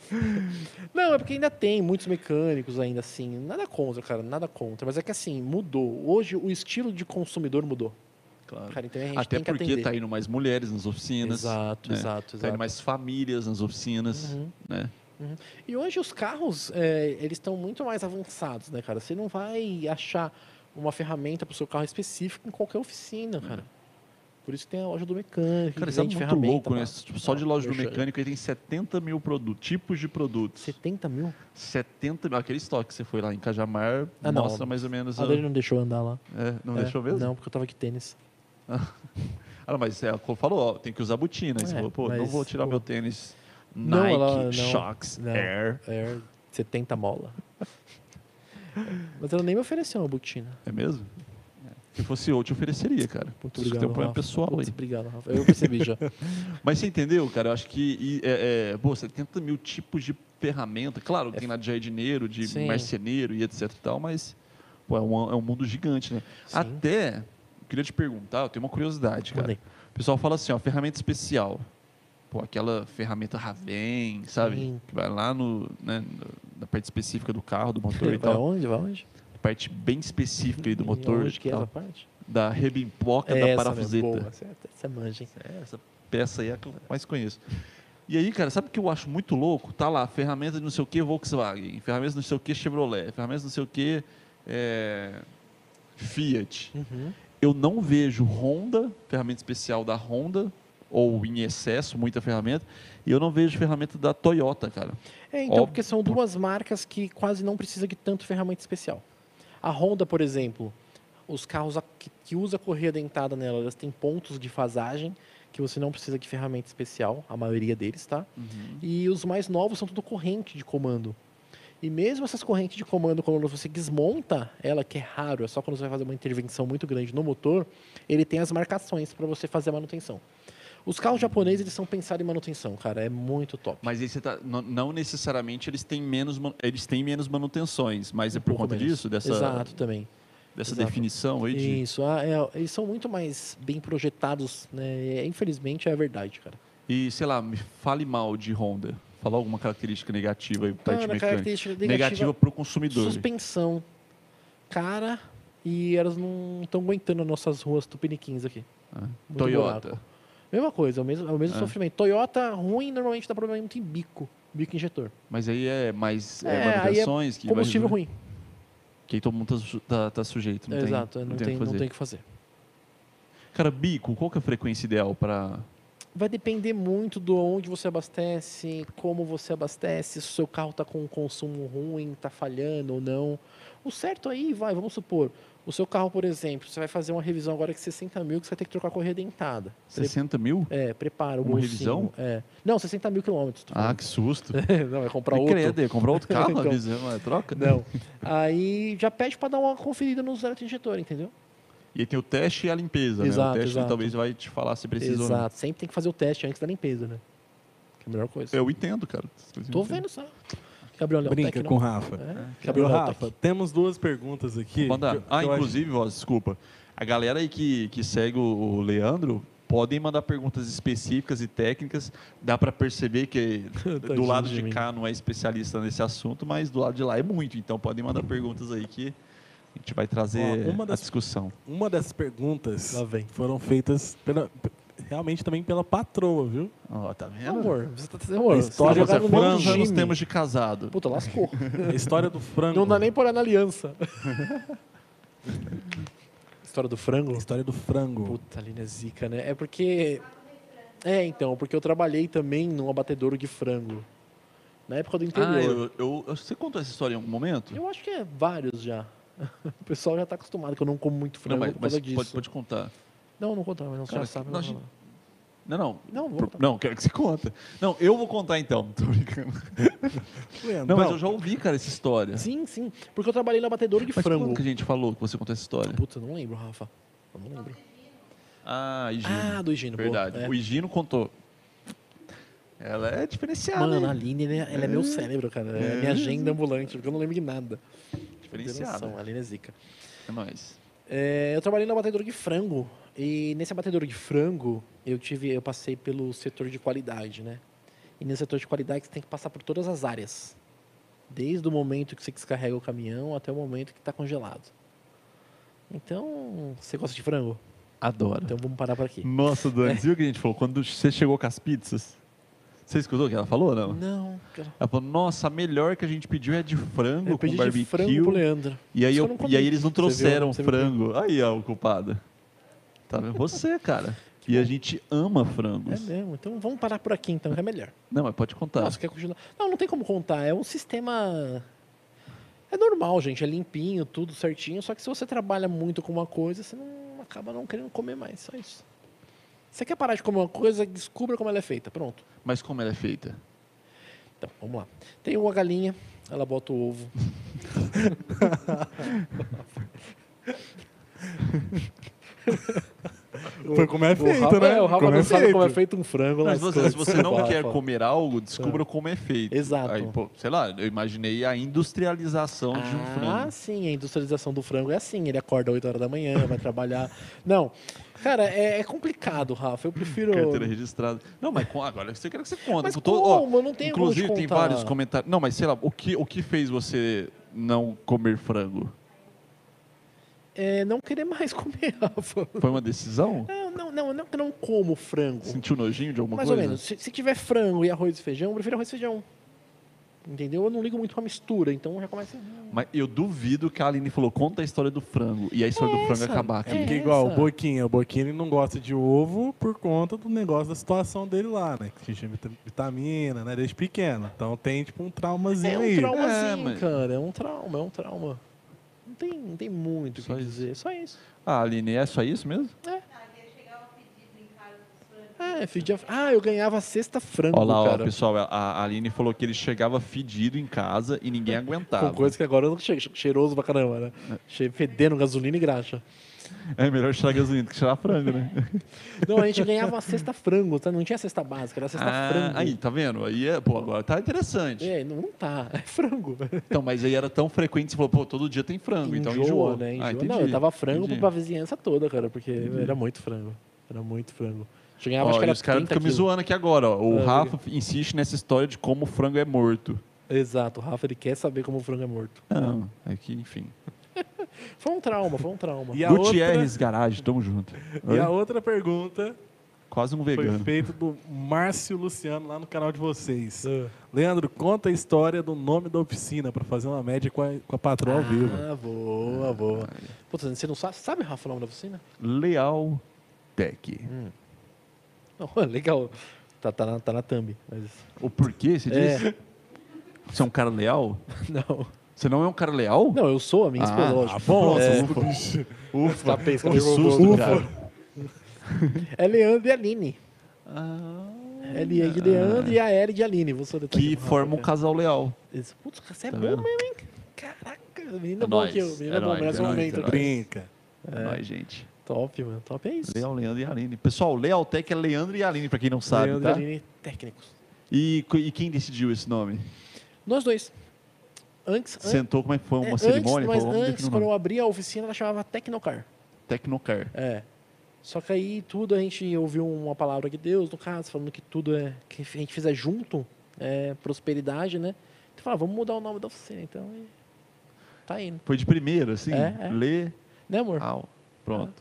Não, é porque ainda tem muitos mecânicos ainda assim. Nada contra, cara, nada contra. Mas é que assim, mudou. Hoje o estilo de consumidor mudou. Claro. Cara, então a gente Até tem que porque atender. tá indo mais mulheres nas oficinas. Exato, né? exato, Tá indo exato. mais famílias nas oficinas, Uhum. né? E hoje os carros, é, eles estão muito mais avançados, né, cara? Você não vai achar uma ferramenta para o seu carro específico em qualquer oficina, cara. Por isso que tem a loja do mecânico, Uhum. Cara, que isso é vende muito ferramenta, louco, né? mano. É, Tipo, Só de loja do Poxa. mecânico, aí tem 70 mil produtos, tipos de produtos. 70 mil? 70 mil. Aquele estoque que você foi lá em Cajamar Ah, não. mostra mais ou menos. A a- dele não deixou eu andar lá. É, não É, deixou mesmo? Não, porque eu tava de tênis. Ah, mas é, como falou, ó, tem que usar botina. Aí você É, falou, pô, não mas, vou tirar pô. meu tênis Não, Nike, ela- não. Shox, Não. Air. É, 70 mola. Mas ela nem me ofereceu uma botina. É mesmo? Se fosse eu, te ofereceria, cara. Muito Isso obrigado, Tem um problema Rafa. pessoal aí. Putz, obrigado, Rafa. Eu percebi já. Mas você entendeu, cara? Eu acho que e, é, é, pô, 70 mil tipos de ferramenta. Claro, tem lá de jardineiro, de É. Sim. marceneiro e etc e tal, mas pô, é, um, é um mundo gigante, né? Sim. Até, eu queria te perguntar, eu tenho uma curiosidade, cara. Mandei. O pessoal fala assim, ó, ferramenta especial. Pô, aquela ferramenta Raven, sabe? Sim. Que vai lá no, né, no- na parte específica do carro, do motor e Vai tal. onde? Vai onde? Parte bem específica aí do E motor. Onde que é tal. essa parte? Da rebimpoca, É da essa, parafuseta. Né? Boa, essa, essa manja, hein? É, essa peça aí é a que eu mais conheço. E aí, cara, sabe o que eu acho muito louco? Tá lá, ferramenta de não sei o que Volkswagen, ferramenta de não sei o que Chevrolet, ferramenta de não sei o que é, Fiat. Uhum. Eu não vejo Honda, ferramenta especial da Honda, ou em excesso, muita ferramenta, e eu não vejo ferramenta da Toyota, cara. É, então, Óbvio. porque são duas marcas que quase não precisa de tanto ferramenta especial. A Honda, por exemplo, os carros a- que, que usa correia dentada nela, elas têm pontos de fasagem que você não precisa de ferramenta especial, a maioria deles, tá? E os mais novos são tudo corrente de comando. E mesmo essas correntes de comando, quando você desmonta ela, que é raro, é só quando você vai fazer uma intervenção muito grande no motor, ele tem as marcações para você fazer a manutenção. Os carros japoneses, eles são pensados em manutenção, cara. É muito top. Mas aí você tá, não, não necessariamente eles têm menos, man- eles têm menos manutenções, mas é por Um pouco conta menos. disso, dessa, Exato, também. dessa exato. definição aí de... Isso. ah, é, eles são muito mais bem projetados, né? É, Infelizmente, é a verdade, cara. E, sei lá, me fale mal de Honda. Falar alguma característica negativa aí pra Cara, gente mecânica. característica Tá Ah, Negativa negativa, pro consumidor. suspensão. Cara, e elas não estão aguentando nossas ruas tupiniquins aqui. Ah, Muito Toyota. buraco. Mesma coisa, é o mesmo, é o mesmo É. sofrimento. Toyota ruim normalmente dá problema muito em bico, bico injetor. Mas aí é mais é, É, aí é manutenções que vai Combustível resolver. ruim. Que aí todo mundo tá, su- tá- tá sujeito. Não Exato, é, tem, não, tem, o que não fazer. tem o que fazer. Cara, bico, qual que é a frequência ideal pra. Vai depender muito do onde você abastece, como você abastece, se o seu carro está com um consumo ruim, está falhando ou não. O certo aí vai, vamos supor, o seu carro, por exemplo, você vai fazer uma revisão agora de 60 mil que você vai ter que trocar a correia dentada. Pre- 60 mil? É, prepara o Uma bolsinho. revisão? É. Não, 60 mil quilômetros. tô Ah, que susto. falando. não, é comprar Me outro. Credo, é comprar outro carro, Então. avisa, não é troca? Não. Aí já pede para dar uma conferida nos eletroinjetores, entendeu? E aí tem o teste e a limpeza, né? O Exato, teste exato. talvez vai te falar se precisa ou não. Exato. Sempre tem que fazer o teste antes da limpeza, né? Que é a melhor coisa. Eu entendo, cara. Tô vendo só. Gabriel Leotec, Brinca não? com o Rafa. É, Gabriel Gabriel Rafa, Rafa. temos duas perguntas aqui. que Mandar. eu- Ah, que eu acho- inclusive, Voz, desculpa. A galera aí que, que segue o o Leandro podem mandar perguntas específicas e técnicas. Dá para perceber que do Tadinho lado de de mim. cá não é especialista nesse assunto, mas do lado de lá é muito. Então podem mandar perguntas aí que a gente vai trazer Ó, uma das- a discussão. Uma dessas perguntas Lá vem. foram feitas pela- realmente também pela patroa, viu? Ó, tá vendo? Amor, você tá dizendo amor. A Você tá história Quantos do jogando no Fran- mesmo anos Frango, time. nós temos de casado? Puta, lascou. A história do frango. Não dá nem por na aliança. História do frango? A história do frango. Puta, Aline é zica, né? É porque. É, então, porque eu trabalhei também num abatedouro de frango. Na época do interior. Ah, eu... eu, eu- eu- você contou essa história em algum momento? acho que é vários já. O pessoal já tá acostumado que eu não como muito não, frango mas, por mas causa pode, disso. pode contar. Não, não contava, mas não Cara, já sabe. que- nós- Não, não, Não, não. não, vou Pro- contar. Não, quero que você conta. Não, eu vou contar então. Tô brincando. Não, Leandro, mas eu já ouvi, cara, essa história. Sim, sim. Porque eu trabalhei no abatedouro de Mas frango. quando que é? a gente falou que você contou essa história? Puta, eu não lembro, Rafa. Eu não lembro. Ah, Higino. Ah, do Higino. boa. Verdade. É. O Higino contou. Ela é diferenciada, Mano, a hein? Aline, né, ela é meu cérebro, cara. É minha agenda ambulante, porque eu não lembro de nada. Hum. Diferenciada. Noção, A Aline é zica. É nóis. É, eu trabalhei no abatedouro de frango. E nesse abatedouro de frango, eu tive, eu passei pelo setor de qualidade, né? E nesse setor de qualidade, você tem que passar por todas as áreas. Desde o momento que você descarrega o caminhão até o momento que está congelado. Então, você gosta de frango? Adoro. Então vamos parar por aqui. Nossa, Dani, viu o que a gente falou? Quando você chegou com as pizzas, você escutou o que ela falou não? Não, cara. Ela falou, nossa, a melhor que a gente pediu é de frango Eu com pedi barbecue. de frango pro Leandro. e, aí Isso eu- eu não comi. e aí eles não Você viu? trouxeram Você viu? frango. Aí, ó, o culpado. Tá vendo? Você, cara. E a gente ama frangos. É mesmo. Então vamos parar por aqui, então, que é melhor. Não, mas pode contar. Nossa, quer continuar? Não, não tem como contar. É um sistema. É normal, gente. É limpinho, tudo certinho. Só que se você trabalha muito com uma coisa, você não acaba não querendo comer mais. Só isso. Você quer parar de comer uma coisa, descubra como ela é feita. Pronto. Mas como ela é feita? Então, vamos lá. Tem uma galinha, ela bota o ovo. Foi como é o feito, Rafa- né? É, o Rafa Como é não sabe como é feito. feito um frango lá. Mas você- se você não quer comer. comer algo, descubra como é feito. Exato. Aí, pô, sei lá, eu imaginei a industrialização de um Ah, frango. sim, a industrialização do frango é assim. Ele acorda 8 horas da manhã, vai trabalhar. Não. Cara, é, é complicado, Rafa. Eu prefiro. Carteira registrada. Não, mas com- agora eu quero que você conta. Mas com todo- Tipo, ó, como? Eu não tenho como te Inclusive, tem contar. vários comentários. Não, mas sei lá, o que, o que fez você não comer frango? É, não querer mais comer, Rafa. Foi uma decisão? Não, não, não, não, que eu não como frango. Sentiu nojinho de alguma Mais ou coisa? menos. Se, se tiver frango e arroz e feijão, eu prefiro arroz e feijão. Entendeu? Eu não ligo muito pra mistura, então já começa. Mas eu duvido que a Aline falou, conta a história do frango. E a história do frango Essa. acabar É. aqui. Porque igual o essa? Boquinha, o Boquinha ele não gosta de ovo por conta do negócio da situação dele lá, né? Que tinha vita- vitamina, né? Desde pequeno. Então tem tipo um traumazinho É um aí. É, traumazinho, mas- cara. É um trauma, é um trauma. Não tem, não tem muito o que Só isso. dizer. Só isso. Ah, Aline, é só isso mesmo? Ah, fedia... ah, eu ganhava sexta frango, Olha lá, ó, cara. pessoal, a- a Aline falou que ele chegava fedido em casa e ninguém aguentava. Com coisa que agora eu não chego. Cheiroso pra caramba, né? Che- Fedendo gasolina e graxa. É melhor tirar gasolina do que tirar frango, né? Não, a gente ganhava uma cesta frango, tá? Não tinha cesta básica, era cesta Ah, frango. aí, tá vendo? Aí, é, pô, agora tá interessante. É, não, não tá. É frango. Então, mas aí era tão frequente, você falou, pô, todo dia tem frango, então enjoou. né? Ah, Enjoa. entendi, não, eu tava frango entendi. pra vizinhança toda, cara, porque era muito frango. Era muito frango. Chegava, Ó, acho que e era os caras 30 ficam me quilos. zoando aqui agora, ó. O Ah, Rafa insiste nessa história de como o frango é morto. Exato, o Rafa ele quer saber como o frango é morto. Não, é que, enfim. Foi um trauma, foi um trauma. E a Gutierrez Garage, tamo junto. E a outra pergunta Quase um foi vegano. feita do Márcio Luciano lá no canal de vocês. Ah. Leandro, conta a história do nome da oficina pra fazer uma média com a, com a patroa ao vivo. Ah, boa, boa. Putz, você não sabe, sabe Rafa, o nome da oficina? Leal Tech. Hum. Não, legal. Tá, tá, na, tá na thumb, mas... O porquê, você É. disse? Você é um cara leal? Não, Você não é um cara leal? não, eu sou a minha esposa, Ah, lógico. Nossa, é, ufa. ufa, pesca, Que Tá susto, cara. É Leandro e Aline. Ah, É Li- de Leandro e a Eri de Aline. Vou soltar que aqui pro Rafa, forma um cara. casal leal. Esse- Putz, você é Tá bom vendo? mesmo, hein? Caraca, menino É bom nóis, aqui. Menino é bom, nóis, merece é um nóis, momento. é nóis. Brinca. É. Nós, gente. Top, mano. Top é isso. Leal, Leandro e Aline. Pessoal, Lealtec é Leandro e Aline, pra quem não sabe, Leandro tá? e Aline, técnicos. E, co- e quem decidiu esse nome? Nós dois. Antes, an- Sentou, como é que foi? Uma é, cerimônia? Antes, Falou, um mas vamos antes, definir o quando nome. eu abri a oficina, ela chamava Tecnocar. Tecnocar. É. Só que aí tudo a gente ouviu uma palavra de Deus, no caso, falando que tudo é. que a gente fizer junto é prosperidade, né? Então fala, vamos mudar o nome da oficina, então. e Tá indo. Foi de primeira, assim? É, é. Leal. Né, amor? Pronto.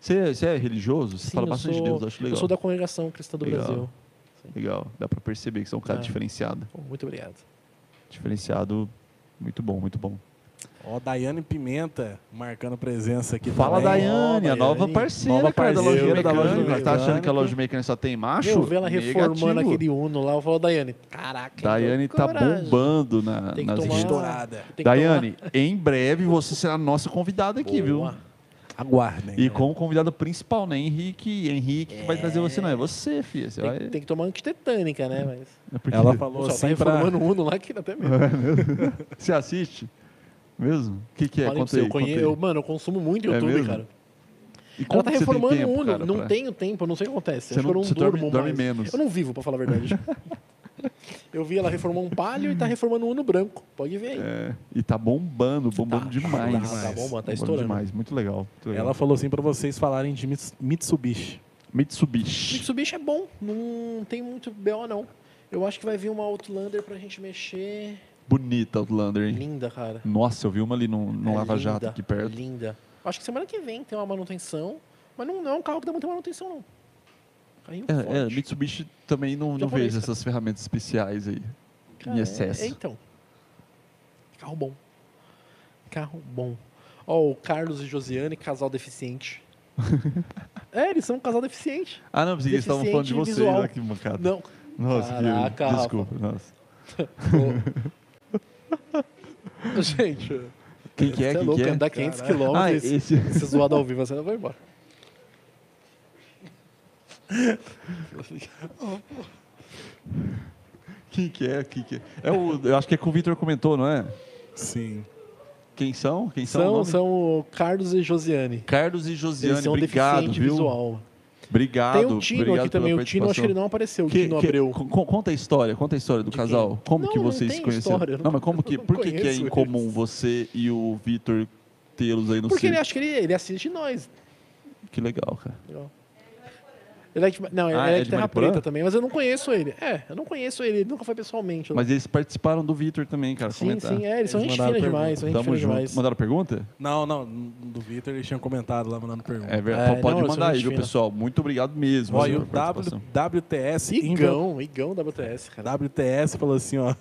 Você, você é religioso? Você Sim, fala eu bastante sou- de Deus, acho legal. Eu sou da congregação cristã do Legal. Brasil. Legal, dá pra perceber que você é um cara É. diferenciado. Bom, muito obrigado. Diferenciado, muito bom, muito bom. Ó, Daiane Pimenta marcando presença aqui Fala, também. Daiane, a Daiane. nova parceira, Nova cara, da loja parceira, mecânica. da loja Tá achando mecânica. que a loja mecânica só tem macho? Eu vi ela reformando Negativo. aquele Uno lá, eu falo, Daiane, caraca. hein, Daiane tô tá com coragem. bombando na, Tem que nas tomar- um redes. Estourada. Tem que Daiane, em breve você será a nossa convidada aqui, Boa. viu? Aguardem. E como convidada principal, né? Henrique, Henrique que vai trazer você, não. É você, filha. Você tomar- vai... Tem, tem que tomar antitetânica, né? Mas. É porque Ela falou Só tá assim pra... reformando o Uno lá que dá até mesmo. Você assiste? Mesmo? O que, que é? Falei pra Conta você, aí, eu, conhe- conta aí. eu- mano, eu consumo muito É YouTube, mesmo? cara. E Ela como tá que você tem reformando tempo, o Uno. cara, não pra- tenho tempo, eu não sei o que acontece. Você Acho não- que eu não você durmo dorme- dorme mais. menos. Eu não vivo, pra falar a verdade. eu vi ela reformar um palio e tá reformando um Uno branco. Pode ver aí. É, e tá bombando, bombando Tá, demais. tá, tá bom, mano, tá estourando. demais, muito legal. muito legal. Ela falou assim pra vocês falarem de Mits- Mitsubishi. Mitsubishi. Mitsubishi é bom, não tem muito BO, não. Eu acho que vai vir uma Outlander pra gente mexer. Bonita Outlander, hein? Linda, cara. Nossa, eu vi uma ali no, no É Lava linda, Jato aqui perto. Linda. Acho que semana que vem tem uma manutenção, mas não, não é um carro que dá muita manutenção, não. Carrinho forte. É, é, Mitsubishi também não, não Japonês, vejo cara. essas ferramentas especiais aí. Cara, em é- excesso. é, então. Carro bom. Carro bom. Ó, o Carlos e Josiane, casal deficiente. é, eles são um casal deficiente. Ah, não, pensei que eles estavam falando de Deficiente vocês. visual. Olha que mancada. Não. Nossa, que- Caraca, Rafa. Desculpa, nossa. Ô, Gente, Quem que você é? Quem louco que é? andar 500 Caralho. Ah, quilômetros e esse... se zoado ao vivo, você não vai embora. Quem que é? Quem que é? é o, eu acho que é que o Victor comentou, não é? Sim. Quem são? Quem são? o São, nome? são o Carlos e Josiane. Carlos e Eles Josiane, são obrigado, deficientes viu? visual. Obrigado. Tem o Tino obrigado aqui pela também. O Tino, acho que ele não apareceu. O Que- Tino que- Abreu. con- conta a história, conta a história do De quem? casal. Como Não, que não vocês se tem conheceram? história, eu não, não- mas como que. não Por que, que é conheço incomum eles. você e o Vitor tê-los aí no Porque circo? ele acha que ele, ele assiste nós. Que legal, cara. Legal. Ele é de, não, ele Ah, é, é de de Terra Manipurã? Preta também, mas eu não conheço ele. É, eu não conheço ele, ele nunca foi pessoalmente. lá. Mas eles participaram do Vitor também, cara. sim, comentar. sim, é, eles são Eles gente mandaram fina demais, são gente Tamo fina junto. demais. Mandaram pergunta? Não, não, do Vitor eles tinham comentado lá mandando pergunta. É verdade. É, Pode não, eles são mandar aí, gente viu, fina. pessoal? Muito obrigado mesmo. Ó, assim, e o pela participação. W- WTS enviou- Igão, Igão da WTS, cara. WTS falou assim, ó.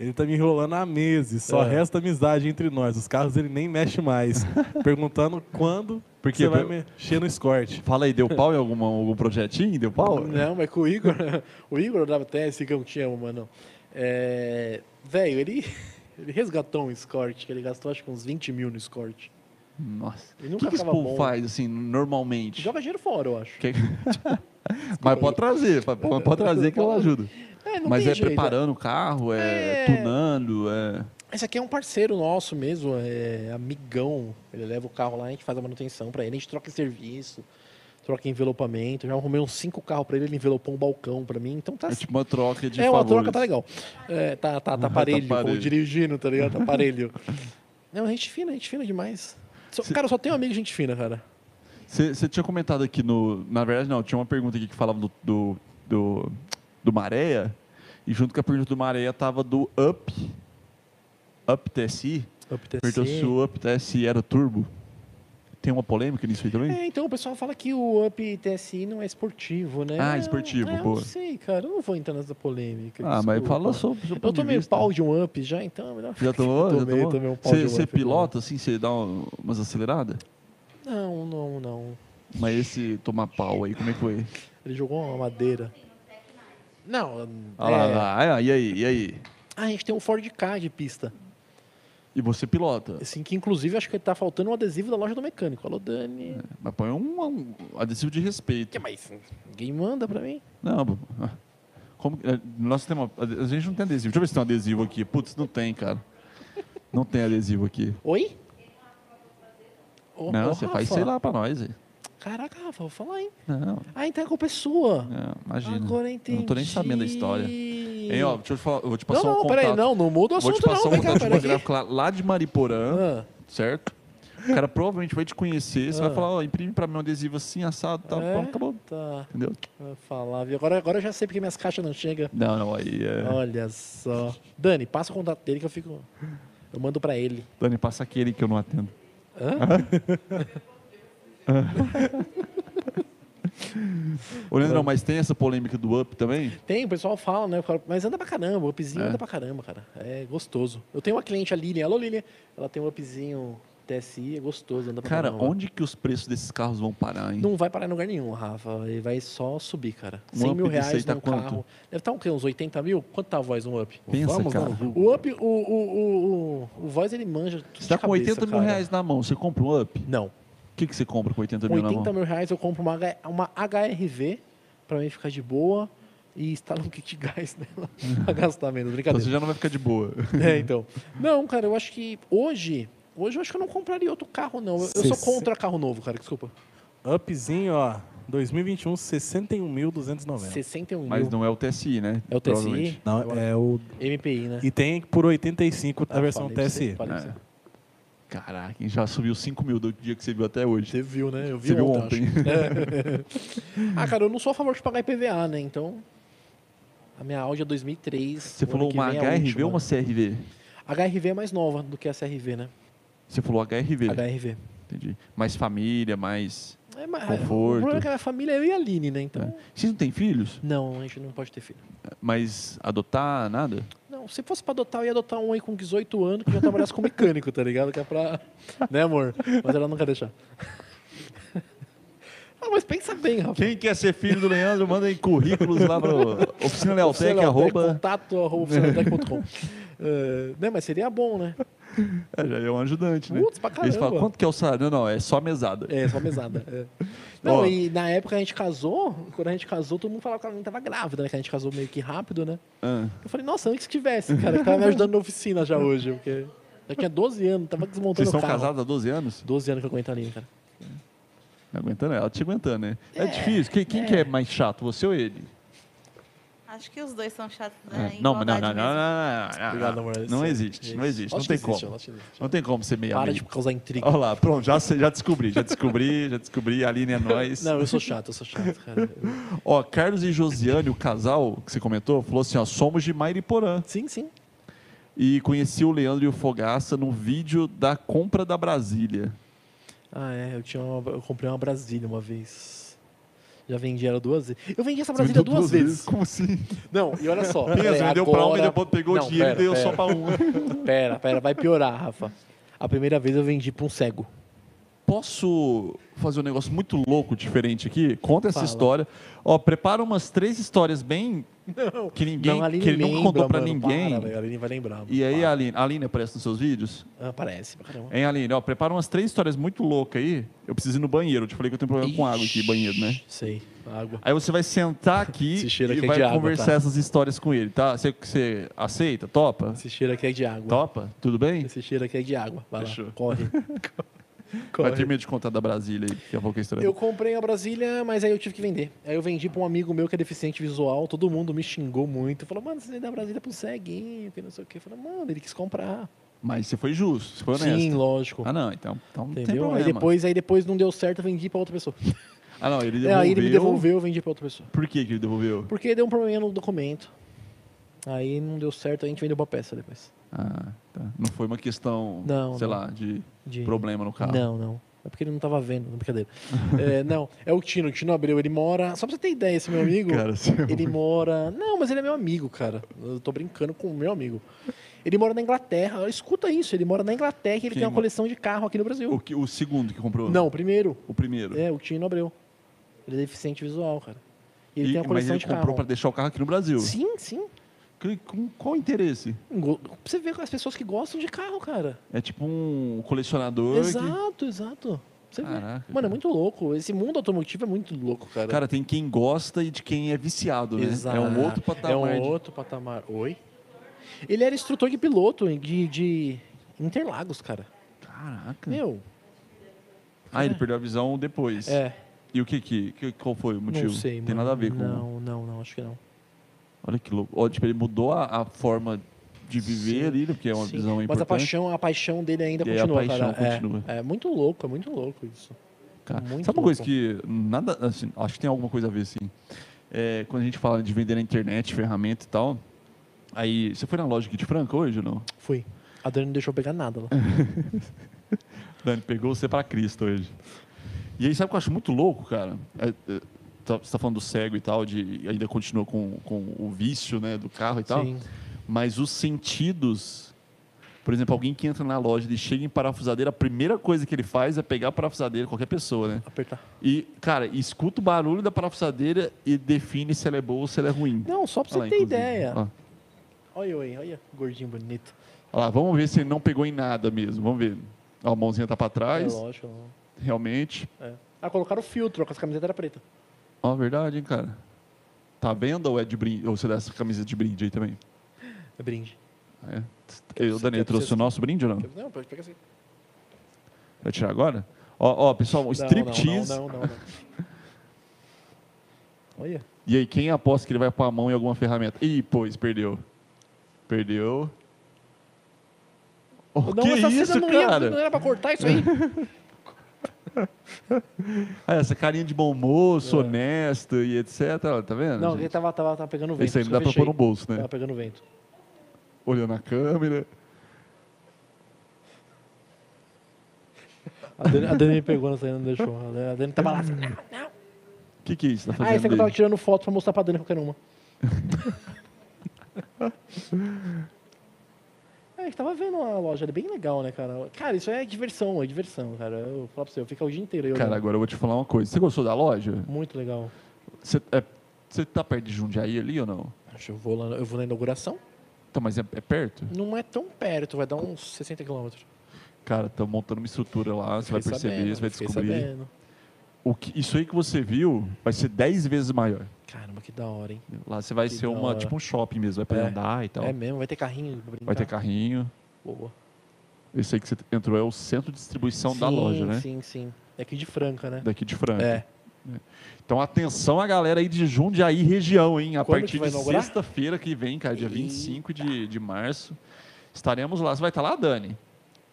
Ele tá me enrolando há meses, só É. resta amizade entre nós. Os carros ele nem mexe mais. Perguntando quando Por quê? você vai Por- mexer no escort. Fala aí, deu pau em alguma, algum projetinho? Deu pau? né? Não, né? mas com o Igor, o Igor da WTS, Igão, te amo, mano. É, velho, ele, ele resgatou um escort, que ele gastou acho que uns 20 mil no escort. Nossa. Ele O nunca que, que esse ficava povo bom. faz, assim, normalmente? Joga dinheiro fora, eu acho. Que- Mas pode trazer, pa- pa- pode trazer que eu ajudo. É, não Mas tem é jeito, preparando o carro, é, É. tunando, é. Esse aqui é um parceiro nosso mesmo, é amigão. Ele leva o carro lá, a gente faz a manutenção pra ele, a gente troca em serviço, troca em envelopamento. Já arrumei uns cinco carros pra ele, ele envelopou um balcão pra mim. Então tá. É tipo uma troca de é, uma favores. troca tá legal. É, tá, tá, tá aparelho, Tá como aparelho. dirigindo, tá ligado? Tá aparelho. Não, gente fina, gente fina demais. Só- Cara, eu só tenho amigo gente fina, cara. Você tinha comentado aqui no. Na verdade, não, tinha uma pergunta aqui que falava do. do, do, do Maréia. E junto com a pergunta do Maréia tava do Up. Up TSI. Perguntou se o Up TSI tá? era turbo. Tem uma polêmica nisso aí também? É, então o pessoal fala que o Up TSI não é esportivo, né? Ah, Eu- esportivo, é, eu boa. não sei, cara. Eu não vou entrar nessa polêmica. ah, mas desculpa. fala sobre o seu Eu ponto de tomei o vista. pau de um up já, então é melhor. Já tomou? Tomei, já tomei um pau de Você Up, pilota assim, você dá um- umas aceleradas? Não, não, não. Mas esse tomar pau aí, como é que foi? Ele jogou uma madeira. Não, Olha lá, é, lá, ah, e aí, e aí? a gente tem um Ford K de pista. E você pilota. Assim, que inclusive acho que tá faltando um adesivo da loja do mecânico. Alô, Dani. Mas põe um, um adesivo de respeito. Que mais? Ninguém manda pra mim. Não, bo- ah, como, que- eh, nós temos, a gente não tem adesivo. Deixa eu ver se tem um adesivo aqui. Putz, não tem, cara. Não tem adesivo aqui. Oi? Ô, não, ô, você faz Rafa. sei lá pra nós. aí. Caraca, Rafa, vou falar, hein? Não, Ah, então a culpa é sua. não, imagina. Agora eu Eu entendi. não tô nem sabendo a história. Hein, ó, deixa eu, te falar, eu vou te não, passar um não, contato. peraí, não, não muda o vou te assunto, passar não. um Vem cá, contato peraí. fotográfico lá, lá de Mariporã. Ah. certo? O cara provavelmente vai te conhecer, você vai Ah. falar, ó, imprime pra mim um adesivo assim, assado, tá, É? pá, acabou, Tá, entendeu? vai falar. viu? Agora, agora eu já sei porque minhas caixas não chegam. Não, não, aí é... Olha só. Dani, passa o contato dele que eu fico. Eu mando pra ele. Dani, passa aquele que eu não atendo. Hã? Ô, Leandrão, mas tem essa polêmica do Up também? Tem, o pessoal fala, né? Fala, Mas anda pra caramba, o upzinho É. anda pra caramba, cara. É gostoso. Eu tenho uma cliente, a Lilian. Alô, Lilian. Ela tem um upzinho TSI, é gostoso, anda pra Cara, caramba. onde que os preços desses carros vão parar, hein? Não vai parar em lugar nenhum, Rafa. Ele vai só subir, cara. Um 100 mil up desse aí reais tá num quanto? carro. Deve estar o quê? Uns 80 mil? Quanto tá a voz no up? Pensa, Vamos lá cara. no Google. O up, o, o, o, o, o voz ele manja. tudo Você tá de com cabeça, 80 mil cara. reais na mão, você compra um Up? Não. O que, que você compra com 80 Com mil na 80 mão? mil reais eu compro uma, H- uma HRV pra mim ficar de boa e instalo um kit gás nela pra gastar Então menos. você Brincadeira. já não vai ficar de boa. É, então. Não, cara, eu acho que hoje. Hoje eu acho que eu não compraria outro carro, não. Eu, eu sou Sessenta- contra carro novo, cara. Desculpa. Upzinho, ó. 2021, 61.290. 61 mil. Mas não é o TSI, né? É o Provavelmente. TSI, Não, é o... MPI, né? É. E tem por 85 a Ah, versão falei pra você, TSI. falei É. pra você. Caraca, hein, já subiu 5 mil do dia que você viu até hoje. Você viu, né? Eu vi Você viu ontem. ontem. eu acho. É. ah, cara, eu não sou a favor de pagar IPVA, né? Então. A minha Audi é 2003. Você o ano falou que uma vem é a HRV última. ou uma CRV? HRV é mais nova do que a CRV, né? Você falou HRV. HRV. Entendi. Mais família, mais. É, mas Conforto. O problema é que a minha família é eu e a Aline, né? Então. É. Vocês não têm filhos? Não, a gente não pode ter filho. Mas adotar, nada? Não, se fosse pra adotar, eu ia adotar um aí com 18 anos que já trabalhasse com mecânico, tá ligado? Que é pra. Né, amor? Mas ela não quer deixar. ah, mas pensa bem, Rafa. Quem quer ser filho do Leandro, manda em currículos lá no oficinalealtec, Oficinalealtec, arroba. Contato, arroba oficinalealtec.com. Eh, né, mas seria bom, né? É, já é um ajudante, né? Putz, pra Eles caramba. falam, quanto que é o salário? Não, não, é só mesada. É, só mesada. é. Não, Ó. e na época a gente casou, quando a gente casou, todo mundo falava que a Aline tava grávida, né? Que a gente casou meio que rápido, né? Ah, Eu falei, nossa, antes que tivesse, cara, que tava me ajudando na oficina já hoje. Porque... Eu tinha 12 anos, tava Vocês desmontando são o carro. casados há 12 anos? 12 anos que eu aguento a linha, cara. Não Tá aguentando ela, te aguentando, né? É, difícil. Quem, quem que é mais chato, você ou ele? Acho que os dois são chatos É. né? Não, não, não, não, não, Igualdade mesmo. não, não, Obrigado, não, amor. Ah, é não existe, não existe, não Acho tem que existe, como. Oh. acho que existe. Não tem como ser meia Para meia. de causar intriga. Olha lá, pronto, já, sei- já descobri, já descobri, já descobri, a Aline é nós. Não, eu sou chato, eu sou chato, cara. Ó, Carlos e Josiane, o casal que você comentou, falou assim, ó, somos de Mairiporã. Sim, sim. E conheci o Leandro e o Fogaça num vídeo da compra da Brasília. Ah, é. Eu, tinha uma- eu comprei uma Brasília uma vez. Já vendi ela duas vezes. Eu vendi essa Você Brasília vendeu duas, vezes. Como assim? Não, e olha só. Pensa, peraí, vendeu pra um e agora- depois pegou Não, o dinheiro pera, e deu pera, só pra um. Pera, pera, vai piorar, Rafa. A primeira vez eu vendi pra um cego. Posso fazer um negócio muito louco, diferente aqui? Conta essa Fala. história. Ó, prepara umas três histórias bem que ninguém, não, a Aline que ele lembra, não contou pra mano, ninguém. Para, velho, a Aline vai lembrar. e aí, para. Aline, Aline aparece nos seus vídeos? Ah, parece, pra caramba. Hein, Aline? Ó, prepara umas três histórias muito loucas aí. Eu preciso ir no banheiro. Eu te falei que eu tenho problema É com água aqui, banheiro, né? Sei, água. Aí você vai sentar aqui Esse cheiro e aqui é vai de água, conversar tá? essas histórias com ele, tá? Você, você aceita? Topa? Esse cheiro aqui é de água. Topa? Tudo bem? Esse cheiro aqui é de água. Vai Fechou. lá, corre. Vai ter medo de contar da Brasília aí, daqui a pouco a história. Eu comprei a Brasília, mas aí eu tive que vender. Aí eu vendi pra um amigo meu que é deficiente visual, todo mundo me xingou muito. Falou, mano, você dá a Brasília pro ceguinho, que não sei o quê. Eu Falei, mano, ele quis comprar. Mas você foi justo, você foi honesto. Sim, lógico. Ah, não, então, então não tem Tipo, Entendeu? problema. Aí depois, aí depois não deu certo, eu vendi pra outra pessoa. Ah, não, ele É, devolveu. aí ele me devolveu, eu vendi pra outra pessoa. Por que, que ele devolveu? Porque deu um probleminha no documento. Aí não deu certo, a gente vendeu pra peça depois. Ah, tá. Não foi uma questão, Não, sei não. lá, de De- problema no carro. Não, não. É porque ele não tava vendo, não, brincadeira. É, não, é o Tino. O Tino abriu, ele mora. Só pra você ter ideia, esse meu amigo. Cara, você é ele mora. Não, mas ele é meu amigo, cara. Eu tô brincando com o meu amigo. Ele mora na Inglaterra. Escuta isso, ele mora na Inglaterra e ele Quem tem uma mo- coleção de carro aqui no Brasil. o, que- o segundo que comprou? Não, o primeiro. O primeiro. É, o Tino abriu. Ele é deficiente visual, cara. E ele E- tem uma mas coleção ele de comprou carro. pra deixar o carro aqui no Brasil. Sim, sim. Que- Com qual interesse? Go- Você vê as pessoas que gostam de carro, cara. É tipo um colecionador. que- Exato, exato. Você vê. Caraca. Mano, é muito louco. Esse mundo automotivo é muito louco, cara. Cara, tem quem gosta e de quem é viciado, né? Exato. É um outro patamar. É um de- outro patamar. Oi? Ele era instrutor de piloto de, de Interlagos, cara. Caraca. Meu, Ah, ele perdeu a visão depois. é. E o que que, que- Qual foi o motivo? Não sei, tem mano. nada a ver com... Não, não, não, acho que não. Olha que louco. Ó, tipo, ele mudou a, a forma de viver Sim, ali, né? porque é uma Sim. visão Mas a importante. paixão, a paixão dele ainda E aí a continua, paixão cara. É, continua. É, muito louco, é muito louco isso. Cara, é muito sabe uma coisa louco. que nada, assim, acho que tem alguma coisa a ver, sim. É, quando a gente fala de vender na internet, ferramenta e tal, aí você foi na loja aqui de Franca hoje ou não? Fui. A Dani não deixou eu pegar nada É, lá. Dani, pegou você pra Cristo hoje. E aí, sabe o que eu acho muito louco, cara? É, é, tá- você tá falando do cego e tal, de ainda continua com, com o vício, né, do carro e tal. Sim. Mas os sentidos. Por exemplo, alguém que entra na loja e chega em parafusadeira, a primeira coisa que ele faz é pegar a parafusadeira, qualquer pessoa, né? Apertar. E, cara, escuta o barulho da parafusadeira e define se ela é boa ou se ela é ruim. Não, só pra você Olha lá, ter inclusive. ideia. Ó. Olha, olha, olha. Gordinho bonito. Olha lá, vamos ver se ele não pegou em nada mesmo. Vamos ver. Ó, a mãozinha tá pra trás, É lógico. não. realmente. É. Ah, colocaram o filtro, com as camisetas era preta. Ó, verdade, hein, cara. Tá à venda ou é de brinde? Ou você dá essa camisa de brinde aí também? É brinde. É. Eu, você Danilo, quer trouxe você- o nosso brinde ou não? Não, pode pegar assim. Vai tirar agora? Ó, ó pessoal, o Não, striptease. Não, não, não, não, não. Olha. E aí, quem aposta que ele vai pôr a mão em alguma ferramenta? Ih, pois, perdeu. Perdeu. O que essa cena isso, não ia- cara? não era pra cortar isso aí. Ah, essa carinha de bom moço, honesto e etc. ó, Tá vendo? É. não, ele gente? tava, tava, tava pegando vento. Esse aí por não isso dá que pra eu pôr no fechei. bolso, né? Tava pegando vento. Olhando a câmera. A Dani, a Dani me pegou nessa aí, não deixou. A Dani- A Dani tava lá. assim, "Não, não." O que, que é isso? que Tá Ah, essa fazendo aqui eu tava aí? tirando foto pra mostrar pra Dani qualquer uma. É, a gente tava vendo a loja, era bem legal, né, cara? Cara, isso é diversão, é diversão, cara. Eu falo pra você, eu fico o dia inteiro. Eu, Cara, né? agora eu vou te falar uma coisa. Você gostou da loja? Muito legal. Você, é, você tá perto de Jundiaí ali ou não? Acho que eu vou lá, eu vou na inauguração. Tá, mas é, é perto? Não é tão perto, vai dar uns 60 quilômetros. Cara, estão montando uma estrutura lá, você vai Fiquei perceber, sabendo, você vai fiquei descobrir. sabendo. O que, isso aí que você viu vai ser 10 vezes maior. Caramba, que da hora, hein? Lá você vai Que ser da uma, hora. tipo um shopping mesmo, vai pra É. andar e tal. É mesmo, vai ter carrinho pra brincar. vai ter carrinho. Boa. Esse aí que você entrou é o centro de distribuição da Sim, loja, né? Sim, sim. É aqui de Franca, né? Daqui de Franca. É. Então atenção a galera aí de Jundiaí região, hein? A Quando partir que vai de inaugurar? sexta-feira que vem, cara, dia Eita. 25 de, de março, estaremos lá. Você vai estar lá, Dani?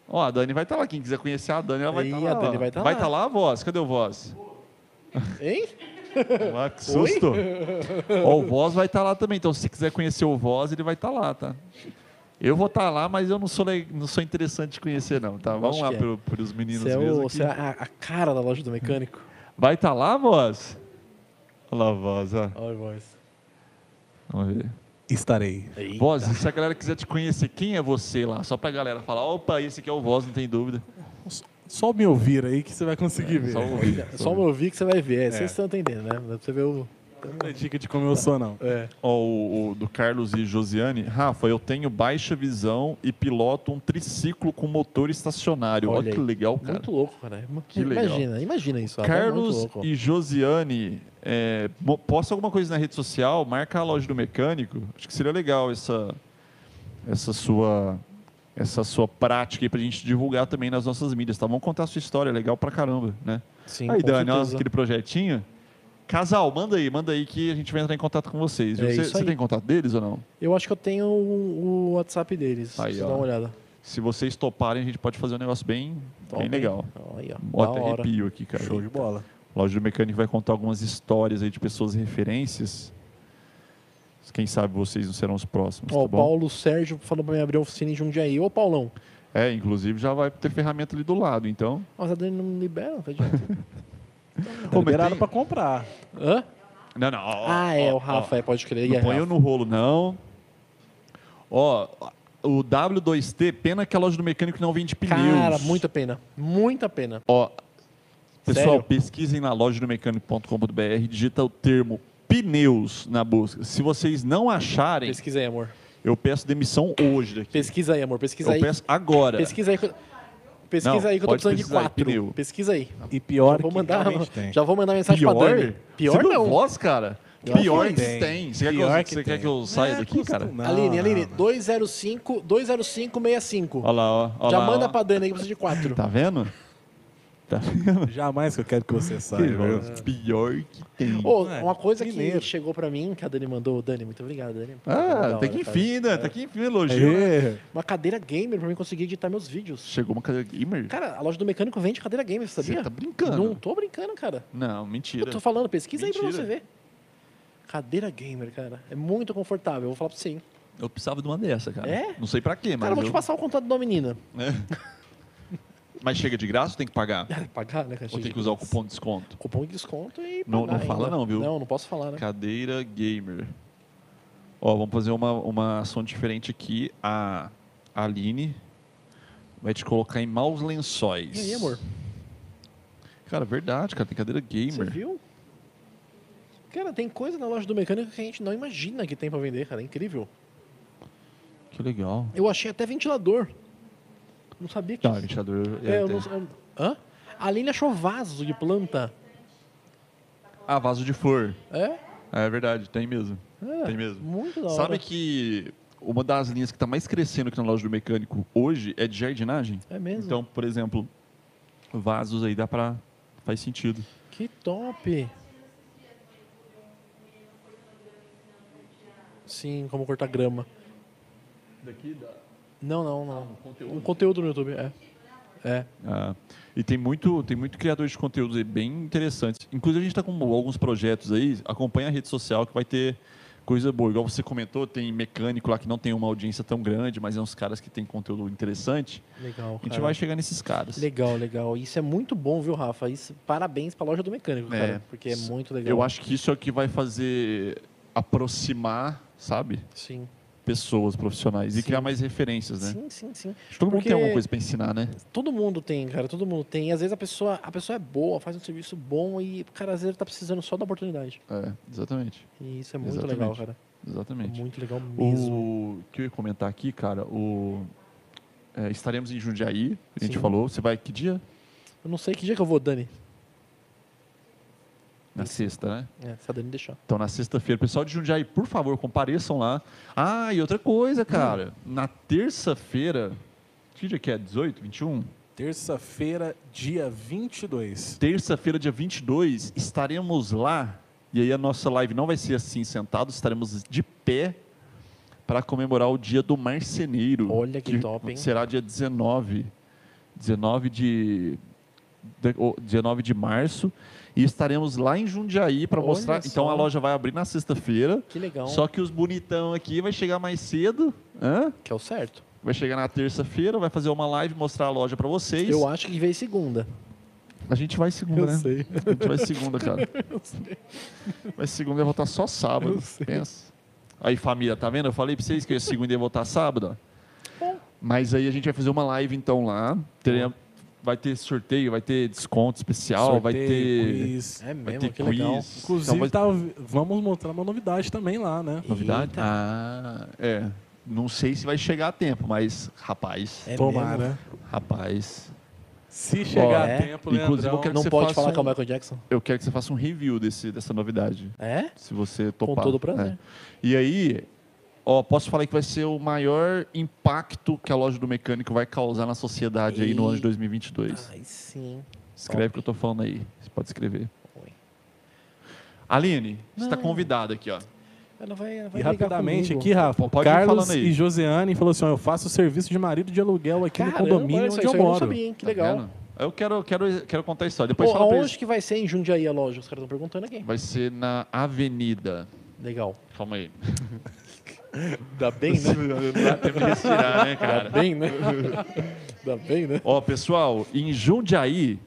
Ó, a Dani vai estar lá. Quem quiser conhecer a Dani, ela vai Ih, estar a lá. Dani vai tá vai lá. estar lá a voz? Cadê o voz? Hein? Ah, que susto! Ó, o voz vai estar lá também. Então, se você quiser conhecer o voz, ele vai estar lá, tá? Eu vou estar lá, mas eu não sou, le- não sou interessante de conhecer, não, tá? Vamos Acho lá que é. pro, pros meninos Você é, mesmo. o, aqui. você é a, a cara da loja do mecânico. Vai estar lá, voz? Olha lá, voz, ó. Olha a voz. Vamos ver. Estarei. Eita. Voz, e se a galera quiser te conhecer, quem é você lá? Só pra galera falar, opa, esse aqui é o Voz, não tem dúvida. Só me ouvir aí que você vai conseguir ver. Só um ouvir. É Só me ouvir que você vai ver. É, Vocês estão entendendo, né? Dá pra você ver o. Não é dica de como eu sou, não. É. Ó, o, o do Carlos e Josiane. Rafa, eu tenho baixa visão e piloto um triciclo com motor estacionário. Olha, Olha que aí. legal, cara. Muito louco, cara. É Que legal. Imagina, imagina isso. Rafa, é Carlos muito louco. e Josiane, é, mo- posta alguma coisa na rede social, marca a loja do mecânico. Acho que seria legal essa, essa sua essa sua prática aí pra gente divulgar também nas nossas mídias, tá? Vamos contar a sua história, é legal pra caramba, né? Sim, aí, com Dani, ó, certeza. aquele projetinho. Casal, manda aí, manda aí que a gente vai entrar em contato com vocês. viu? É Você, isso você aí. tem contato deles ou não? Eu acho que eu tenho o, o WhatsApp deles. Aí, Deixa eu ó. dar uma olhada. Se vocês toparem, a gente pode fazer um negócio bem, Top, bem hein? legal. Aí, ó. Ó, da até hora. arrepio aqui, cara. Show de bola. Loja do Mecânico vai contar algumas histórias aí de pessoas e referências. Quem sabe vocês não serão os próximos, Ó, tá o bom? Paulo Sérgio falou pra mim abrir uma oficina em Jundiaí. Ô, Paulão, É, inclusive já vai ter ferramenta ali do lado, então. mas a Dani não me libera, não tá adianta. Tá Ô, mas liberado tem- pra comprar. Hã? Não, não. ó, ah, ó, é, ó, o Rafa, é, pode crer. E Não é, põe eu Rafa? no rolo, não. Ó, o W2T, pena que a loja do mecânico não vende pneus. Cara, muita pena. Muita pena. Ó, pessoal, Sério? pesquisem na loja do mecânico.com.br, digita o termo pneus na busca. Se vocês não acharem, Pesquisa aí, amor. eu peço demissão hoje daqui. Pesquisa aí, amor. Pesquisa Eu aí. peço agora. Pesquisa aí. que eu- Pesquisa Não, aí que eu tô pode precisando de pesquisar aí, quatro. pneu. pesquisa aí. E pior Vou que mandar, realmente tem. já vou mandar mensagem pra Dani. Pior Você viu não. voz, cara? Pior Pior que que tem. tem. Você, quer que eu- Pior que você quer tem. que eu saia É daqui, cara? Não, Aline, não, Aline, não. 205, 20565. Ah. Olha lá, ó. ó já lá, manda ó. pra Dani aí que eu preciso de quatro. Tá vendo? Tá vendo? Jamais que eu quero que você saia. mano. Pior, pior que tem. Ô, É, uma coisa mineiro. que chegou pra mim, que a Dani mandou. Dani, muito obrigado, Dani. Da ah, hora, tá que cara. enfim, né? Tá que enfim, elogio. É. né? Aê. Uma cadeira gamer pra mim conseguir editar meus vídeos. Chegou uma cadeira gamer? Cara, a loja do mecânico vende cadeira gamer, você sabia? Você tá brincando. Não tô brincando, cara. Não, mentira. Eu tô falando, pesquisa aí pra Mentira. você ver. Cadeira gamer, cara. É muito confortável, eu vou falar pra você, hein. Eu precisava de uma dessa, cara. É? Não sei pra quê, mas. Cara, eu vou te eu- passar o contato da menina. Mas chega de graça ou tem que pagar? Pagar, né, cara? Ou tem que usar o cupom de desconto? Cupom de desconto e Não- pagar não fala ainda. não, viu? Não, não posso falar, né? Cadeira gamer. Ó, vamos fazer uma, uma ação diferente aqui. A Aline vai te colocar em maus lençóis. E aí, amor? Cara, verdade, cara. Tem cadeira Você gamer. viu? Cara, tem coisa na loja do mecânico que a gente não imagina que tem pra vender, cara. É incrível. Que legal. Eu achei até ventilador. Não sabia que. Tá, ventilador. é, é, eu tem. não eu- Hã? A Aline achou vaso de planta. Ah, vaso de flor. É? É verdade, tem mesmo. É, Tem mesmo. Muito da hora. Sabe que uma das linhas que está mais crescendo aqui na loja do mecânico hoje é de jardinagem? É mesmo. Então, por exemplo, vasos aí dá pra. Faz sentido. Que top! Sim, como cortar grama. Daqui dá. Não, não, não. Um conteúdo no YouTube, é. É. Ah, e tem muito, tem muito criador de conteúdos aí bem interessantes. Inclusive, a gente está com alguns projetos aí. Acompanha a rede social que vai ter coisa boa. Igual você comentou, tem mecânico lá que não tem uma audiência tão grande, mas é uns caras que tem conteúdo interessante. Legal. A gente cara. vai chegar nesses caras. Legal, legal. Isso é muito bom, viu, Rafa? Isso, parabéns pra loja do mecânico, É. cara. Porque é muito legal. Eu acho que isso é o que vai fazer aproximar, sabe? Sim. Pessoas profissionais e Sim. criar mais referências, né? Sim, sim, sim. Acho que Todo mundo Porque- tem alguma coisa pra ensinar, né? Todo mundo tem, cara. Todo mundo tem. Às vezes a pessoa, a pessoa é boa, faz um serviço bom e, cara, às vezes tá precisando só da oportunidade. É, exatamente. E isso é muito Exatamente. legal, cara. É Exatamente. muito legal mesmo. O que eu ia comentar aqui, cara, o. é, estaremos em Jundiaí, a gente Sim. falou. Você vai que dia? Eu não sei que dia que eu vou, Dani. Na sexta, né? É, se a Dani deixar. Então, na sexta-feira, pessoal de Jundiaí, por Hum. favor, compareçam lá. Ah, e outra coisa, cara. Na terça-feira, Que dia que é? 18, 21? Terça-feira, dia 22. Terça-feira, dia 22, estaremos lá. E aí a nossa live não vai ser assim sentados, estaremos de pé para comemorar o dia do marceneiro. Olha que top, hein? Será dia 19. 19 de, de- o- 19 de março. E estaremos lá em Jundiaí para Olha mostrar. Então só. Então. a loja vai abrir na sexta-feira. Que legal. Só que os bonitão aqui vai chegar mais cedo. hã? Que é o certo. Vai chegar na terça-feira, vai fazer uma live, mostrar a loja para vocês. Eu acho que veio segunda. A gente vai segunda, né? sei. A gente vai segunda, cara. Mas segunda ia voltar só sábado. Pensa. Aí, família, tá vendo? Eu falei pra vocês que eu ia segunda ia voltar sábado. ó. Mas aí a gente vai fazer uma live então lá. Teremos- vai ter sorteio, vai ter desconto especial, vai Sorteio, ter. quiz. É Vai mesmo, ter que quiz. legal. Inclusive, Então, vai- tá- vamos mostrar uma novidade também lá, né? Novidade? Eita. Ah, é. Não sei se vai chegar a tempo, mas, rapaz, É mesmo. Tomara. rapaz. Se chegar é. a tempo, Inclusive, Leandrão, eu quero- Não Você pode faça falar um- que é o Michael Jackson. Eu quero que você faça um review desse, dessa novidade. É? Se você topar. Com todo prazer. É. E aí, ó, posso falar que vai ser o maior impacto que a loja do mecânico vai causar na sociedade aí no ano de 2022. Ai, sim. Escreve o que eu tô falando aí. Você pode escrever. Oi. Aline, você tá Não. convidada aqui, ó. Ela vai, ela vai E brigar rapidamente comigo. aqui, Rafa, Pode ir Carlos falando aí. e Josiane falou assim: ó, eu faço serviço de marido de aluguel aqui Caramba, no olha condomínio só, onde isso eu aí eu não moro. sabia, hein? Que Tá legal. vendo? Eu quero, quero, quero contar a história. Depois Pô, fala pra aonde eles. que vai ser em Jundiaí a loja? Os caras estão perguntando aqui. Vai ser na Avenida. Legal. Calma aí. Dá bem, né? Não dá tempo de respirar, né, cara? Dá bem, né? Dá bem, né? Ó, pessoal, em Jundiaí,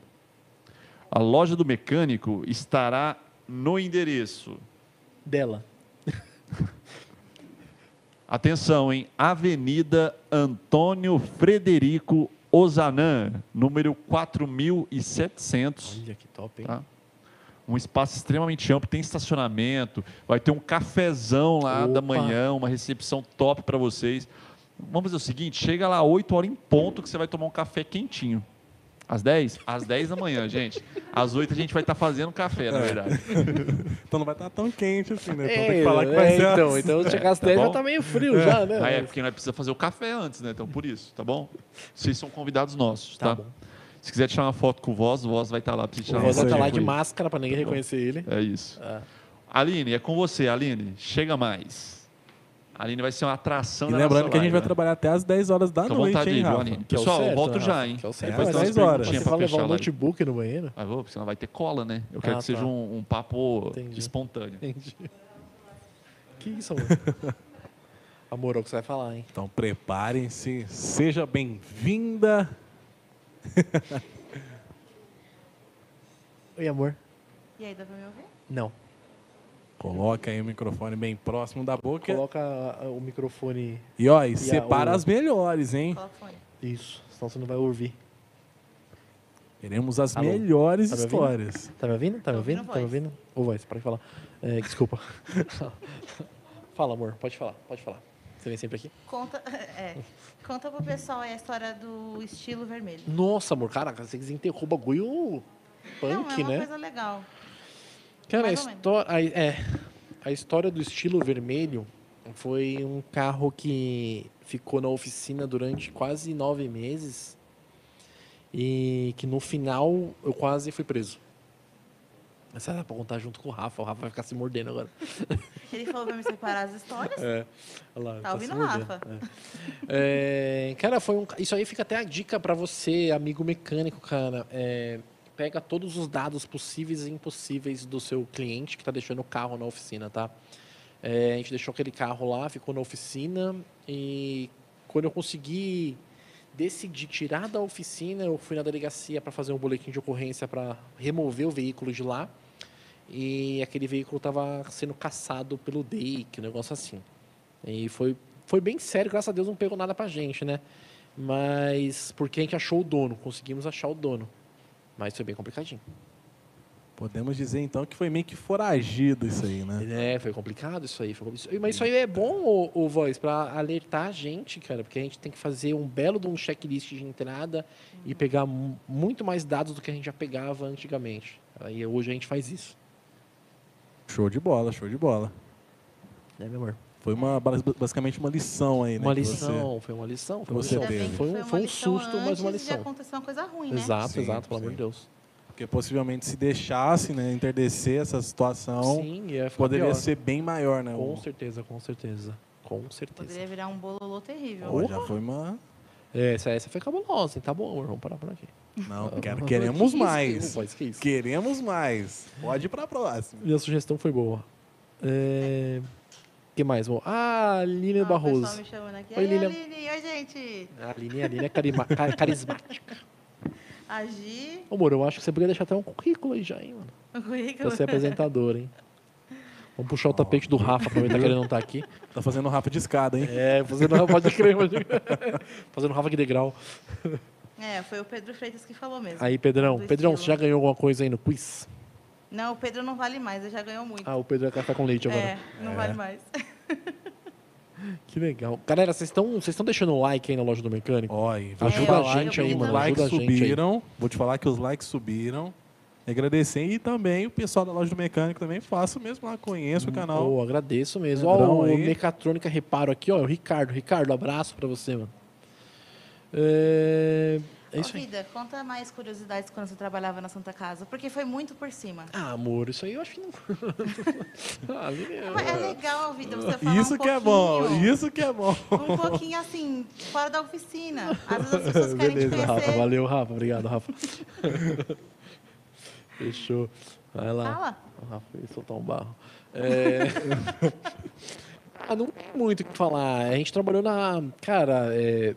a loja do mecânico estará no endereço. Dela. Atenção, hein? Avenida Antônio Frederico Ozanam, número 4700. Olha que top, hein? Tá. Um espaço extremamente amplo, tem estacionamento, vai ter um cafezão lá Opa. da manhã, uma recepção top para vocês. Vamos fazer o seguinte, chega lá 8 horas em ponto que você vai tomar um café quentinho. Às 10? Às 10 da manhã, gente. Às 8 a gente vai estar fazendo café, na verdade. Então não vai estar tão quente assim, né? Então É, tem que falar que vai é, ser. então, assim. então se chegar às tá 10 já bom? tá meio frio já, né? Ah, é, porque nós precisamos fazer o café antes, né? Então, por isso, tá bom? Vocês são convidados nossos, Tá tá? bom. Se quiser tirar uma foto com o Voz, o Voz vai estar lá pra você tirar O uma Rosa foto tá lá com de ele. máscara pra ninguém é Tá bom. reconhecer ele. É isso. Ah. Aline, é com você, Aline. Chega mais. Aline vai ser uma atração E da é lembrando nossa que a gente vai live, né? trabalhar até às 10 horas da Fica à noite, vontade hein, aí, viu, Rafa? Aline? Que é o Pessoal, certo, volto já, Rafa, hein? que é o certo. Depois É, tem umas às 10 horas. perguntinhas Você pra vai fechar levar a um live. notebook no banheiro? Mas vou, porque senão vai ter cola, né? Eu quero Ah, que seja tá. um, um papo Entendi. espontâneo. Entendi. Que isso, amor? amor, é o que você vai falar, hein? Então preparem-se, seja bem-vinda. Oi, amor. E aí, dá pra me ouvir? Não. Coloca aí o microfone bem próximo da boca. Coloca a- a- o microfone. E ó, e a- separa o- as melhores, hein? Coloca o fone. Isso, senão você não vai ouvir. Teremos as Alô? melhores Tá me ouvindo? histórias. Tá me ouvindo? Tá me Tô ouvindo ouvindo? Tá me voz. ouvindo? Ô, voz, para de falar. É, desculpa. Fala, amor. Pode falar, pode falar. Você vem sempre aqui. Conta, é, conta pro pessoal aí a história do estilo vermelho. Nossa, amor, caraca, você desenterrou o bagulho Não, é punk, uma né? coisa legal. Cara, a, Mais ou menos. histó- a- é, a história do estilo vermelho foi um carro que ficou na oficina durante quase nove meses e que no final eu quase fui preso. Essa era pra contar junto com o Rafa, o Rafa vai ficar se mordendo agora. Ele falou pra me separar as histórias. É. Olha lá, se Tá ouvindo, mordendo. Rafa? É. É, cara, foi um. ca- Isso aí fica até a dica pra você, amigo mecânico, cara. É, pega todos os dados possíveis e impossíveis do seu cliente que tá deixando o carro na oficina, tá? É, a gente deixou aquele carro lá, ficou na oficina e quando eu consegui decidir tirar da oficina, eu fui na delegacia para fazer um boletim de ocorrência para remover o veículo de lá. E aquele veículo estava sendo caçado pelo DEIC, um negócio assim. E foi, foi bem sério, graças a Deus não pegou nada pra gente, né? Mas porque a gente achou o dono, conseguimos achar o dono. Mas foi bem complicadinho. Podemos dizer então que foi meio que foragido isso aí, né? É, foi complicado isso aí. foi compli- isso- Mas isso aí é bom, o, Voz, pra alertar a gente, cara, porque a gente tem que fazer um belo de um checklist de entrada e pegar mu- muito mais dados do que a gente já pegava antigamente. Aí hoje a gente faz isso, Show de bola, show de bola. É, né, meu amor? Foi uma, bas- basicamente uma lição aí, né? Uma que você- lição, foi uma lição. Foi, uma você lição. teve. bem que foi, um, foi um lição susto, mas uma antes de lição. acontecer uma coisa ruim, né? Exato, Sim, exato, pelo sim. amor de Deus. Porque possivelmente se deixasse, né, enterdecer essa situação, sim, é ia ficar Então, poderia pior. ser bem maior, né? Com O, certeza, com certeza. Com certeza. Poderia virar um bololô terrível. Ó, já foi uma. É, Essa, essa foi cabulosa, hein? Tá bom, amor, vamos parar por aqui. Não, quero- queremos mais. Desculpa, esqueci. Queremos mais. Pode ir pra próxima. Minha sugestão foi boa. É... que mais, amor? Ah, Lilian Ó, o pessoal Barroso. me chamando aqui. Oi, Oi, Lilian. Lilian. Oi, gente. A Lilian, a Lilian é carima- ca- carismática. A Gi, Ô, amor, eu acho que você poderia deixar até um currículo aí já, hein, mano? o Pra currículo. ser apresentadora, hein? Vamos puxar o tapete do Rafa, aproveitar que ele não tá aqui. Tá fazendo rapa de escada, hein? É, fazendo Rafa, pode crer, pode crer. Fazendo Rafa de degrau. É, foi o Pedro Freitas que falou mesmo. Aí, Pedrão. Do Pedrão, você estilo. já ganhou alguma coisa aí no quiz? Não, o Pedro não vale mais, ele já ganhou muito. Ah, o Pedro é café com leite agora. é, não vale mais. Que legal. Galera, vocês estão vocês estão deixando o like aí na loja do mecânico? Olha, Ajuda É, a eu- gente eu aí, vi mano. Ajuda a também. likes gente aí. subiram. Vou te falar que os likes subiram. Agradecer e também o pessoal da loja do mecânico também faço mesmo lá, conheço o canal. Pô, agradeço mesmo. Pedrão ó, o aí. Mecatrônica Reparo aqui, ó. É O Ricardo. Ricardo, abraço pra você, mano. É, é Ô, isso aí. vida, conta mais curiosidades quando você trabalhava na Santa Casa, porque foi muito por cima. Ah, amor, isso aí eu acho que não. ah, meu. Mas É legal, vida, você falar Isso um que é bom, pouquinho- isso que é bom. Um pouquinho assim, fora da oficina. Às vezes as pessoas querem te Beleza, Rafa. conhecer. Valeu, Rafa. Obrigado, Rafa. Fechou. Vai lá. Fala. O Rafa ia soltar um barro. É... ah, não tem muito o que falar. A gente trabalhou na. Cara, é.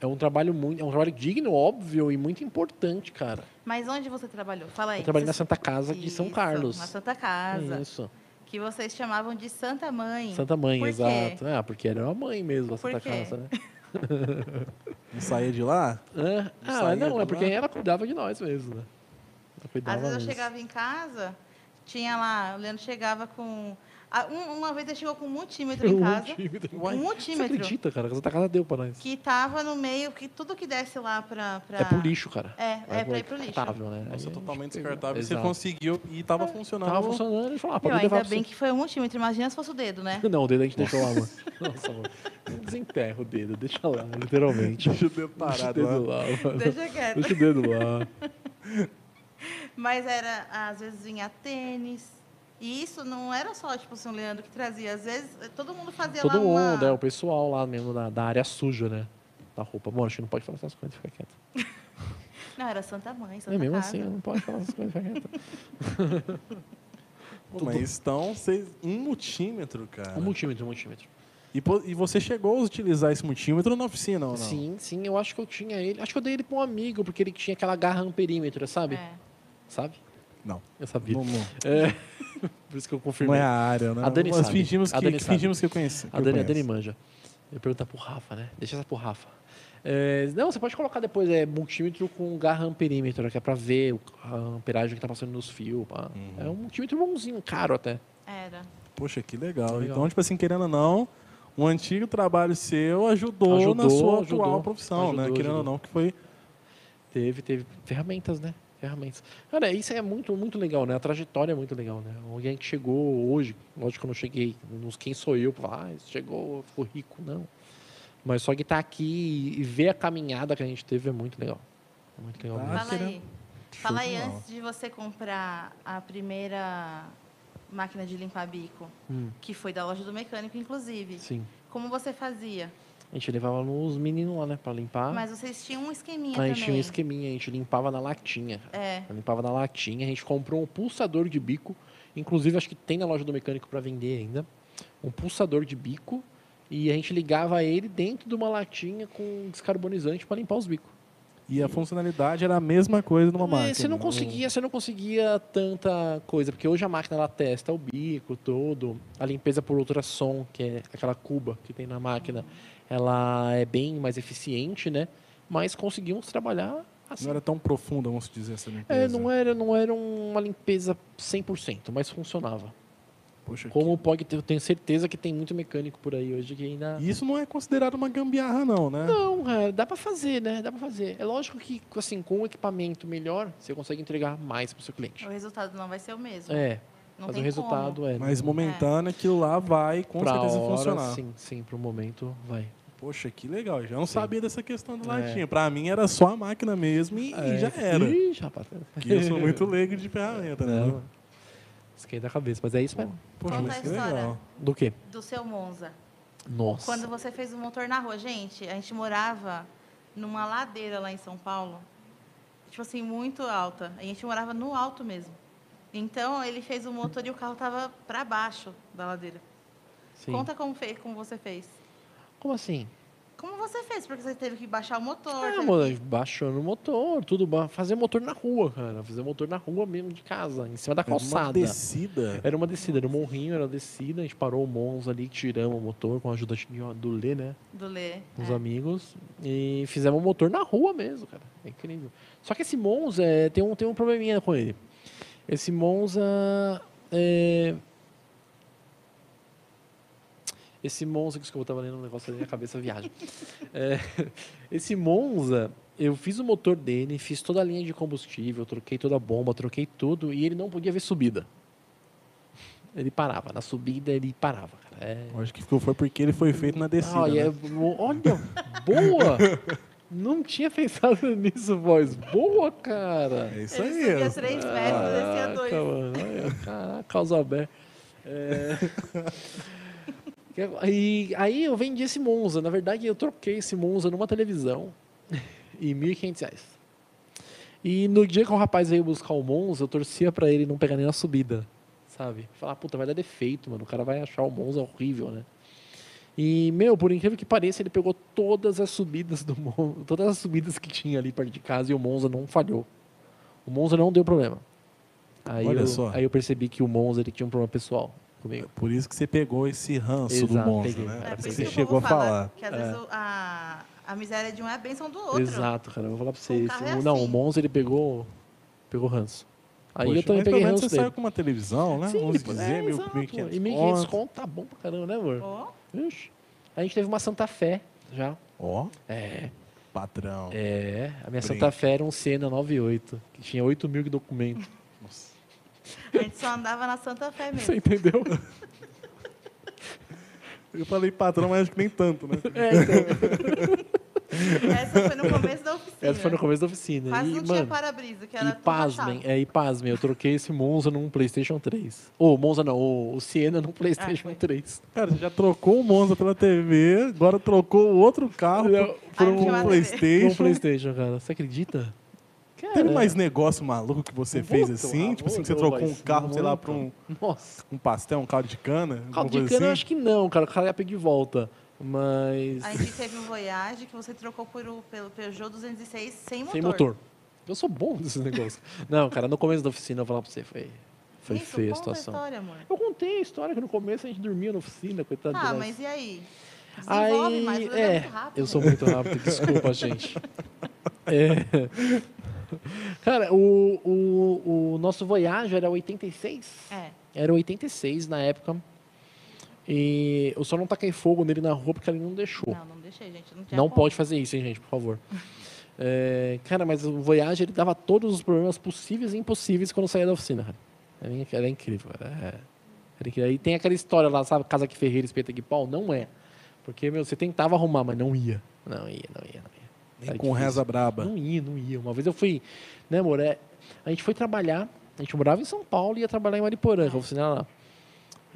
É um trabalho muito. É um trabalho digno, óbvio e muito importante, cara. Mas onde você trabalhou? Fala aí. Eu trabalhei na Você- Santa Casa de São É, Isso, Carlos. Na Santa Casa. Isso. Que vocês chamavam de Santa Mãe. Santa Mãe, Por quê? exato. Ah, porque era uma mãe mesmo, a Por Santa quê? Casa, né? Não saía de lá? Hã? Ah, saía não, de é porque lá? ela cuidava de nós mesmo, né? Ela cuidava Às vezes eu mesmo. chegava em casa, tinha lá, o Leandro chegava com. Ah, um- uma vez ele chegou com um multímetro em Um casa. tímido. Um Você multímetro. acredita, cara? que A Santa Casa deu pra nós. Que tava no meio, que tudo que desce lá pra. pra... É pro lixo, cara. É, é pra ir pro lixo. descartável, Né? Nossa, Aí a totalmente gente pegou. descartável. Você Exato. conseguiu e tava funcionando. Tava funcionando, ele falou, ah, Meu, pode levar ainda pra bem você. que foi um multímetro, imagina se fosse o dedo, né? Não, o dedo a gente deixou lá, mano. Nossa, mano. Desenterra o dedo, deixa lá, literalmente. Deixa o dedo Deixa o parado dedo lá. lá, mano. Deixa quieto. Deixa o dedo lá. Mas era, às vezes vinha tênis. E isso não era só, tipo, assim, o Leandro que trazia. Às vezes, eh, todo mundo fazia Todo lá uma... mundo, é, o pessoal lá mesmo da, da área suja, né? Da roupa. Mano, a gente não pode falar essas coisas, fica quieto. Não, era Santa Mãe, Santa É mesmo Casa. assim, não pode falar essas coisas, fica quieto. Pô, mas é. estão seis, um multímetro, cara. Um multímetro, um multímetro. E, po- e você chegou a utilizar esse multímetro na oficina ou não? Sim, sim, eu acho que eu tinha ele. Acho que eu dei ele pra um amigo, porque ele tinha aquela garra amperímetro, sabe? É. Sabe? Não. Eu sabia. Não, não, É. Por isso que eu não confirmei. é a área, né? A Dani Nós sabe. fingimos que, A Dani que fingimos que eu conheci. que A eu Dani, é a conheço. Dani manja. Eu ia perguntar pro Rafa, né? Deixa essa pro Rafa. É, não, você pode colocar depois é, multímetro com garra amperímetro, que é pra ver o- a amperagem que tá passando nos fios. pá. Uhum. É um multímetro bonzinho, caro até. Era. Poxa, que legal. Legal. Então, tipo assim, querendo ou não, um antigo trabalho seu ajudou, Ajudou, na sua ajudou. atual profissão, né? Ajudou, Querendo ou ajudou. não, que foi. Teve, teve ferramentas, né? Ferramentas. Cara, isso é muito, muito legal, né? A trajetória é muito legal, né? Alguém que chegou hoje, lógico que eu não cheguei, nos quem sou eu, pra falar, ah, isso chegou, ficou rico, não. Mas só que tá aqui e ver a caminhada que a gente teve é muito legal. É muito legal. Tá. mesmo. Fala queria- aí. Fala aí, de bola. antes de você comprar a primeira máquina de limpar bico, Hum, que foi da loja do mecânico, inclusive. sim. Como você fazia? A gente levava nos meninos lá, né? Pra limpar. Mas vocês tinham um esqueminha a também. gente tinha um esqueminha, a gente limpava na latinha. cara. É. Eu limpava na latinha, a gente comprou um pulsador de bico. Inclusive, acho que tem na loja do mecânico para vender ainda. Um pulsador de bico. E a gente ligava ele dentro de uma latinha com um descarbonizante para limpar os bicos. E a funcionalidade era a mesma coisa numa máquina. né? Mas você não conseguia, você não conseguia tanta coisa, porque hoje a máquina ela testa o bico todo, a limpeza por ultrassom, que é aquela cuba que tem na máquina, ela é bem mais eficiente, né? Mas conseguimos trabalhar assim. Não era tão profunda, vamos dizer, essa limpeza. É, não era, não era uma limpeza 100%, mas funcionava. Poxa, Como o POG, eu tenho certeza que tem muito mecânico por aí hoje que ainda... E isso não é considerado uma gambiarra, não, né? Não, cara, dá pra fazer, né? Dá pra fazer. É lógico que, assim, com um equipamento melhor, você consegue entregar mais pro seu cliente. O resultado não vai ser o mesmo. É, Mas Não o tem resultado é. Mas momentâneo, aquilo lá vai com pra certeza hora, funcionar. Sim, sim, pro momento vai. Poxa, que legal. Eu já não sabia dessa questão do É. latinha. Pra mim era só a máquina mesmo e, e É. já era. Ixi, rapaz. Que eu sou muito leigo de ferramenta, né? Não. Esquenta a cabeça, mas é isso mesmo. Poxa, Conta mas a que história. legal. Do quê? como do seu Monza. Nossa. Quando você fez o motor na rua, gente, a gente morava numa ladeira lá em São Paulo, tipo assim, muito alta. A gente morava no alto mesmo. Então, ele fez o motor e o carro tava para baixo da ladeira. Sim. Conta como, fez, como você fez. Como assim? Como você fez? Porque você teve que baixar o motor. Ah, teve mano, baixando o motor, tudo. ba- Fazer motor na rua, cara. Fazer motor na rua mesmo de casa, em cima da Uma calçada. descida. Era uma descida, era um morrinho, era uma descida. A gente parou o Monza ali, tiramos o motor com a ajuda de- do Lê, né? que- do Lê. uns é. amigos e fizemos um motor na rua mesmo, cara. É incrível. Só que esse Monza é, tem, um, tem um probleminha com ele. Esse Monza. é, Esse Monza, que eu tava lendo um negócio ali na cabeça, viagem. É, esse Monza, eu fiz o motor dele, fiz toda a linha de combustível, troquei toda a bomba, troquei tudo e ele não podia ver subida. Ele parava, na subida ele parava, cara. É, Eu Acho que ficou, foi porque ele foi feito na descida. ah, e é né? bo- olha, boa! Não tinha pensado nisso, voz. Boa, cara! é isso Ele aí. subia 3 metros, descia dois. Caraca, mano. Olha, Caraca, Alzabé. É... E aí eu vendi esse Monza. Na verdade, eu troquei esse Monza numa televisão e R$ 1.500. reais. E no dia que o rapaz veio buscar o Monza, eu torcia pra ele não pegar nem na subida, sabe? Falar, puta, vai dar defeito, mano. O cara vai achar o Monza horrível, né? E, meu, por incrível que pareça, ele pegou todas as subidas do Monza, todas as subidas que tinha ali perto de casa e o Monza não falhou. O Monza não deu problema. Aí, Olha eu, só. aí eu percebi que o Monza ele tinha um problema pessoal comigo. É Por isso que você pegou esse ranço do Exato, Monza, peguei. né? É, É, Por isso por que isso você que o chegou a povo fala falar. Que às vezes o- a, a miséria de um é a bênção do outro. Exato, cara. Eu vou falar pra vocês. carro é O- não, o assim. Monza ele pegou. Pegou ranço. Aí Poxa, eu também mas pelo peguei menos ranço você dele. saiu com uma televisão, né? Vamos depois- dizer, é, mil, exato. 1.500 E 1.500 conto. conto tá bom pra caramba, né, amor? Ó, Ixi. A gente teve uma Santa Fé já. Ó, É, patrão. é. A minha Brinco. Santa Fé era um Senna 98, que tinha 8 mil de documento. Nossa. a gente só andava na Santa Fé mesmo. Você entendeu? Eu falei patrão, mas acho que nem tanto, né? É, então, Essa foi no começo da oficina. essa foi no começo da oficina. Quase e, não tinha mano, para-brisa, que era E tudo pasmem, achado. é, e pasmem, eu troquei esse Monza num PlayStation 3. Ou Monza não, o, o Siena num PlayStation Ah, foi. 3. Cara, você já trocou o Monza pela TV, agora trocou o outro carro Não, por Ah, um não tinha mais Num Playstation. PlayStation, cara. Você acredita? Teve Cara, mais negócio maluco que você Voltou, fez assim? ah, tipo assim, que você voltou, trocou um mas carro, sei lá, nunca. pra um, Nossa. um pastel, um caldo de cana? alguma Caldo de coisa cana eu assim? acho que não, cara. O cara ia pegar de volta. Mas. A gente teve um Voyage que você trocou por o- pelo Peugeot 206 sem motor. sem motor. Eu sou bom nesses negócios. Não, cara, no começo da oficina eu vou falar pra você, foi, foi Isso, feia a conta situação. história, amor. Eu contei a história que no começo a gente dormia na oficina, coitado do Tá, nosso. mas e aí? Desenvolve Aí, mais, mas é é, muito rápido. eu sou muito rápido, desculpa, gente. É. Cara, o, o, o nosso Voyage era 86? É. Era 86 na época. E eu só não taquei fogo nele na rua porque ele não deixou. Não, não deixei, gente. Não, tinha Não como. pode fazer isso, hein, gente, por favor. É, cara, mas o Voyage ele dava todos os problemas possíveis e impossíveis quando eu saía da oficina. cara. Era, in- era incrível. Era, era incrível. Aí tem aquela história lá, sabe? Casa que Ferreira espeta que pau? Não é. Porque, meu, você tentava arrumar, mas não ia. Não ia, não ia, não ia. Nem Era com tá difícil. Hum, reza braba. Não ia, não ia. Uma vez eu fui, né, amor? É, a gente foi trabalhar, a gente morava em São Paulo e ia trabalhar em Mariporã, que é a oficina lá.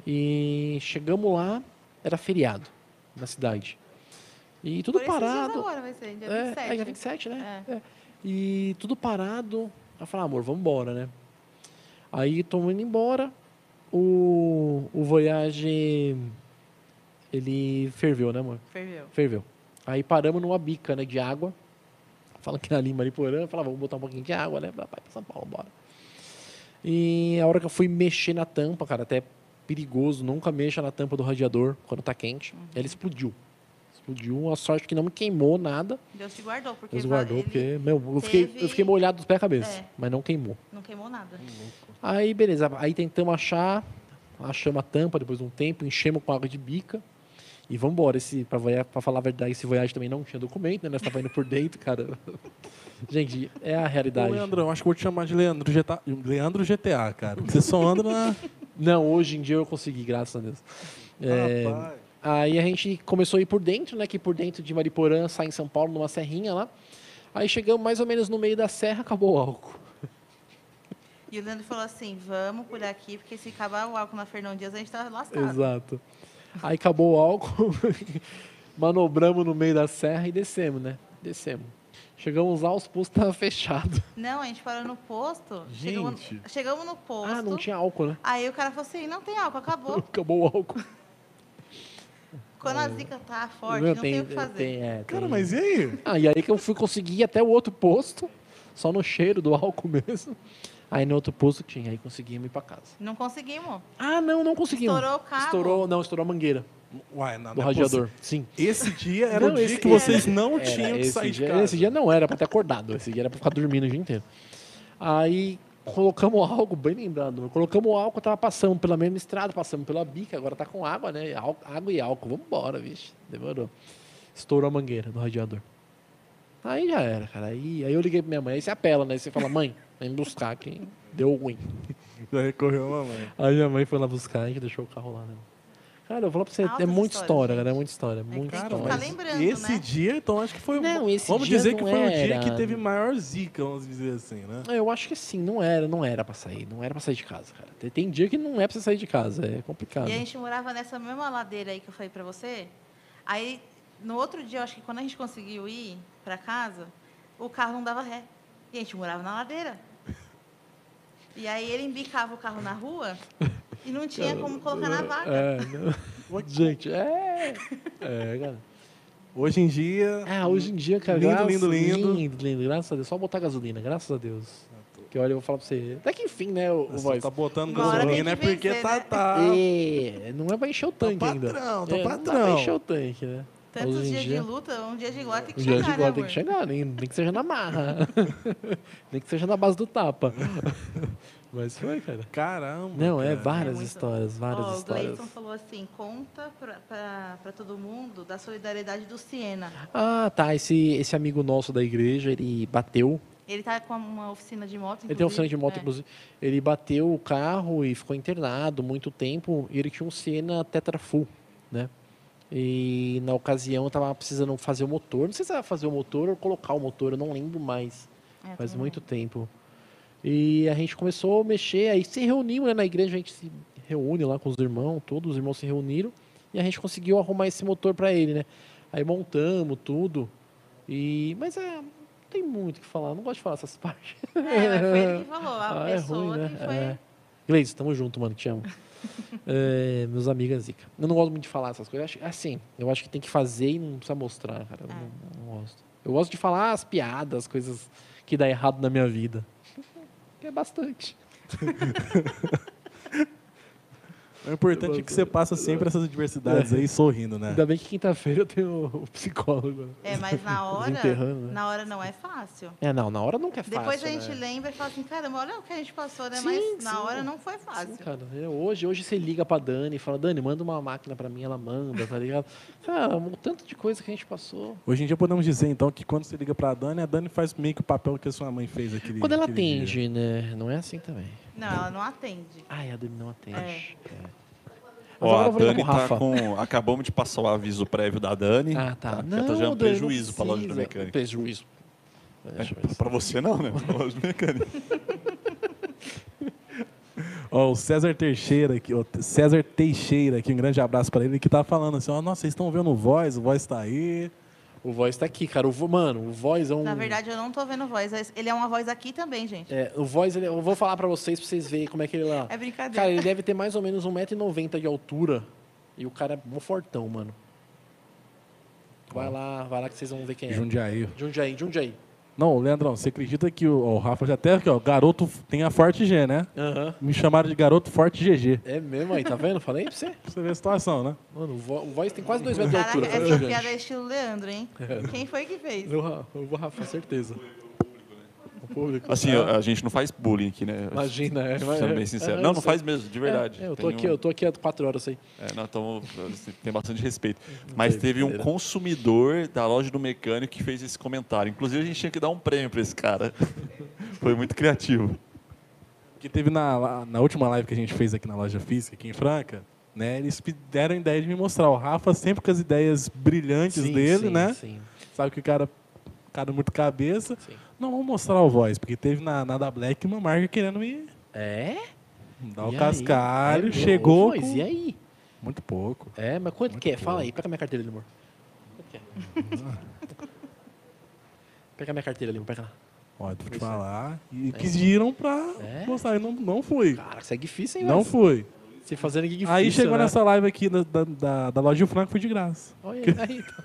E chegamos lá, era feriado na cidade. E tudo Por esses dias parado. Agora vai ser, dia É, 27. é dia 27, né? É. E tudo parado. Aí eu falei, ah, amor, vamos embora, né? Aí tô indo embora. O, o Voyage, ele ferveu, né, amor? Ferveu. Ferveu. Aí paramos numa bica, né, de água. Falam que era ali em Mariporã. Eu Falava, vamos botar um pouquinho de água, né? Pra pra ir pra São Paulo, bora. E a hora que eu fui mexer na tampa, cara, até perigoso, nunca mexa na tampa do radiador quando tá quente. Ela explodiu. Explodiu, a sorte que não me queimou nada. Deus te guardou, porque Deus va- guardou, ele porque, meu, eu fiquei, teve- eu fiquei molhado dos pés à cabeça, É. mas não queimou. não queimou nada. Aí, beleza, aí tentamos achar, achamos a tampa depois de um tempo, enchemos com água de bica e vamos embora. Esse, pra, voia- pra falar a verdade, esse voyage também não tinha documento, né? Nós tava indo por dentro, cara. Gente, é a Ô, realidade. Leandrão, acho que eu vou te chamar de Leandro GTA, Leandro GTA cara. Você só anda na, Não, hoje em dia eu consegui, graças a Deus. É, Aí a gente começou a ir por dentro, né? Que por dentro de Mariporã, sai em São Paulo, numa serrinha lá. Aí chegamos mais ou menos no meio da serra, acabou o álcool. E o Leandro falou assim: vamos por aqui, porque se acabar o álcool na Fernão Dias, a gente tá lascado. Exato. Aí acabou o álcool, manobramos no meio da serra e descemos, né? Descemos. Chegamos lá, os postos estavam fechados. Não, a gente parou no posto. Chegamos, Gente. chegamos no posto. Ah, não tinha álcool, né? Aí o cara falou assim: não tem álcool, acabou. Acabou o álcool. Quando a zica tá forte, Meu, não tem, o que fazer. tem- é, Cara, tem- mas e aí? Ah, e aí que eu fui conseguir ir até o outro posto, só no cheiro do álcool mesmo. Aí no outro posto tinha, aí conseguimos ir pra casa. Não conseguimos. Ah, não, não conseguimos. Estourou o cabo. Estourou, não, estourou a mangueira Uai, não, do não é radiador. Sim. possi- Esse dia era Não, o dia esse que era- vocês não Era, tinham que esse sair de dia- casa. Esse dia não era pra ter acordado, esse dia era pra ficar dormindo o dia inteiro. Aí colocamos álcool, bem lembrado, né? colocamos álcool, tava passando pela mesma estrada, passamos pela bica, agora tá com água, né? Ál- Água e álcool, vambora, vixe, demorou. Estourou a mangueira do radiador. Aí já era, cara. Aí, aí eu liguei pra minha mãe, aí você apela, né? Aí você fala, mãe, vem me buscar aqui, deu ruim. Já recorreu a mamãe. Aí minha mãe foi lá buscar, a gente deixou o carro lá, né? Cara, eu falo pra você, é Altas muita histórias, história, gente. cara, é muita história, muita tem que Cara, história. ficar mas lembrando, esse né? dia, então, acho que foi... Não, esse vamos dia dizer que não foi o dia era. que teve maior zica, vamos dizer assim, né? Ah, Eu acho que sim, não era, não era pra sair, não era pra sair de casa, cara. Tem, tem dia que não é pra você sair de casa, é complicado. E a gente morava nessa mesma ladeira aí que eu falei pra você. Aí, no outro dia, eu acho que quando a gente conseguiu ir pra casa, o carro não dava ré. E a gente morava na ladeira. E aí ele embicava o carro na rua e não tinha como colocar na vaga. É, não- gente, é. É, cara. Hoje em dia... Ah, hoje em dia, cara, Lindo, graças, lindo, lindo. lindo, lindo, graças a Deus. Só botar gasolina, graças a Deus. Que olha, eu vou falar pra você. Até que enfim, né, o, o Nossa, voz. tá botando Uma hora gasolina, né? tem que Porque vencer, tá... né? tá... É, não é pra encher o tanque ainda. patrão, tá é, Não dá patrão. pra encher o tanque, né? Tantos hoje em dias dia- de luta, um dia de glória tem que Um dia chegar, de né, igual tem amor? que chegar, nem, nem que seja na marra. nem que seja na base do tapa. Mas foi, cara. Caramba, Não, é cara. várias É muito- histórias, várias Ó, O histórias. Gleison falou assim, conta pra- pra pra todo mundo da solidariedade do Siena. Ah, tá. Esse, esse amigo nosso da igreja, ele bateu. Ele tá com uma oficina de moto, Ele tem um oficina de inclusive. moto, É. inclusive. Ele bateu o carro e ficou internado muito tempo. E ele tinha um Siena Tetra Full, né? E na ocasião eu tava precisando fazer o motor. Não sei se era fazer o motor ou colocar o motor, eu não lembro mais. É, Faz também. muito tempo. E a gente começou a mexer, aí se reunimos né, na igreja, a gente se reúne lá com os irmãos, todos os irmãos se reuniram e a gente conseguiu arrumar esse motor para ele, né? Aí montamos tudo. E mas é, não tem muito o que falar, não gosto de falar essas partes. É, mas foi ele que falou, a Ah, é pessoa ruim, né? que foi. É. Gleice, tamo junto, mano, te amo. É, meus amigos é zica. Eu não gosto muito de falar essas coisas. Acho- Assim, eu acho que tem que fazer e não precisa mostrar, cara. Eu É. não, não gosto. Eu gosto de falar as piadas, as coisas que dá errado na minha vida. Que é bastante. O importante é que você passa sempre essas adversidades aí sorrindo, É. né? Ainda bem que quinta-feira eu tenho o psicólogo. É, mas na hora, Desenterrando, né? na hora não é fácil. É, não, na hora nunca é fácil. Depois a gente né? lembra e fala assim, caramba, olha o que a gente passou, né? Sim, mas na sim. hora não foi fácil. Sim, cara. É, Hoje, hoje você liga pra Dani e fala, Dani, manda uma máquina pra mim, ela manda, tá ligado? Cara, um tanto de coisa que a gente passou. Hoje em dia podemos dizer, então, que quando você liga pra Dani, a Dani faz meio que o papel que a sua mãe fez aquele Quando ela aquele dia. atende, né? Não é assim também. Não, ela não atende. Ai, a Dani não atende. É. Ó, Mas agora a eu vou ligar Dani pro tá Rafa. com. Acabamos de passar o aviso prévio da Dani. Ah, tá. Já Não, tá gerando Dani, não prejuízo pra loja É. do precisa. mecânico. Prejuízo. Deixa eu ver. Pra você não, né? Pra loja do mecânico. Ó, o César Teixeira aqui, ó, César Teixeira aqui, um grande abraço pra ele, que tá falando assim, ó, nossa, vocês estão vendo o Voz, o Voz tá aí. O voz tá aqui, cara. O, vo- mano, o voz é um. Na verdade, eu não tô vendo voz. Ele é uma voz aqui também, gente. É, o voz, ele- eu vou falar pra vocês, pra vocês verem como é que ele lá. É brincadeira. Cara, ele deve ter mais ou menos 1,90m de altura. E o cara é mó fortão, mano. Vai lá, vai lá que vocês vão ver quem é. Jundiaí. Jundiaí, Jundiaí. Não, Leandrão, você acredita que o, ó, o Rafa já até aqui, ó, garoto tem a Forte G, né? Aham. Me chamaram de garoto Forte GG. É mesmo aí, tá vendo? Falei pra você. Pra você ver a situação, né? Mano, o, vo- o voz tem quase 2 metros de Caraca, altura. tá né? É. cara, essa gigante. piada é estilo Leandro, hein? Quem foi que fez? Eu, Ra- eu vou Rafa, certeza. O público. Ah, Assim, a a gente não faz bullying aqui, né? Imagina, é. Sendo é- bem sincero. é, não, eu não sei. faz mesmo, de verdade. É, eu tô Tem aqui, um- eu tô aqui há quatro horas aí. É, nós estamos. Tem bastante respeito. Mas teve um consumidor da loja do mecânico que fez esse comentário. Inclusive, a gente tinha que dar um prêmio pra esse cara. Foi muito criativo. Porque teve na, lá- na última live que a gente fez aqui na loja física, aqui em Franca, né? Eles pe- deram a ideia de me mostrar. O Rafa sempre com as ideias brilhantes Sim, dele, sim, né? Sim, Sabe que o cara, cara muito cabeça. sim. Não vou mostrar o voz, porque teve na, na da Black uma marca querendo me É? dar o E aí? cascalho. É, chegou. Pois, com- e aí? Muito pouco. É, mas quanto Muito que é? Fala pouco. aí, pega minha carteira ali, amor. Quanto que é? pega minha carteira ali, amor, pega lá. Ó, vou te Pois é. falar. E É. pediram pra É? mostrar. Eu não, não fui. Cara, isso é difícil, hein, Não velho? fui. Se fazendo que difícil, Aí chegou né? nessa live aqui da, da, da, da loja do Franco, foi de graça. Olha aí, tá.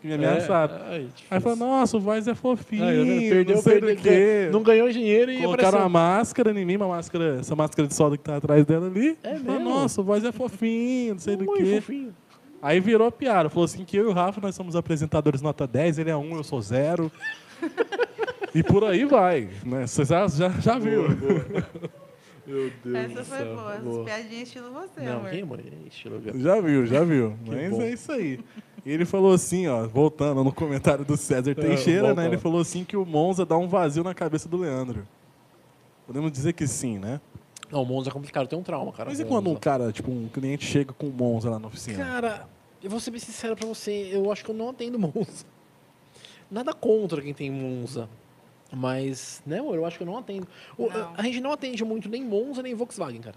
Que É. me ameaçaram. Aí, Aí difícil. falou, nossa, o voz é fofinho, Aí, né? perdeu, não sei perdeu, do quê. Não ganhou dinheiro e Colocaram uma apareceu. máscara em mim, uma máscara, essa máscara de solda que tá atrás dela ali. É Falou, mesmo? nossa, o voz é fofinho, não sei do Ui, quê. fofinho. Aí virou piada. Falou assim que eu e o Rafa, nós somos apresentadores nota 10, ele é 1, eu sou 0. e por aí vai, né? Você já, já, já viu. Meu Deus Essa foi boa. Essas piadinhas estilo você, Não, amor. quem, amor? Estilo Já viu, já viu. Que Mas bom. é isso aí. E ele falou assim, ó, voltando no comentário do É, César Teixeira, volta né? lá. Ele falou assim que o Monza dá um vazio na cabeça do Leandro. Podemos dizer que sim, né? Não, o Monza é complicado, tem um trauma, cara. Mas e o quando um Monza. cara, tipo, um cliente chega com um Monza lá na oficina? Cara, eu vou ser bem sincero pra você, eu acho que eu não atendo Monza. Nada contra quem tem Monza. Mas, né, amor, eu acho que eu não atendo. O- Não. A gente não atende muito nem Monza, nem Volkswagen, cara.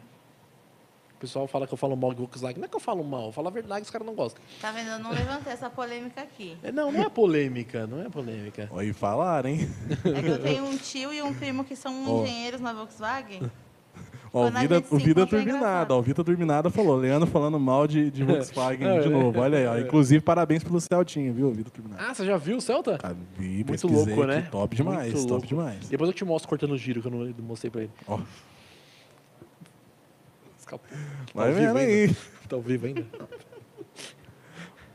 O pessoal fala que eu falo mal de Volkswagen. Não é que eu falo mal, eu falo a verdade que os caras não gostam. Tá vendo? Eu não levantei essa polêmica aqui. É, Não, não é polêmica, não é polêmica. Aí falaram, hein? É que eu tenho um tio e um primo que são Ó. engenheiros na Volkswagen. Ó, o Quando a Vida, gente se o Vida encontra é Turbinada, engraçado. ó, o Vida Turbinada falou. Leandro falando mal de, É. de Volkswagen de novo. Olha aí, ó. Inclusive, parabéns pelo Celtinho, viu, Vida Turbinada? Ah, você já viu o Celta? Ah, vi, muito pesquisei louco, aqui, né? Top demais, Muito top louco. é demais. Depois eu te mostro cortando o giro que eu não mostrei pra ele. Ó, Escapou. vai vivo vendo ainda. aí. Tá ao vivo ainda?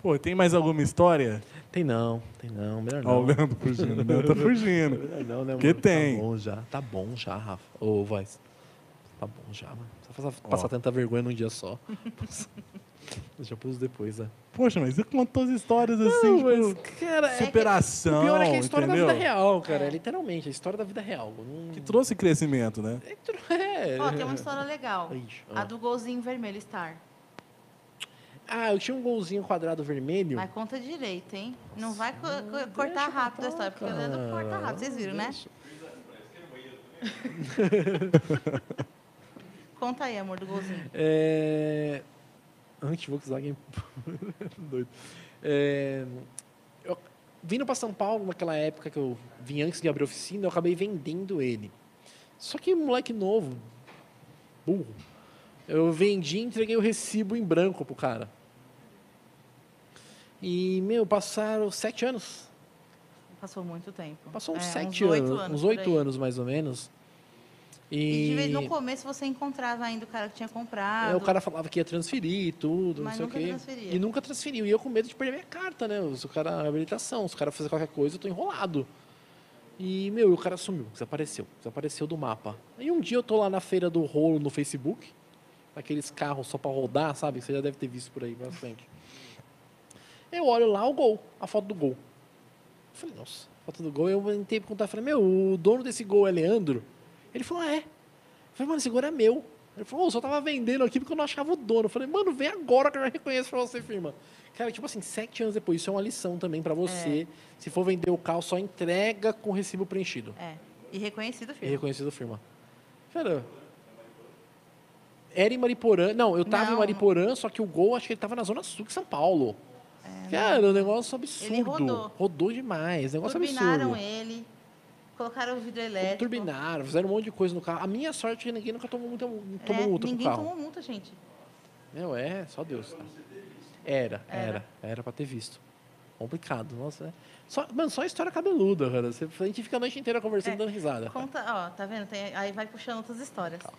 Pô, tem mais alguma história? Tem não, tem não, melhor Ó, o não. Leandro fugindo. O Leandro tá fugindo. Melhor não, né, Que amor? tem. Tá bom já, tá bom já, Rafa. Ô, voz. Tá bom já, mano. Não precisa passar, Ó. passar tanta vergonha num dia só. Deixa pros depois, né? Poxa, mas você contou as histórias assim, tipo, cara, superação. é o pior é que é a história entendeu? da vida real, cara. É literalmente, a história da vida real. Não... Que trouxe crescimento, né? É, tro- é. Ó, tem uma Ah. história legal. Ixi, ó. A do golzinho vermelho Star. Ah, eu tinha um golzinho quadrado vermelho. Mas conta direito, hein? Não vai co- co- Deixa cortar eu rápido contar, a história, porque o Leandro cara. corta rápido, vocês viram, né? Deixa. Conta aí, amor, do golzinho. É... Anti-Volkswagen. Doido. É, eu- Vindo para São Paulo, naquela época que eu vim antes de abrir a oficina, eu acabei vendendo ele. Só que um moleque novo, burro, eu vendi e entreguei o recibo em branco pro cara. E, meu, passaram sete anos. Passou muito tempo. Passou uns É, sete oito anos, Uns por oito aí. anos, mais ou menos. E E, de vez no começo você encontrava ainda o cara que tinha comprado. é, o cara falava que ia transferir e tudo, não Mas sei o nunca quê. transferia. E nunca transferiu. E eu com medo de perder minha carta, né? Se o cara, a habilitação, se o cara fazer qualquer coisa, eu tô enrolado. E, meu, o cara sumiu, desapareceu, desapareceu do mapa. Aí um dia eu tô lá na feira do rolo no Facebook, aqueles carros só pra rodar, sabe? Você já deve ter visto por aí bastante. Eu olho lá o gol, a foto do gol. Eu falei, nossa, a foto do gol. Eu entrei pra contar, falei, meu, o dono desse gol é Leandro? Ele falou, ah, é. Eu falei, mano, esse gol era meu. Ele falou, "Ô, eu só tava vendendo aqui porque eu não achava o dono. Eu falei, mano, vem agora que eu já reconheço pra você, firma. Cara, tipo assim, sete anos depois, isso é uma lição também pra você. É. Se for vender o carro, só entrega com o recibo preenchido. É. E reconhecido, E filho. reconhecido firma. Cara, era em Mariporã. Não, eu tava Não. em Mariporã, só que o gol, acho que ele tava na Zona Sul de São Paulo. Cara, o negócio absurdo. É, Ele rodou. Rodou demais. Negócio Turbinaram absurdo. ele, é, tipo. colocaram o vidro elétrico. Turbinaram, fizeram um monte de coisa no carro. A minha sorte é que ninguém nunca tomou, muita- É, tomou multa com o ninguém carro. tomou multa, gente. Meu, é, só Deus. Era, era, Era. era pra ter visto. Complicado, nossa, né? Só, mano, só história cabeluda, cara. Você, a gente fica a noite inteira conversando, É, dando risada. Conta, ó, tá vendo? Tem- aí vai puxando outras histórias. Calma.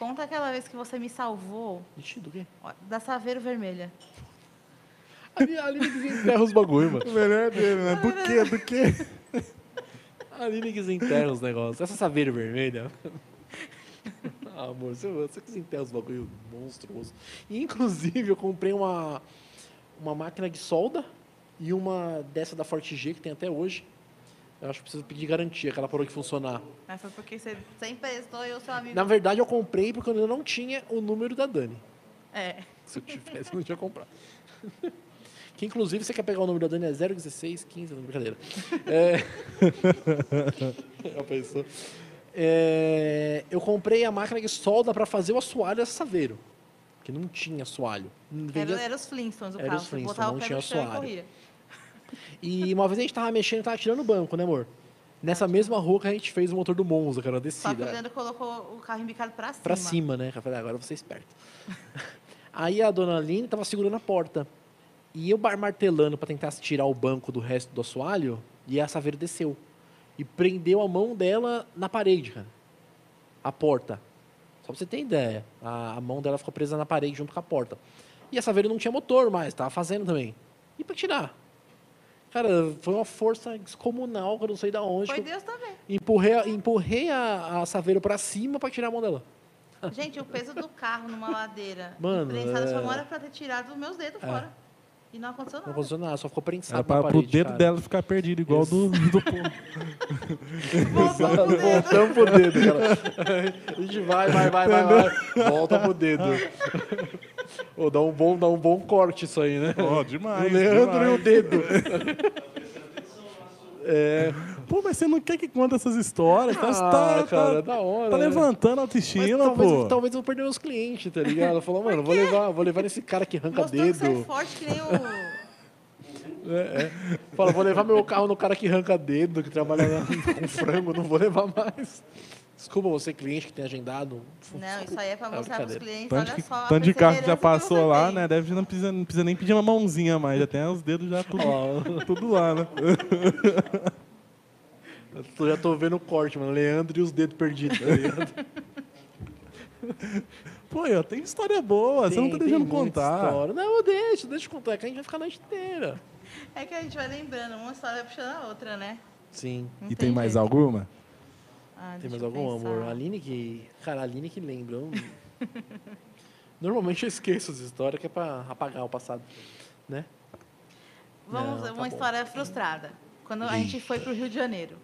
Conta aquela vez que você me salvou Ixi, do quê? ó, da Saveiro Vermelha. Ali, ali desenterra os bagulho, mano. O melhor dele, né? Do quê? Do quê? A Aline que desenterra os negócios. Essa saveira vermelha. ah, amor, você, você que desenterra os bagulho monstruoso. E, inclusive, eu comprei uma, uma máquina de solda e uma dessa da Forte G, que tem até hoje, Eu acho que preciso pedir garantia que ela parou de funcionar. Mas foi porque você você emprestou e o seu amigo. Na verdade, eu comprei porque eu ainda não tinha o número da Dani. É. Se eu tivesse, eu não tinha comprado. Que inclusive você quer pegar o número da Dani é 016 15, não, brincadeira. É... Já pensou? É, Eu comprei a máquina que solda para fazer o assoalho a saveiro. Que não tinha assoalho. Não Era, vendia- era os Flintstones o Era carro. os Você Flintstones, botava não o pé tinha no chão e assoalho. corria. E uma vez a gente tava mexendo, tava tirando o banco, né, amor? Nessa mesma rua que a gente fez o motor do Monza, que era a Só que o descida. Leandro colocou o carro embicado pra cima. Pra cima, né? Eu falei, agora eu vou ser esperto. Aí a dona Aline tava segurando a porta. E eu bar- martelando pra tentar tirar o banco do resto do assoalho, e a Saveiro desceu. E prendeu a mão dela na parede, cara. A porta. Só pra você ter ideia. A, a mão dela ficou presa na parede junto com a porta. E a Saveiro não tinha motor mais, tava fazendo também. E pra tirar? Cara, foi uma força descomunal, que eu não sei da onde. Foi que eu Deus também. Empurrei, a- empurrei a, a Saveiro pra cima pra tirar a mão dela. Gente, o peso do carro numa ladeira. Mano, Prensada é- só mora pra ter tirado os meus dedos fora. E não aconteceu nada. Não aconteceu nada, só ficou prensado Era na para pro parede, dedo cara. dela ficar perdido, igual do, do povo. Voltou pro dedo. Voltamos pro dedo, cara. A gente vai, vai, vai, vai, vai. Volta pro dedo. Ô, dá, um bom, dá um bom corte isso aí, né? Ó, o demais. Leandro e o dedo. É. Pô, mas você não quer que conta essas histórias? tá, Ah, tá, cara, tá, da hora, tá né? levantando a Mas autoestima, talvez, pô. talvez eu vou perder meus clientes, tá ligado? Falou, mano, vou levar, vou levar nesse cara que arranca Mostrou que você é dedo. forte que nem o. É, Fala, vou levar meu carro no cara que arranca dedo, que trabalha na- com frango, não vou levar mais. Desculpa você, cliente que tem agendado. Não, isso aí é pra mostrar pros brincadeira. clientes. Tanto, olha que, só. a tanto de carro que já assim, perseverança que passou você lá, tem. né? Deve não precisa, não precisa nem pedir uma mãozinha mais, já tem os dedos já tudo, tudo lá, né? Eu tô- já tô vendo o corte, mano. Leandro e os dedos perdidos. tá ligado? Pô, eu tenho história boa, você não tá Tem- tem deixando muita contar. história. Não, eu deixo, deixa eu contar, é que a gente vai ficar a noite inteira. É que a gente vai lembrando, uma história vai puxando a outra, né? Sim. Não E tem mais jeito. alguma? Ah, Tem deixa mais eu algum pensar. amor? A Aline que. Cara, a Aline que lembra. eu não- Normalmente eu esqueço as histórias que é pra apagar o passado. Né? Vamos, Não, tá uma bom. história frustrada. Quando a gente foi pro Rio de Janeiro.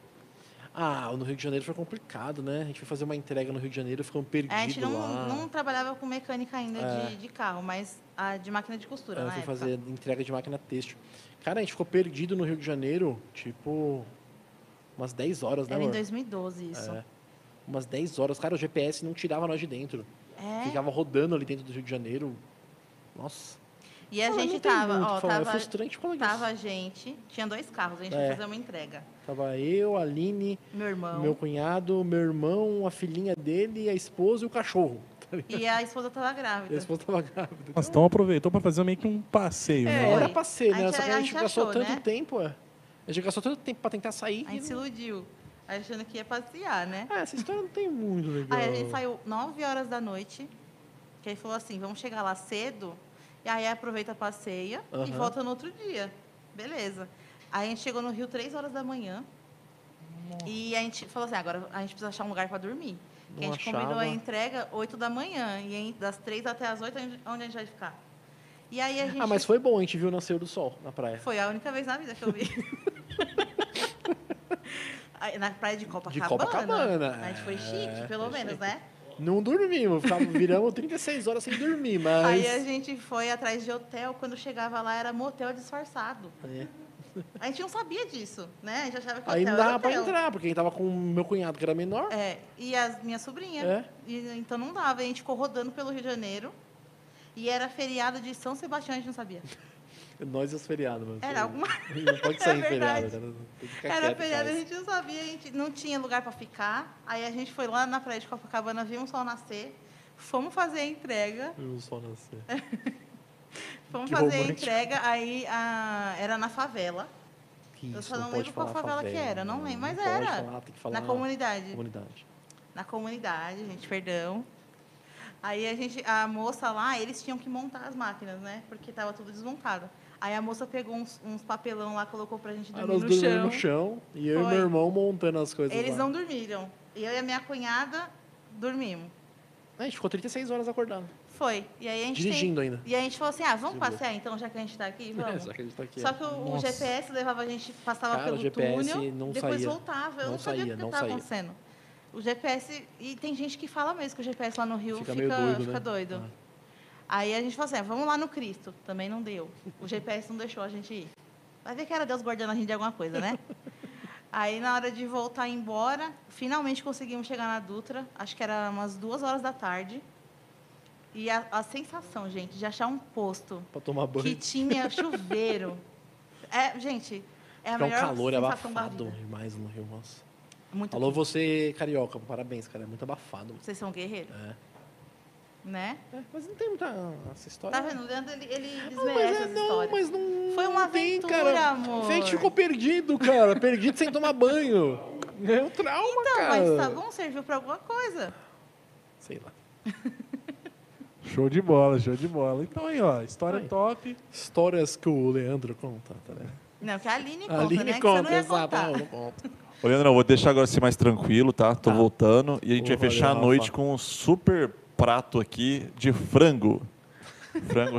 Ah, no Rio de Janeiro foi complicado, né? A gente foi fazer uma entrega no Rio de Janeiro, ficamos perdidos É, a gente não, lá. É. não trabalhava com mecânica ainda de, de carro, mas ah, é, tá. de máquina de costura, Eu na fui época. fazer entrega de máquina têxtil. Cara, a gente ficou perdido no Rio de Janeiro, tipo, umas 10 horas, né, Era em amor? 2012 isso. É. Umas 10 horas. Cara, o GPS não tirava nós de dentro. É. Ficava rodando ali dentro do Rio de Janeiro. Nossa. E a Não, gente não tem tava, muito o ó, que falar, É tava, frustrante como tava tava... a gente, tinha dois carros, a gente É. foi fazer uma entrega. tava eu, a Aline, Meu irmão. meu cunhado, meu irmão, a filhinha dele, a esposa e o cachorro. E a esposa tava E a grávida. esposa tava grávida. Nossa, então aproveitou pra fazer meio que um passeio, É, né? Foi. era pra ser, A né? gente- Só que a a gente gente gastou achou, tanto né? tempo, é. A gente gastou tanto tempo pra tentar sair. A gente se e não... iludiu, achando que ia passear, né? Ah, essa história não tem muito legal. Aí a gente saiu 9 horas da noite, que aí falou assim, vamos chegar lá cedo, e aí aproveita, passeia e Aham. volta no outro dia. Beleza. Aí a gente chegou no Rio 3 horas da manhã, e a gente falou assim, agora a gente precisa achar um lugar para dormir. Que a Não gente combinou achava. a entrega 8 da manhã, e aí das 3 até as 8, onde a gente vai ficar? E aí a gente... Ah, mas foi bom, a gente viu o nascer do sol na praia. Foi a única vez na vida que eu vi. Aí, na praia de Copacabana. Copacabana, A gente foi é, chique, pelo foi menos, chique. né? Não dormimos, ficava, viramos 36 horas sem dormir, mas. Aí a gente foi atrás de hotel. Quando chegava lá, era motel disfarçado. É. A gente não sabia disso, né? A gente achava que Aí hotel não era dava pra hotel. entrar, porque a gente tava com o meu cunhado que era menor. É, e as minha sobrinha. É. E, então não dava. A gente ficou rodando pelo Rio de Janeiro. E era feriado de São Sebastião, a gente não sabia. Nós e os feriados, mano. Era alguma- Não pode sair É em feriado, verdade. cara. Tem que ficar Era quieto em feriado, a casa. gente não sabia, a gente não tinha lugar para ficar. Aí a gente foi lá na praia de Copacabana, vimos o sol nascer, fomos fazer a entrega, Viu o sol nascer. É. fomos Que fazer a romântico. entrega, aí a- era na favela. Que Eu isso, só não pode lembro qual falar favela que era, não lembro, mas pode era. falar, tem que falar na comunidade. comunidade. Na comunidade, gente, perdão. Aí a gente, a moça lá, eles tinham que montar as máquinas, né? Porque tava tudo desmontado. Aí a moça pegou uns, uns papelão lá, colocou pra gente Aí dormir nós no dormimos chão. no chão e eu e Foi. meu irmão montando as coisas. Eles lá. não dormiram. Eu e a minha cunhada dormimos. A gente ficou 36 horas acordado. Foi. E aí a gente tem- Dirigindo ainda. E aí a gente falou assim, ah, vamos De boa. passear então, já que a gente está aqui, É, vamos. só que a gente tá aqui. Só ó. que o, o Nossa. GPS levava a gente, passava Cara, pelo o GPS túnel, não depois saía. voltava. Eu Não não, sabia saía, o que não estava saía. acontecendo. O GPS, e tem gente que fala mesmo que o GPS lá no Rio Fica fica, meio doido, fica né? doido. Ah. Aí a gente falou assim, ah, vamos lá no Cristo. Também não deu. O GPS não deixou a gente ir. Vai ver que era Deus guardando a gente de alguma coisa, né? Aí, na hora de voltar embora, finalmente conseguimos chegar na Dutra. Acho que era umas duas horas da tarde. E a, a sensação, gente, de achar um posto Pra tomar que banho. tinha chuveiro. É, gente, é a Fica um melhor calor sensação da abafado vida. demais no Rio, nossa. Muito Alô, quente. você, carioca, parabéns, cara. É muito abafado. Vocês são guerreiros, É. né? É, mas não tem muita essa história. Tá vendo? O Leandro, ele, ele Não, Ah. mas, desmerece é, essa não, história. mas não. Foi uma não tem, aventura, cara. amor. Fake ficou perdido, cara. Perdido sem tomar banho. É um trauma, Então, cara. mas tá bom, serviu pra alguma coisa. Sei lá. Show de bola, show de bola. Então aí, ó, história Aí. top. Histórias que o Leandro conta, tá né? Não, que a Aline A conta, né? Aline Que você conta, não ia exato. contar. Não, não conta. Ô, Leandrão, vou deixar agora você mais tranquilo, tá? Tô voltando. E a gente Porra, vai fechar valeu, a noite Rafa. com um super prato aqui de frango. Frango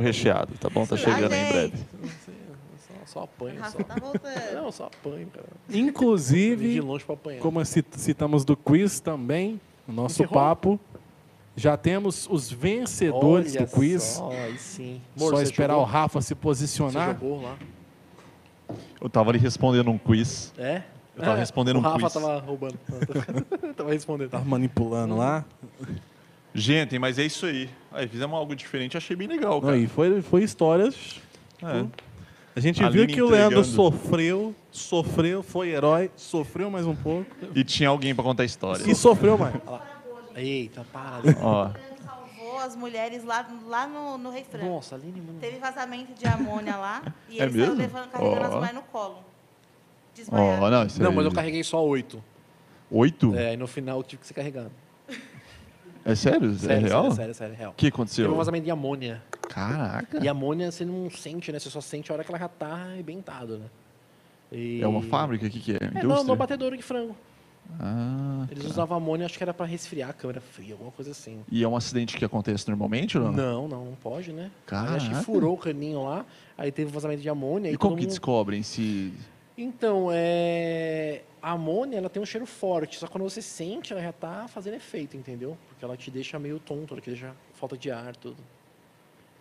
recheado, tá bom? Tá Sei lá, chegando aí em breve. gente. Não sei, eu só, só O apanho, só. Rafa tá voltando. Não, só apanho, cara. Vim de Inclusive, longe pra apanhar. como ci- citamos do quiz também, no nosso Encerrou? papo, já temos os vencedores Olha do quiz. Só, aí sim. Só esperar o Rafa se posicionar. jogou lá. Eu tava ali respondendo um quiz. É? Eu tava É, respondendo o um Rafa quiz. tava roubando. Não, tava respondendo. Tá manipulando lá. Gente, mas é isso aí. Aí fizemos algo diferente, achei bem legal, Não, cara. e foi, foi histórias. É. A gente Aline viu que o Leandro entregando. sofreu, sofreu, foi herói, sofreu mais um pouco E tinha alguém pra contar a história. e sofreu mais. Eita, para. Aline. Ó, Salvou as mulheres lá, lá no, no refrão. Nossa, Aline, mano. Teve vazamento de amônia lá e É ele saiu mesmo? levando, carregando as Ó. mulheres no colo. Desmaiado. Ó, não, isso é Não, aí- mas eu carreguei só oito. Oito? É, É, e no final eu tive que ser carregado. sério? Sério, é real? sério, sério, sério, é real. O que Teve um aconteceu? vazamento de amônia. Caraca. E a amônia você não sente, né? Você só sente a hora que ela já tá arrebentada, né? E- É uma fábrica? O que, que é? É, não, uma Indústria? batedouro de frango. Ah, Eles usavam amônia, acho que era pra resfriar a câmera fria, alguma coisa assim. e é um acidente que acontece normalmente, ou não? Não, não, não pode, né? Aí Acho que Caraca. furou o caninho lá, aí teve um vazamento de amônia. aí E como todo que mundo- descobrem se... Então, é... a amônia ela tem um cheiro forte, só que quando você sente, ela já tá fazendo efeito, entendeu? Porque ela te deixa meio tonto, ela te deixa falta de ar, tudo.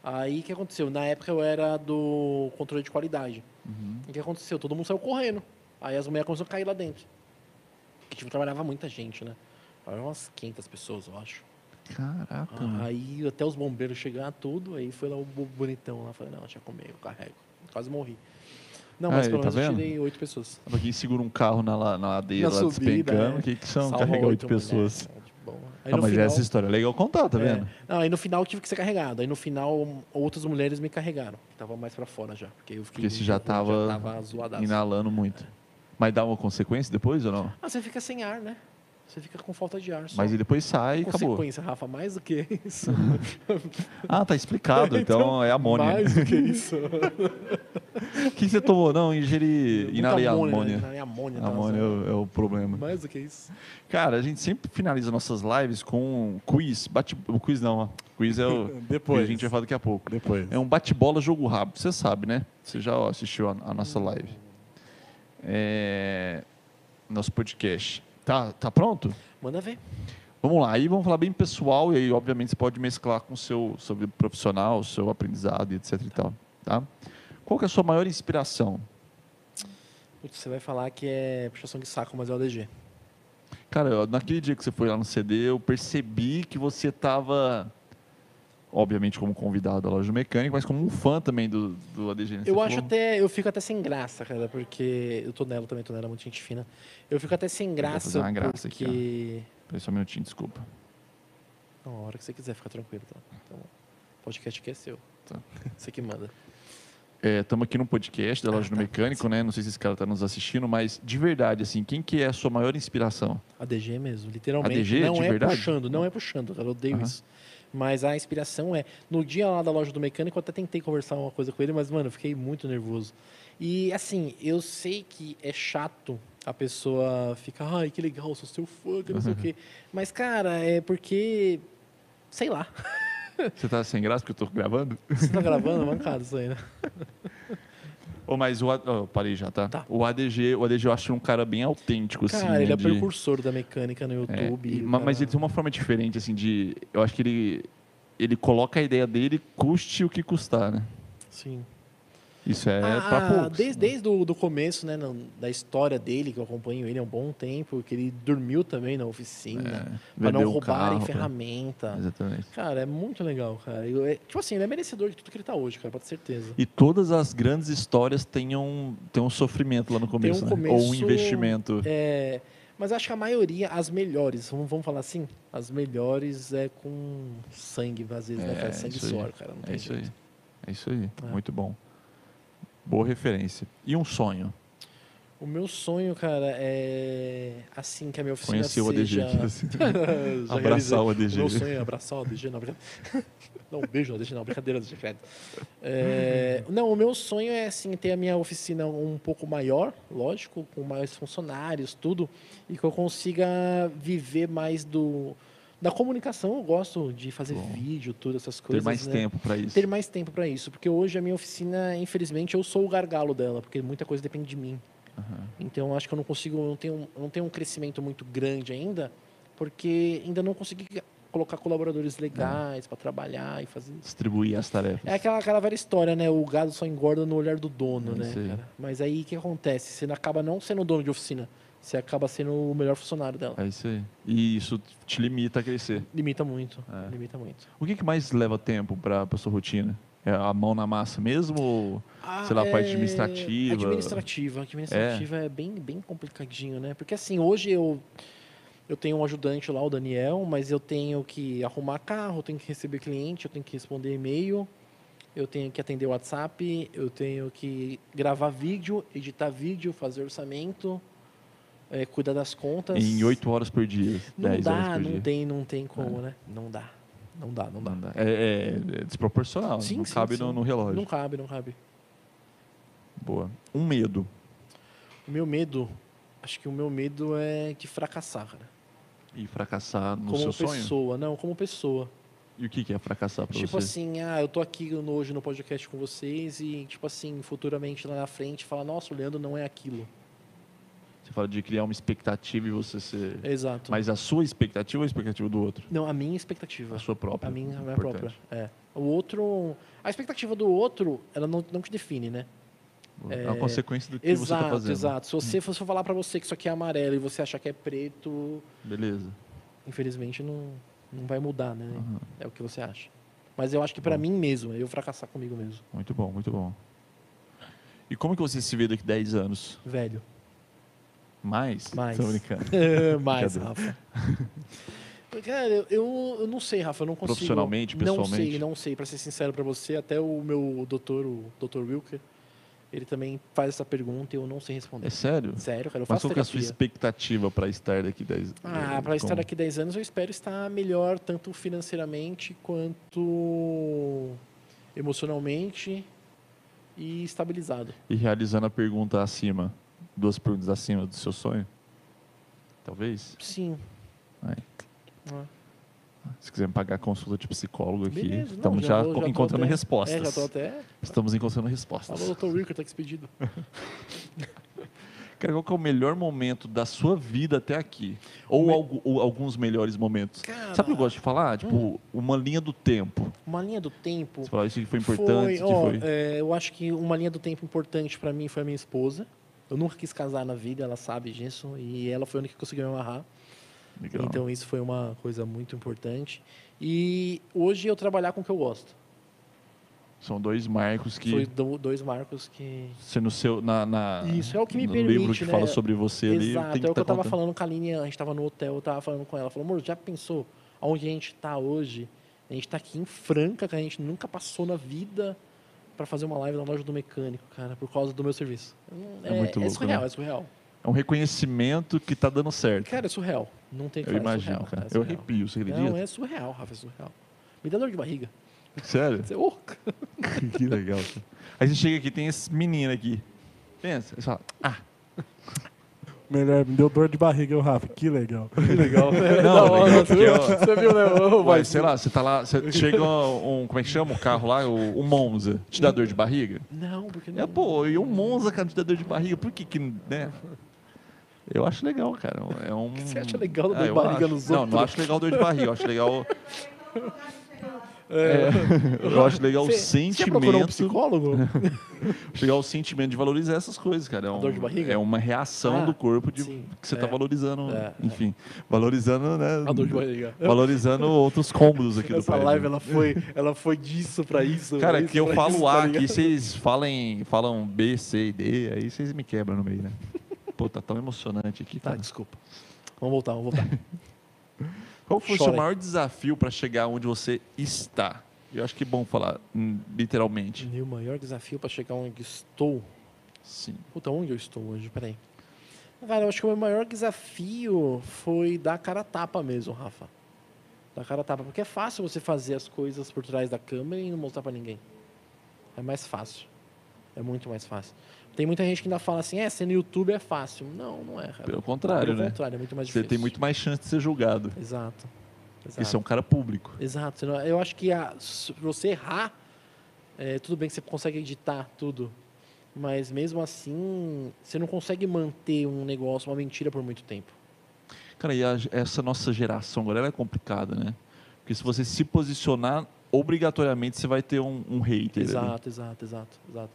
Aí o que aconteceu? Na época eu era do controle de qualidade. Uhum. O que aconteceu? Todo mundo saiu correndo. Aí as mulheres começaram a cair lá dentro. Que tipo, trabalhava muita gente, né? Eram umas 500 pessoas, eu acho. Caraca, Ah, mano. Aí até os bombeiros chegaram, tudo, aí foi lá o bo- bonitão lá, falei, não, deixa comigo, eu carrego. Quase morri. Não, mas Aí, pelo tá menos eu vendo? tirei oito pessoas. Pra quem segura um carro na, la- na ladeira, Na lá subida, despencando, o é. que, que são? Salva Carrega Então, oito mulheres, pessoas. né? Tipo, bom. Aí Ah, no mas final, essa história é legal contar, tá é. vendo? Não, aí no final eu tive que ser carregado. Aí no final outras mulheres me carregaram, que tava mais pra fora já. Porque eu fiquei. Porque esse já tava, Já tava zoadaço. inalando muito. Mas dá uma consequência depois ou não? Ah, você fica sem ar, né? Você fica com falta de ar. Só. Mas ele depois sai e acabou. consequência, Rafa, mais do que isso. Ah, tá explicado. Então, é amônia. Mais do que isso. O que você tomou? Não, ingeri. Muita Inalei né? amônia. Inalei amônia. tava Amônia é zoando. o, é o problema. Mais do que isso. Cara, a gente sempre finaliza nossas lives com um quiz. Bate... O quiz não, ó. Quiz é o. Depois. que A gente vai falar daqui a pouco. Depois. É um bate-bola jogo rápido, você sabe, né? Você já assistiu a, a nossa live. É, Nosso podcast. Tá, tá pronto? Manda ver. Vamos lá, aí vamos falar bem pessoal, e aí, obviamente, você pode mesclar com o seu sobre o profissional, o seu aprendizado, e etc e tal, tá? Qual que é a sua maior inspiração? Putz, você vai falar que é puxação de saco, mas é o ADG. Cara, eu- naquele dia que você foi lá no CD, eu percebi que você tava, obviamente, como convidado da loja do mecânico, mas como um fã também do, do ADG. né? Você Eu acho falou- até. Eu fico até sem graça, cara, porque. Eu tô nela também, tô nela, muito gente fina. Eu fico até sem graça. fazer uma graça aqui, porque... Peraí, só um minutinho, desculpa. Não, a hora que você quiser, fica tranquilo, tá? Então, o podcast aqui é seu. Tá. Você que manda. Estamos É, aqui no podcast Ah, da loja tá. do mecânico, né? Não sei se esse cara tá nos assistindo, mas de verdade, assim, quem que é a sua maior inspiração? ADG mesmo, literalmente. ADG, não de é verdade? puxando, não é puxando, cara, eu odeio Aham. isso. Mas a inspiração é. No dia lá da loja do mecânico, eu até tentei conversar uma coisa com ele, mas, mano, eu fiquei muito nervoso. E, assim, eu sei que é chato a pessoa ficar, ai, que legal, sou seu fã, que não sei o quê. Mas, cara, é porque. Sei lá. Você tá sem graça porque eu tô gravando? Você tá gravando? Mancado isso aí, né? Ô, mas o. A- ó, parei já, tá? Tá. O ADG, o ADG eu acho um cara bem autêntico, assim. Cara, ele né, é de- precursor da mecânica no É, YouTube. tá- e- o ma- Mas cara- ele tem uma forma diferente, assim, de. Eu acho que ele. Ele coloca a ideia dele, custe o que custar, né? Sim. Isso é Ah, pra poucos. Desde, desde o do começo, né, na- da história dele, que eu acompanho ele há um bom tempo, que ele dormiu também na oficina, pra não vendeu É, o roubarem né? um carro, né? pra- ferramenta. Exatamente. Cara, é muito legal, cara. Eu- é- tipo assim, ele é merecedor de tudo que ele tá hoje, cara, pode ter certeza. E todas as grandes histórias têm um, têm um sofrimento lá no começo, né? começo- ou um investimento. É, mas acho que a maioria, as melhores, vamos, vamos falar assim, as melhores é com sangue, às vezes, né, É, cara? Sangue e isso aí. suor, cara. Não É tem isso jeito. aí. É isso aí. É. Muito bom. Boa referência. E um sonho? O meu sonho, cara, é assim que a minha oficina Conhecer o ADG. seja... Já realizei. Abraçar o ADG. Meu sonho é abraçar o ADG, não, brincadeira. Não, um beijo, ADG, não, brincadeira, ADG, credo. É, não, o meu sonho é, assim, ter a minha oficina um pouco maior, lógico, com mais funcionários, tudo, e que eu consiga viver mais do... Da comunicação, eu gosto de fazer Bom. vídeo, tudo, essas coisas, Ter mais né? tempo pra isso. Ter mais tempo para isso, porque hoje a minha oficina, infelizmente, eu sou o gargalo dela, porque muita coisa depende de mim. Aham. Então acho que eu não consigo, eu não tenho, eu não tenho um crescimento muito grande ainda, porque ainda não consegui colocar colaboradores legais pra para trabalhar e fazer isso. Distribuir as tarefas. É aquela, aquela velha história, né? O gado só engorda no olhar do dono, É né? isso aí. cara? Mas aí o que acontece? Você não- acaba não sendo o dono de oficina, você acaba sendo o melhor funcionário dela. É isso aí. E isso te limita a crescer. Limita muito, É. limita muito. O que, que mais leva tempo pra, pra sua rotina? É a mão na massa mesmo? Ou... Sei lá, a parte administrativa. Ah, é Administrativa. Administrativa é, bem, bem complicadinho, né? Porque assim, hoje eu, eu tenho um ajudante lá, o Daniel, mas eu tenho que arrumar carro, eu tenho que receber cliente, eu tenho que responder e-mail, eu tenho que atender WhatsApp, eu tenho que gravar vídeo, editar vídeo, fazer orçamento, eh, cuidar das contas. Em 8 horas por dia. Não 10 horas dá, por não dia. É. tem, não tem como, né? Não dá. Não dá, não dá. Não dá. É, é- é desproporcional. Sim, não sim, cabe sim. No, no relógio. Não cabe, não cabe. Boa. Um medo. O meu medo, acho que o meu medo é de fracassar, cara. E fracassar no como seu pessoa, sonho? não, como pessoa. E o que que é fracassar pra tipo você? assim, ah, eu tô aqui no- hoje no podcast com vocês e, tipo assim, futuramente lá na frente falar, nossa, o Leandro não é aquilo. assim. Você fala de criar uma expectativa e você ser. Exato. Mas a sua expectativa ou a expectativa do outro? Não, a minha expectativa. A sua própria. A minha, a minha Importante. própria. É. O outro. A expectativa do outro, ela não, não te define, né? Boa. É, uma consequência do que você tá exato, fazendo. exato. Se você fosse falar pra você que isso aqui é amarelo e você achar que é preto, Beleza. infelizmente não, não vai mudar, né? É o que você acha. Mas eu acho que pra mim mesmo, é eu fracassar comigo mesmo. Muito bom, muito bom. E como que você se vê daqui a 10 anos? Velho. Mais? Mais. Tô brincando. Mais, Brincadeira. Rafa. Cara, eu, eu eu não sei, Rafa, eu não consigo. Profissionalmente, Não pessoalmente? sei, não sei. Pra ser sincero pra você, até o meu doutor, o doutor Wilker, ele também faz essa pergunta e eu não sei responder. É sério? Sério, cara, eu Mas faço qual que é a sua terapia. expectativa para estar daqui eh, 10 Ah, pra estar daqui 10 anos, eu espero estar melhor, tanto financeiramente quanto emocionalmente e estabilizado. E realizando a pergunta acima, duas perguntas acima do seu sonho? Talvez. Sim. Ai. Ah. Se quiser me pagar consulta de psicólogo aqui, Beleza, não, estamos já já, vou- já tô encontrando até- respostas. É, já tô até. Estamos encontrando Alô, respostas. doutor Wilker, tá despedido. Cara, qual que é o melhor momento da sua vida até aqui? Ou, me- algu- ou alguns melhores momentos? Cara. hum. Sabe o que eu gosto de falar? Tipo, uma linha do tempo. Uma linha do tempo. Você falar isso que foi importante, isso que ó, foi. é, eu acho que uma linha do tempo importante pra mim foi a minha esposa. Eu nunca quis casar na vida, ela sabe disso. E ela foi a única que conseguiu me amarrar. Legal. Então isso foi uma coisa muito importante. E hoje eu trabalhar com o que eu gosto. São dois marcos que Foi do- dois marcos que... você no seu na, na- Isso, é o que me no permite, livro que né? fala sobre você ali, Exato, tem que é o que tá eu tava contando. falando com a Aline, a gente tava no hotel, eu tava falando com ela. Ela falou, amor, já pensou aonde a gente tá hoje? A gente tá aqui em Franca, que a gente nunca passou na vida pra fazer uma live na loja do mecânico, cara, por causa do meu serviço. É muito louco, É surreal, né? é surreal. É um reconhecimento que tá dando certo. Cara, é surreal. Não tem o que eu falar, é imagino, surreal, cara. é Eu surreal. arrepio, você acredita? Não, é surreal, Rafa, é surreal. Me dá dor de barriga. Sério? Você, oh, que legal. cara. Aí você chega aqui, tem esse menino aqui. Pensa, você fala, ah, Melhor, me deu dor de barriga, eu, Rafa. Que legal. Legal. Não, legal, você, porque viu, eu- você viu, né? Ô, Ué, vai, sei lá, você tá lá, você chega um, como é que chama o carro lá, o, o Monza, te dá dor de barriga? Não, porque não. É, pô, e o Monza, cara, te dá dor de barriga, por que que, né? Eu acho legal, cara, é um... Você acha legal dar dor de eu barriga acho. nos Não, outros? não acho legal dor de barriga, eu acho legal... É, eu acho legal o Você procurou um sentimento, psicólogo? acho legal o sentimento de valorizar essas coisas, cara. É, um, dor de barriga? é uma reação Ah, do corpo de sim, que você é. tá valorizando, É, enfim, valorizando, né? A dor de barriga. Valorizando outros cômodos aqui do Essa prédio. live, ela foi, ela foi disso pra isso. Cara, pra isso, que eu pra falo isso, A tá aqui, ligado? vocês falem, falam B, C e D, aí vocês me quebram no meio, né? Pô, tá tão emocionante aqui, Tá, cara. desculpa. Vamos voltar, vamos voltar. Qual foi o chora seu aí. maior desafio pra chegar onde você está? Eu acho que é bom falar, hum, literalmente. Meu maior desafio pra chegar onde estou. Sim. Puta, onde eu estou hoje? Peraí. Cara, eu acho que o meu maior desafio foi dar a cara a tapa mesmo, Rafa. Dar a cara a tapa. Porque é fácil você fazer as coisas por trás da câmera e não mostrar pra ninguém. É mais fácil. É muito mais fácil. Tem muita gente que ainda fala assim, é, ser no YouTube é fácil. Não, não é. Cara. Pelo contrário, Pelo né? contrário, é muito mais Você difícil. Tá. tem muito mais chance de ser julgado. Exato. Exato. Isso é um cara público. Exato. senão- Eu acho que a, se você errar, é, tudo bem que você consegue editar tudo, mas mesmo assim, você não consegue manter um negócio, uma mentira por muito tempo. Cara, e a- essa nossa geração agora ela é complicada, né? Porque se você se posicionar, obrigatoriamente você vai ter um, um hater. ali. Exato, exato, exato, exato.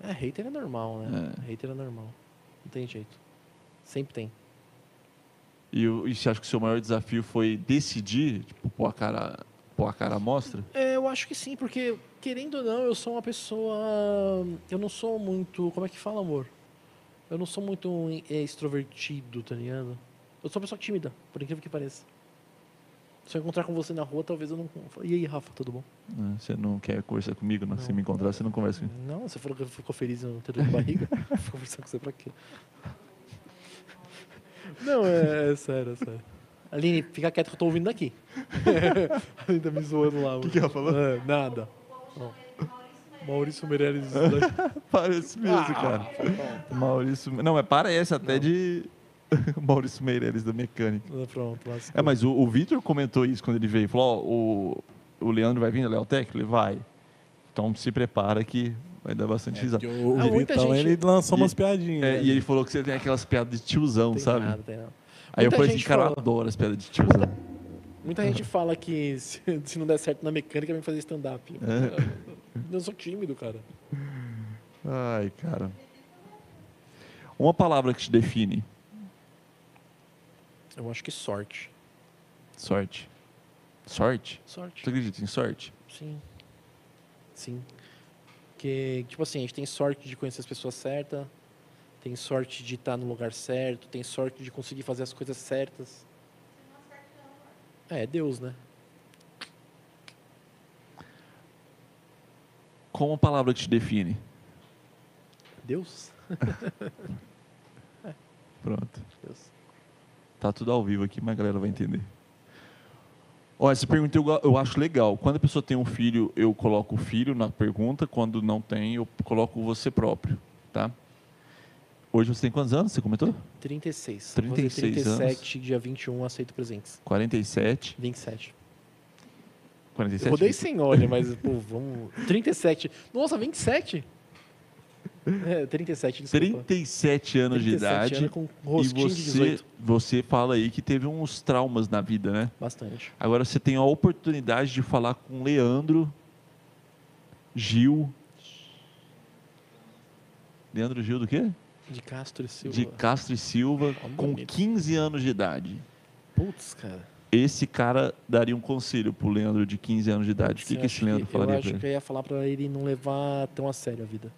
É, hater é normal, né? Hater é normal. Não tem jeito. Sempre tem. E, o- e você acha que o seu maior desafio foi decidir, tipo, pôr a cara, pôr a cara à mostra? É, eu acho que sim, porque, querendo ou não, eu sou uma pessoa. Eu não sou muito. Como é que fala, amor? Eu não sou muito é, extrovertido, tá ligado? Eu sou uma pessoa tímida, por incrível que pareça. Se eu encontrar com você na rua, talvez eu não. fale, E aí, Rafa, tudo bom? Né? Você não quer conversar comigo, não? Se Não. me encontrar, você não conversa comigo. Não, você falou que ficou feliz no ter dor de barriga. Vou conversar com você pra quê? Não, é, é sério, é sério. Aline, fica quieto que eu tô ouvindo daqui. A Aline tá me zoando lá. O que, ela falou? nada. Não. Maurício Meirelles. Parece mesmo, Ah, tá cara. Maurício. Não, é parece até de. Maurício Meirelles da mecânica. Pronto, lá se- É, mas o, o Vitor comentou isso quando ele veio. Ele Falou: Ó, o, o Leandro vai vir, o Léo Tech? Ele vai. Então se prepara que vai dar bastante risada. O Ah, muita Vitão, gente- ele lançou E- umas piadinhas. É, né? e ele falou que você tem aquelas piadas de tiozão, tem sabe? nada, tem nada. Aí eu Muita falei assim, gente cara, eu fala. adoro as piadas de tiozão. Muita gente fala que se, se não der certo na mecânica, vem fazer stand-up. Eu sou tímido, cara. Ai, cara. Uma palavra que te define. Eu acho que sorte. Sorte. Sorte? Sorte. Você acredita em sorte? Sim. Sim. Porque, tipo assim, a gente tem sorte de conhecer as pessoas certas, tem sorte de estar no lugar certo, tem sorte de conseguir fazer as coisas certas. É, é Deus, né? Qual uma palavra que te define? Deus? Pronto. Deus. Tá tudo ao vivo aqui, mas a galera vai entender. Ó, essa pergunta eu, go- eu acho legal. Quando a pessoa tem um filho, eu coloco o filho na pergunta. Quando não tem, eu coloco você próprio, tá? Hoje você tem quantos anos? Você comentou? 36. Vou fazer 36 anos. 37, dia 21, aceito presentes. 47. 27. 47? Eu rodei sem olha, mas, pô, vamos. 37. Nossa, 27? É, 37, desculpa. 37 anos de 37 idade. anos com E rostinho de você, 18. você fala aí que teve uns traumas na vida, né? Bastante. Agora você tem a oportunidade de falar com Leandro, Gil. Leandro Gil do quê? De Castro e Silva. De Castro e Silva, Homem com bonito. 15 anos de idade. Putz, cara. Esse cara daria um conselho pro Leandro de 15 anos de idade. O Sim, que, que acho esse Leandro falaria pra Eu acho ele? que eu ia falar pra ele não levar tão a sério a vida.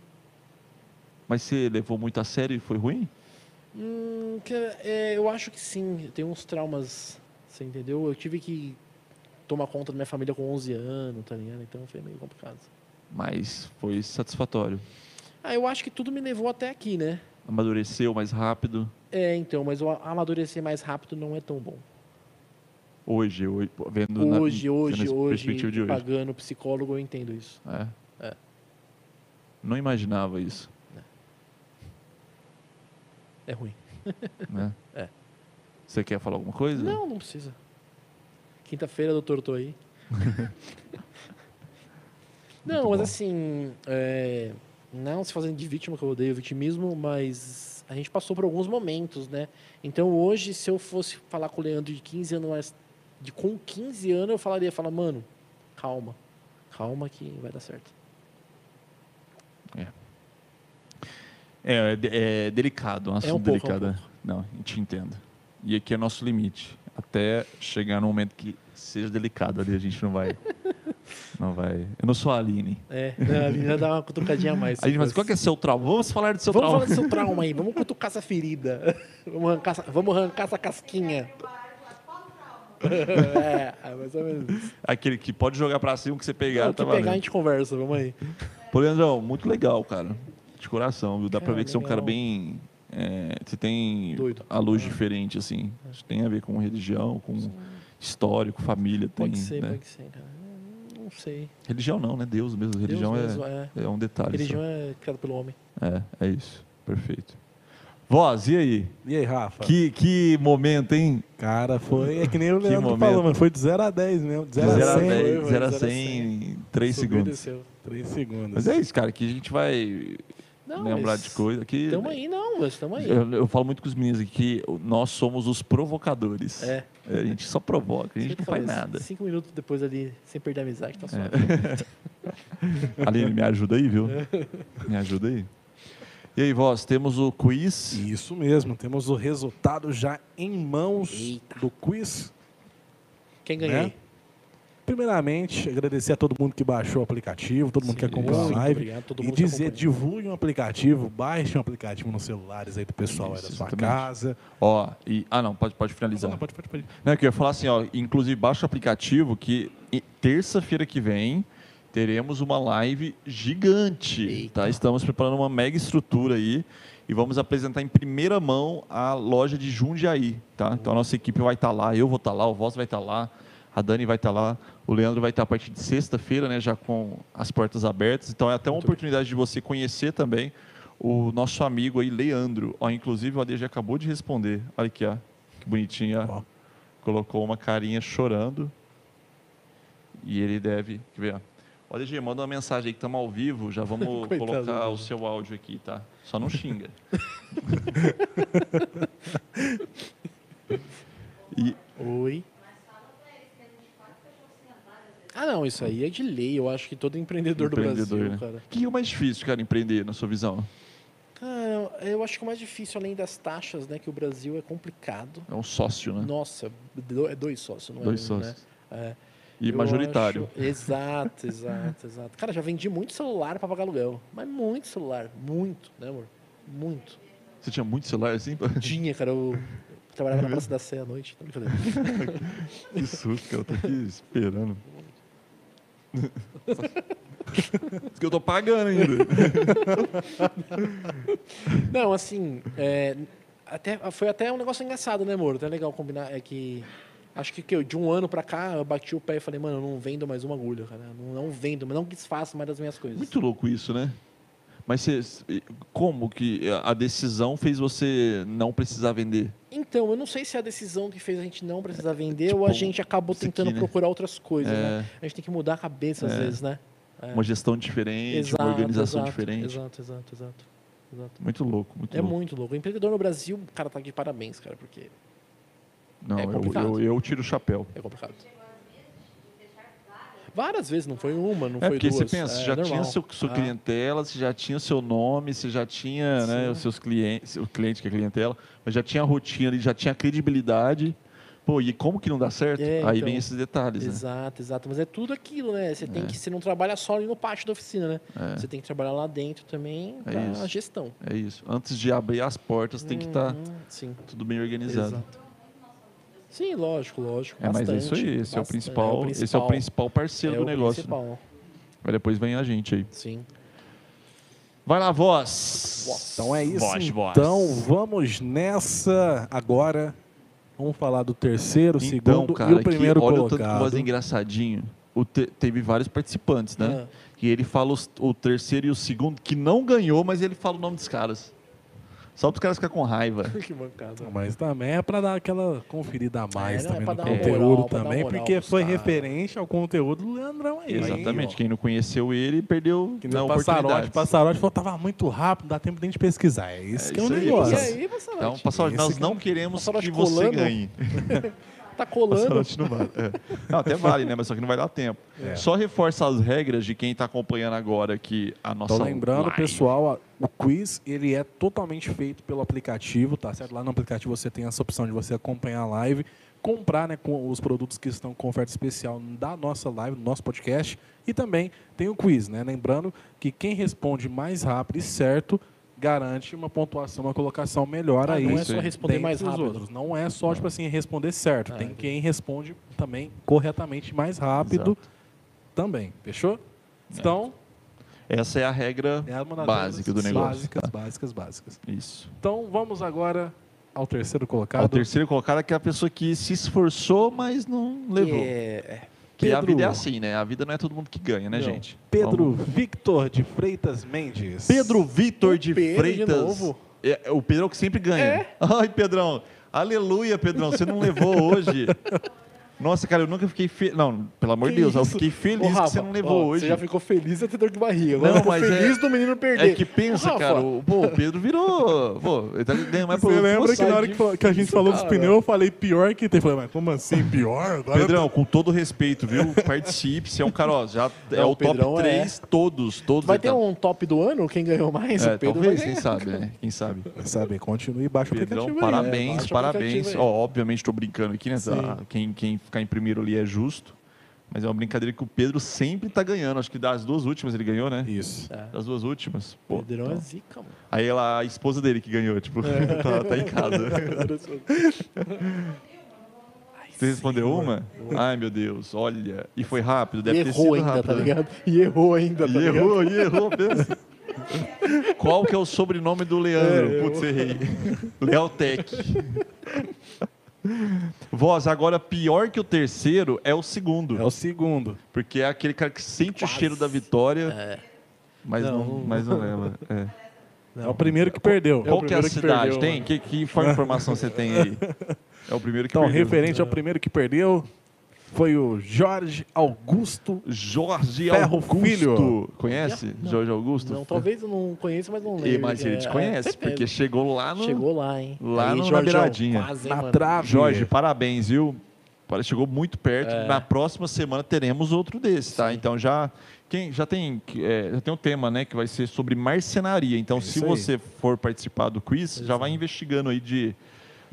Mas você levou muito a sério e foi ruim? Hum, que- é, eu acho que sim. Eu tenho uns traumas, você entendeu? Eu tive que tomar conta da minha família com 11 anos, tá ligado? Então foi meio complicado. Mas foi satisfatório. Ah, eu acho que tudo me levou até aqui, né? Amadureceu mais rápido. É, então, mas o a- amadurecer mais rápido não é tão bom. Hoje, hoje vendo na- Hoje, vendo hoje, essa hoje, perspectiva de hoje. pagando psicólogo, eu entendo isso. É. É. Não imaginava isso. É ruim. né? É. Você quer falar alguma coisa? Não, não precisa. Quinta-feira, doutor, tô aí. não, mas assim. é, não se fazendo de vítima, que eu odeio vitimismo, mas a gente passou por alguns momentos, né? Então hoje, se eu fosse falar com o Leandro de 15 anos, mais- de, com 15 anos, eu falaria: fala, mano, calma. Calma que vai dar certo. É, é de- é delicado, é um assunto um pouco, é um delicado. né? Não, eu te entendo. E aqui é nosso limite. Até chegar num momento que seja delicado ali, a gente não vai. não vai. Eu não sou a Aline. É, não, ali já dá uma cutucadinha a mais. A gente, mas qual que é seu trauma? Vamos falar do seu Vamos trauma. falar do seu trauma aí, vamos cutucar essa ferida. Vamos arrancar essa, vamos arrancar essa casquinha. um é, é mais ou menos. isso. Aquele que pode jogar pra cima que você pegar, O que tá pegar, a valendo. gente conversa, vamos aí. Pô, Leandrão, muito legal, cara. De coração, viu? Dá pra Cara, ver que você é um cara legal. bem. é, você tem Doido. a luz diferente, assim. Acho que tem a ver com religião, com histórico, família. Tem, Pode ser, né? pode ser, cara. Não sei. Religião não, né? Deus mesmo. Religião Deus é, mesmo, é. é um detalhe. só. Religião é criada pelo homem. É, é isso. Perfeito. Voz, e aí? E aí, Rafa? Que, que momento, hein? Cara, foi. É que nem o Leandro momento. falou, mano. Foi de 0 a 10 mesmo. De 0 De 0 a a 100. dez. foi, 10, foi, 0 a zero a 100 em 3 Subiu e segundos. desceu. 3 segundos. Mas é isso, cara, que a gente vai Não, lembrar de coisa. Que Estamos aí, não, mas estamos aí. eu, eu falo muito com os meninos aqui que nós somos os provocadores. É. A gente só provoca, a gente Sempre não faz falei, nada. É. Cinco minutos depois ali, sem perder a amizade, tá suave. Aline, me ajuda aí, viu? Me ajuda aí. E aí, Voz, temos o quiz. Isso mesmo. Temos o resultado já em mãos Eita. do quiz. Quem É? ganhei? Né? Primeiramente, agradecer a todo mundo que baixou o aplicativo, todo mundo que acompanhou a Muito live. obrigado, todo e mundo que dizer, acompanhou. divulguem o aplicativo, baixem o aplicativo nos celulares aí do pessoal aí da Isso, sua exatamente. casa. Ó, e. Ah, não, pode, pode finalizar. Não, pode, pode, pode. Não, que eu ia falar assim, ó, inclusive baixa o aplicativo que e- terça-feira que vem teremos uma live gigante, tá? Estamos preparando uma mega estrutura aí e vamos apresentar em primeira mão a loja de Jundiaí, tá? Então a nossa equipe vai estar lá, eu vou estar lá, o Voz vai estar lá, a Dani vai estar lá, o Leandro vai estar a partir de sexta-feira, né, já com as portas abertas. Então é até uma oportunidade de você conhecer também o nosso amigo aí, Leandro. Ó, inclusive o ADG acabou de responder. Olha aqui, ó. Que bonitinho, ó Ó. colocou uma carinha chorando. E ele deve. Quer ver? ó. Ó, DG, manda uma mensagem aí que estamos ao vivo, já vamos Coitado colocar do o seu áudio aqui, tá? Só não xinga. e, Oi. Ah, não, isso aí é de lei. Eu acho que todo empreendedor, do Brasil, Empreendedor, né? cara. o que é o mais difícil, cara, empreender, na sua visão? Cara, eu acho que o mais difícil, além das taxas, né, que o Brasil é complicado. É um sócio, né? Nossa, do- é dois sócios, não Dois é um, né? sócios. É, E eu majoritário. acho- Exato, exato, exato. Cara, já vendi muito celular pra pagar aluguel. Mas muito celular. Muito, né, amor? Muito. Você tinha muito celular assim? Tinha, cara, eu trabalhava na Praça da Sé à noite. Tá brincadeira. que susto, cara. Eu tô aqui esperando. Isso que eu tô pagando ainda. É Não, assim, é, até, foi até um negócio engraçado, né, Moro? Até legal combinar, é que... Acho que, que eu, de um ano pra cá, eu bati o pé e falei, mano, eu não vendo mais uma agulha, cara. Eu Não, não vendo, mas não desfaço mais das minhas coisas. Muito louco isso, né? Mas você, como que a decisão fez você não precisar vender? Então, eu não sei se é a decisão que fez a gente não precisar vender tipo, ou a gente acabou isso aqui, tentando né? procurar outras coisas, É. né? A gente tem que mudar a cabeça às É. vezes, né? É. Uma gestão diferente, uma organização exato, diferente. Exato, exato, exato. exato. Muito louco, muito É louco. muito louco. O empreendedor no Brasil, cara, tá de parabéns, cara, porque Não, é eu- complicado. eu, eu, tiro o chapéu. é complicado. Várias vezes, não foi uma, não é foi porque duas. você pensa, é já normal. tinha seu, sua Ah, clientela, você já tinha o seu nome, você já tinha né, Sim. os seus clientes, o cliente que é clientela, mas já tinha a rotina ali, já tinha a credibilidade. Pô, e como que não dá certo? É, Aí então. vem esses detalhes, né? É. Exato, exato. Mas é tudo aquilo, né? Você tem que, você não trabalha só ali no pátio da oficina, né? Você tem que trabalhar lá dentro também É pra isso. Tá. gestão. É isso. Antes de abrir as portas, tem que estar Uhum, sim. tudo bem organizado. Exato. Sim, lógico, lógico. É, mas é isso aí, bastante, esse é, o bastante. principal, esse é o principal parceiro É do o negócio. né? principal, Mas depois vem a gente aí. Sim. Vai lá, voz. Então é isso. Voz, voz. então vamos nessa agora. Vamos falar do terceiro, Então, segundo cara, e o primeiro que, olha o tanto que colocado. voz é engraçadinho. O te- teve vários participantes, né? É. E ele fala os- o terceiro e o segundo, que não ganhou, mas ele fala o nome dos caras. Só para os caras ficarem com raiva. que mancada. Mas também é pra dar aquela conferida a mais É, não, é também pra no dar uma conteúdo moral, pra dar também, moral porque pros foi caras. referente ao conteúdo do Leandrão aí. Exatamente. Aí, ó. Quem não conheceu ele perdeu Que na nem é oportunidade. passarote, passarote falou, tava muito rápido, dá tempo de a gente pesquisar. É isso É que é o isso aí, negócio. E aí, Passarote? Então, passarote, Esse nós que- é não queremos Passarote que você colando. ganhe. Tá colando. Passarote não vale. É. Não, até vale, né? Mas só que não vai dar tempo. É. Só reforça as regras de quem está acompanhando agora que a nossa. Então, lembrando, live- pessoal, a- o quiz ele é totalmente feito pelo aplicativo, tá certo? Lá no aplicativo você tem essa opção de você acompanhar a live, comprar né, com os produtos que estão com oferta especial da nossa live, do nosso podcast, e também tem o quiz, né? Lembrando que quem responde mais rápido e certo garante uma pontuação, uma colocação melhor Ah, aí. não é só Sim. responder dentre mais os rápido. outros. Não é só, tipo assim, responder certo. Ah, tem entendi. quem responde também corretamente mais rápido também. Fechou? Então, Essa é a regra é uma das básica do regras negócio. Básicas, tá? básicas, básicas. Isso. Então vamos agora ao terceiro colocado. O terceiro colocado é que é a pessoa que se esforçou, mas não levou. É, é. Que a Pedro. vida é assim, né? A vida não é todo mundo que ganha, né, Não. gente? Pedro Victor de Freitas Mendes. Pedro Vitor O de Pedro de Freitas. novo. É, é o Pedro é o que sempre ganha. Ai, Pedrão. Aleluia, Pedrão. Você não levou hoje. Nossa, cara, eu nunca fiquei feliz. Não, pelo amor de Que Deus, eu isso? fiquei feliz Ô, Rafa, que você não levou ó, hoje. Você já ficou feliz até dor de barriga. Não, Agora eu tô mas feliz é- do menino perder. É que pensa, Rafa, cara, o, pô, o Pedro virou. Pô, ele tá ganhando mais por Você lembra que você. na hora que, falou- que a gente falou dos pneus, eu falei pior que tem. Falei, mas como assim pior? Agora Pedrão, com todo respeito, viu? Participe, você é um cara, ó, já é Não, o o top Pedrão é. 3, todos, todos. Vai ele ter tá- um top do ano? Quem ganhou mais? É, o Pedro talvez, vai quem ganhar. sabe, né? Quem sabe. Sabe, continue e baixa o Pedrão, aplicativo aí, né? parabéns, é, Baixa o parabéns. aplicativo Ó, aí. obviamente estou brincando aqui, né? tá? Quem, quem ficar em primeiro ali é justo. Mas é uma brincadeira que o Pedro sempre tá ganhando. Acho que das duas últimas ele ganhou, né? Isso. É. Das duas últimas. Pô, Pedrão é então. zica, mano. Aí ela, a esposa dele que ganhou, tipo, É. tá, tá em casa. Você respondeu uma? Ai, meu Deus, olha. E foi rápido, deve E ter errou sido ainda, rápido. tá né? ligado? E errou ainda, tá E ligado? errou, e errou mesmo. Qual que é o sobrenome do Leandro? É, Putz, errei. Lealtec. Voz, agora pior que o terceiro é o segundo. É o segundo. Porque é aquele cara que sente Quase. É. o cheiro da vitória, mas, não, Não. mas não leva. É. É o primeiro que perdeu. Qual que é a primeiro que cidade? perdeu, tem? Que, que informa- informação você tem aí? É o primeiro que Então, perdeu. referente ao primeiro que perdeu, foi o Jorge Augusto. Jorge Ferro Augusto. Filho. Conhece? Não. Jorge Augusto? Não, talvez eu não conheça, mas não lembro. E, mas ele te É, conhece, certeza. porque chegou lá no... Chegou lá, hein? lá no- na Jorgão, beiradinha. Quase, hein, Na mano? trave. Jorge, parabéns, viu? Pare- Chegou muito perto. É. Na próxima semana teremos outro desse, tá? Então já quem já tem é, já tem um tema, né, que vai ser sobre marcenaria. Então, se isso aí. você for participar do quiz, já vai investigando aí de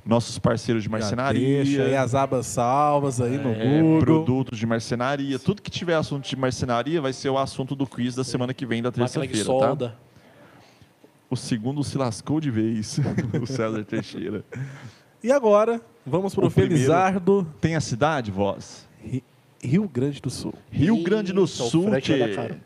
nossos parceiros de Já Deixa aí marcenaria, as abas salvas aí no é, Google. produtos de marcenaria, tudo que tiver assunto de marcenaria vai ser o assunto do quiz da semana que vem da Máquina de terça-feira, tá? solda. O segundo se lascou de vez, o César Teixeira. E agora, vamos pro O primeiro- Felizardo, Tem a cidade, voz? Ri- Rio Grande do Sul. Rio Grande do Eita, o Sul, frete vai tchê. dar caro.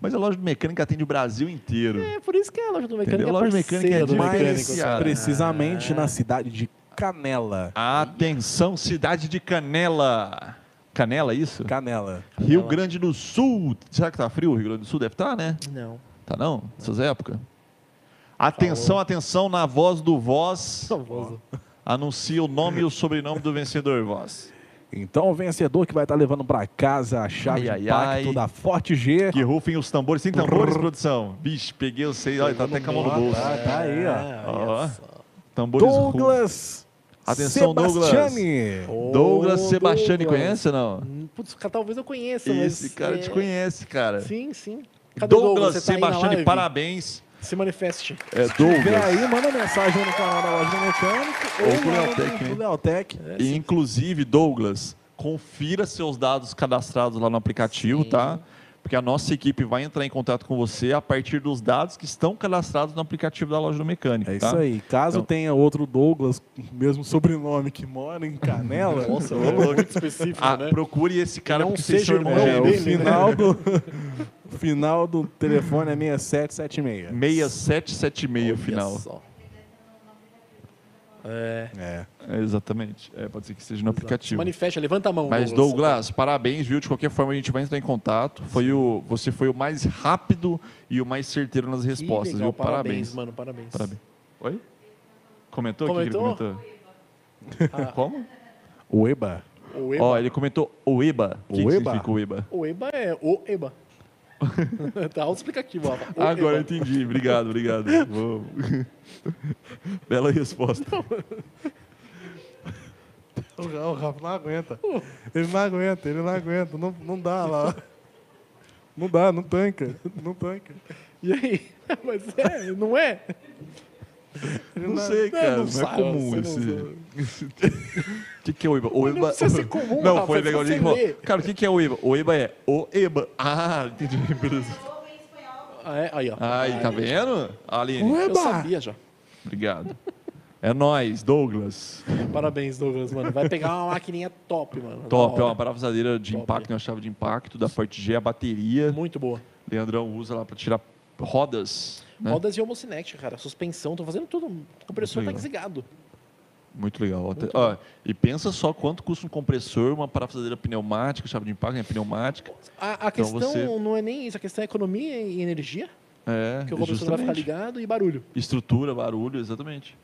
Mas a loja de mecânica atende o Brasil inteiro. É, por isso que a loja do mecânico Entendeu? é A loja do mecânico é parceira do demais. mecânico. Mais cara. precisamente na cidade de Canela. Atenção, cidade de Canela. Canela, é isso? Canela. Rio Grande do Sul. Será que tá frio? O Rio Grande do Sul deve estar, né? Não. Tá não? Nessas épocas? Atenção, atenção, na voz do voz. Só voz. Anuncia o nome e o sobrenome do vencedor, voz. Então, o vencedor que vai estar levando pra casa a chave Ai, de ai, impacto ai. da Forte G. Que rufem os tambores. Tem tambores, produção? Bicho, peguei os seis. Olha, tá até com a mão no bolso. É. Tá, tá aí, ó. Ah, Ó, olha só. tambores rufem. Douglas Atenção, Douglas. Sebastiani. Douglas Ô, Sebastiani, Douglas. conhece ou não? Hum, Putz, cara, talvez eu conheça, mas... Esse cara te é, conhece, cara. Sim, sim. o Douglas Você tá aí na Sebastiani, live? parabéns. Se manifeste. É Vem Douglas. aí, manda mensagem no canal da loja do mecânico Ou ou, pro lá no- Leotec, né? pro Leotec. É, E, inclusive, Douglas, confira seus dados cadastrados lá no aplicativo, Sim. tá? Porque a nossa equipe vai entrar em contato com você a partir dos dados que estão cadastrados no aplicativo da loja do mecânico. É tá? isso aí. Caso Então- tenha outro Douglas, com o mesmo sobrenome, que mora em Canela, Nossa, Ô, é muito específico, Ah, né? Procure esse cara Não porque vocês são seja o irmãos irmão é, o gêmeos. dele. né? final do, o final do telefone é 6776. 6776 o Olha final. só. É. É. É, exatamente. É, pode ser que seja no Se aplicativo. manifesta, levanta a mão. Mas Douglas, parabéns, viu? De qualquer forma, a gente vai entrar em contato. Foi o, você foi o mais rápido e o mais certeiro nas Que respostas, viu? legal, Parabéns. mano, parabéns. Parabéns. Oi? Comentou, o que que Comentou? Ah. ele comentou? Como? O EBA. O Eba, Ó, ele comentou Oeba. O que que Oeba? significa Oeba? o Eba é o Eba. tá auto-explicativo, Rafa. O Agora eu Eba. entendi. Obrigado, obrigado. Vou- Bela resposta. O Rafa não aguenta. Ele não aguenta, ele não aguenta. Não, não dá lá. Não dá, não tanca. Não tanca. E aí? Mas é, não é? Não sei, cara. Não, é sabe, comum você não esse. sabe. O que, que é Oeba? Mas Oeba. não precisa ser comum, Não, Rafa, foi é só legal. você Ele falou, ler. cara, o que, que é Oeba? Oeba é Oeba. Ah, entendi. beleza. Ovo em É espanhol. Ah, é? Aí, ó. Ai, tá vendo? Aline, Eu sabia já. obrigado. É nóis, Douglas. Parabéns, Douglas, mano. Vai pegar uma maquininha top, mano. Top, é Da uma hora. parafusadeira de Top. impacto, uma chave de impacto da parte G, a bateria. Muito boa. Leandrão usa lá pra tirar rodas. né? Rodas e homocinect, cara. Suspensão, tô fazendo tudo. O compressor tá Legal. desligado. Muito legal. Até- ó, e pensa só quanto custa um compressor, uma parafusadeira pneumática, chave de impacto, né, pneumática. A, a Então questão você- não é nem isso, a questão é economia e energia, É, que o compressor vai ficar justamente. ligado, e barulho. Estrutura, barulho, exatamente.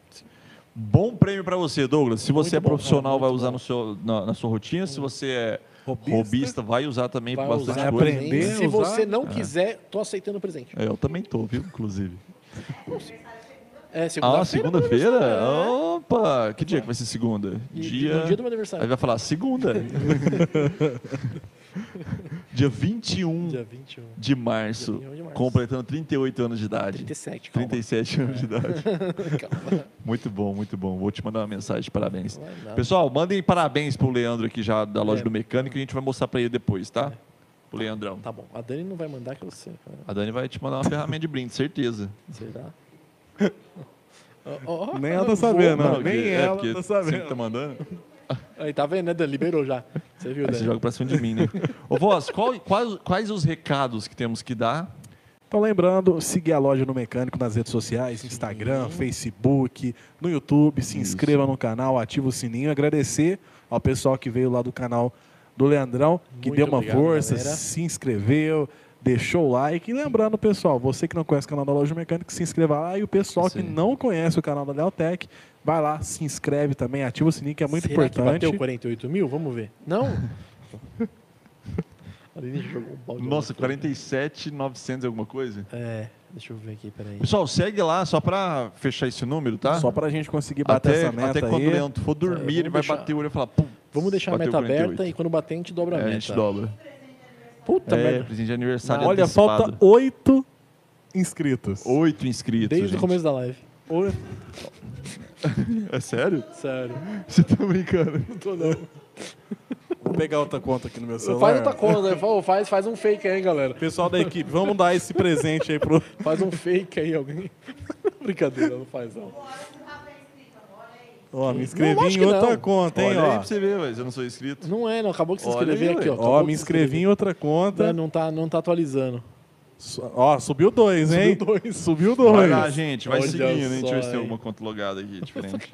Bom prêmio pra você, Douglas. Se você Muito é bom, cara, profissional, muito vai usar bom. Hum. no seu, na, na sua rotina. Se você é Robista. robista, vai usar também Vai bastante usar, coisa. aprender. também. Se usar. você não quiser, tô aceitando o presente. É, Eu também tô, viu? Inclusive. É, segunda-feira. Ah, segunda-feira? Opa! Que dia que vai ser segunda? né? E Dia. No dia do meu Aí aniversário. vai falar segunda. dia 21 Dia 21. de março, Dia 21 de março. completando 38 anos de idade. 37, calma. 37 anos de idade. calma. Muito bom, muito bom. Vou te mandar uma mensagem de parabéns. Vai nada. Pessoal, mandem parabéns pro Leandro aqui já da loja É. do mecânico, a gente vai mostrar pra ele depois, tá? Pro Leandrão. Tá bom, a Dani não vai mandar que eu sei, né? cara. A Dani vai te mandar uma ferramenta de brinde, certeza. Será? Ó, ó, Nem ó, ela tá vou- sabendo, Não, ó. nem porque- é, ela porque tá Sempre tá sabendo. mandando. Aí, tá vendo, né, Dani? Liberou já. Você viu, Aí você Dani? joga pra cima de mim, né? Ô, Voz, qual- quais, quais os recados que temos que dar? Então lembrando, seguir a loja do mecânico nas redes sociais, Instagram, Facebook, no YouTube, se inscreva no canal, ativa o sininho. Agradecer ao pessoal que veio lá do canal do Leandrão, que Muito deu uma obrigado, força, galera. se inscreveu, deixou o like. E lembrando, pessoal, você que não conhece o canal da Loja do Mecânico, se inscreva lá. E o pessoal Isso que aí. não conhece o canal da Lealtec, vai lá, se inscreve também, ativa o sininho, que é muito Será importante. Que bateu 48 mil? Vamos ver. Não? Ali jogou um balde. Nossa, de água 47,900 e alguma coisa? fria. É, deixa eu ver aqui, peraí. Pessoal, segue lá só pra fechar esse número, tá? Só pra gente conseguir bater até, essa meta até aí. quando o Leandro for dormir, É, ele vai vamos bater o olho e falar, pum. Vamos deixar a bateu meta 48. aberta e quando bater a gente dobra a É, a meta. gente dobra. Puta É, merda. presente de aniversário Olha, falta antecipado. oito inscritos. Oito inscritos, Desde gente. o começo da live. Oito. É sério? Sério. Você tá brincando? Não tô não. Vou pegar outra conta aqui no meu Faz celular. outra conta, né? faz, faz um fake aí, galera. Pessoal da equipe, vamos dar esse presente aí pro. Faz um fake aí, alguém. Brincadeira, não faz não. Olha esse papo é escrito, olha aí. Ó, me inscrevi Não, lógico em que outra não. conta, hein, Olha aí ó. pra você ver, mas eu não sou inscrito. Não é, não. Acabou que se Olha inscrever aí, aqui, ó. ué. Ó, Acabou me que se inscrevi em outra É, conta. não tá, não tá atualizando. Su- Ó, subiu dois, hein? Subiu dois. Subiu Vai dois. lá, gente, vai Olha seguindo, hein? Deixa eu ver só, se tem hein. alguma conta logada aqui diferente.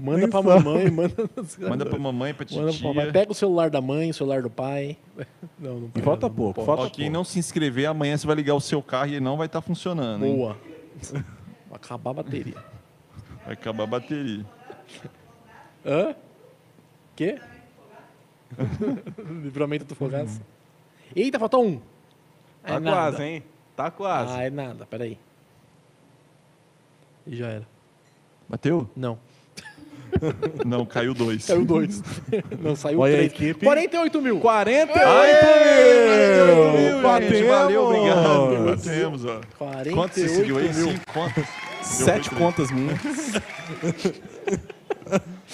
Manda Nem pra sabe. mamãe, manda. Manda pra mamãe, pra titia. Manda pra mamãe. Pega o celular da mãe, o celular do pai. Não, não E pega, falta não. pouco, Ó, falta quem pouco. não se inscrever, amanhã você vai ligar o seu carro e ele não vai estar funcionando, hein? Boa. Vai acabar a bateria. Vai acabar a bateria. Hã? Quê? Livramento do fogaço. Eita, faltou um. Uhum. Tá nada. quase, hein? Tá quase. Ah, é nada, peraí. E já era. Bateu? Não. Não, caiu dois. Saiu dois. Não, saiu Olha a três. equipe. 48 mil. 48 mil! Bateu, valeu, obrigado. Batemos! Batemos, ó. 48 Quanto você seguiu aí? mil. Cinco contas? Sete contas minhas.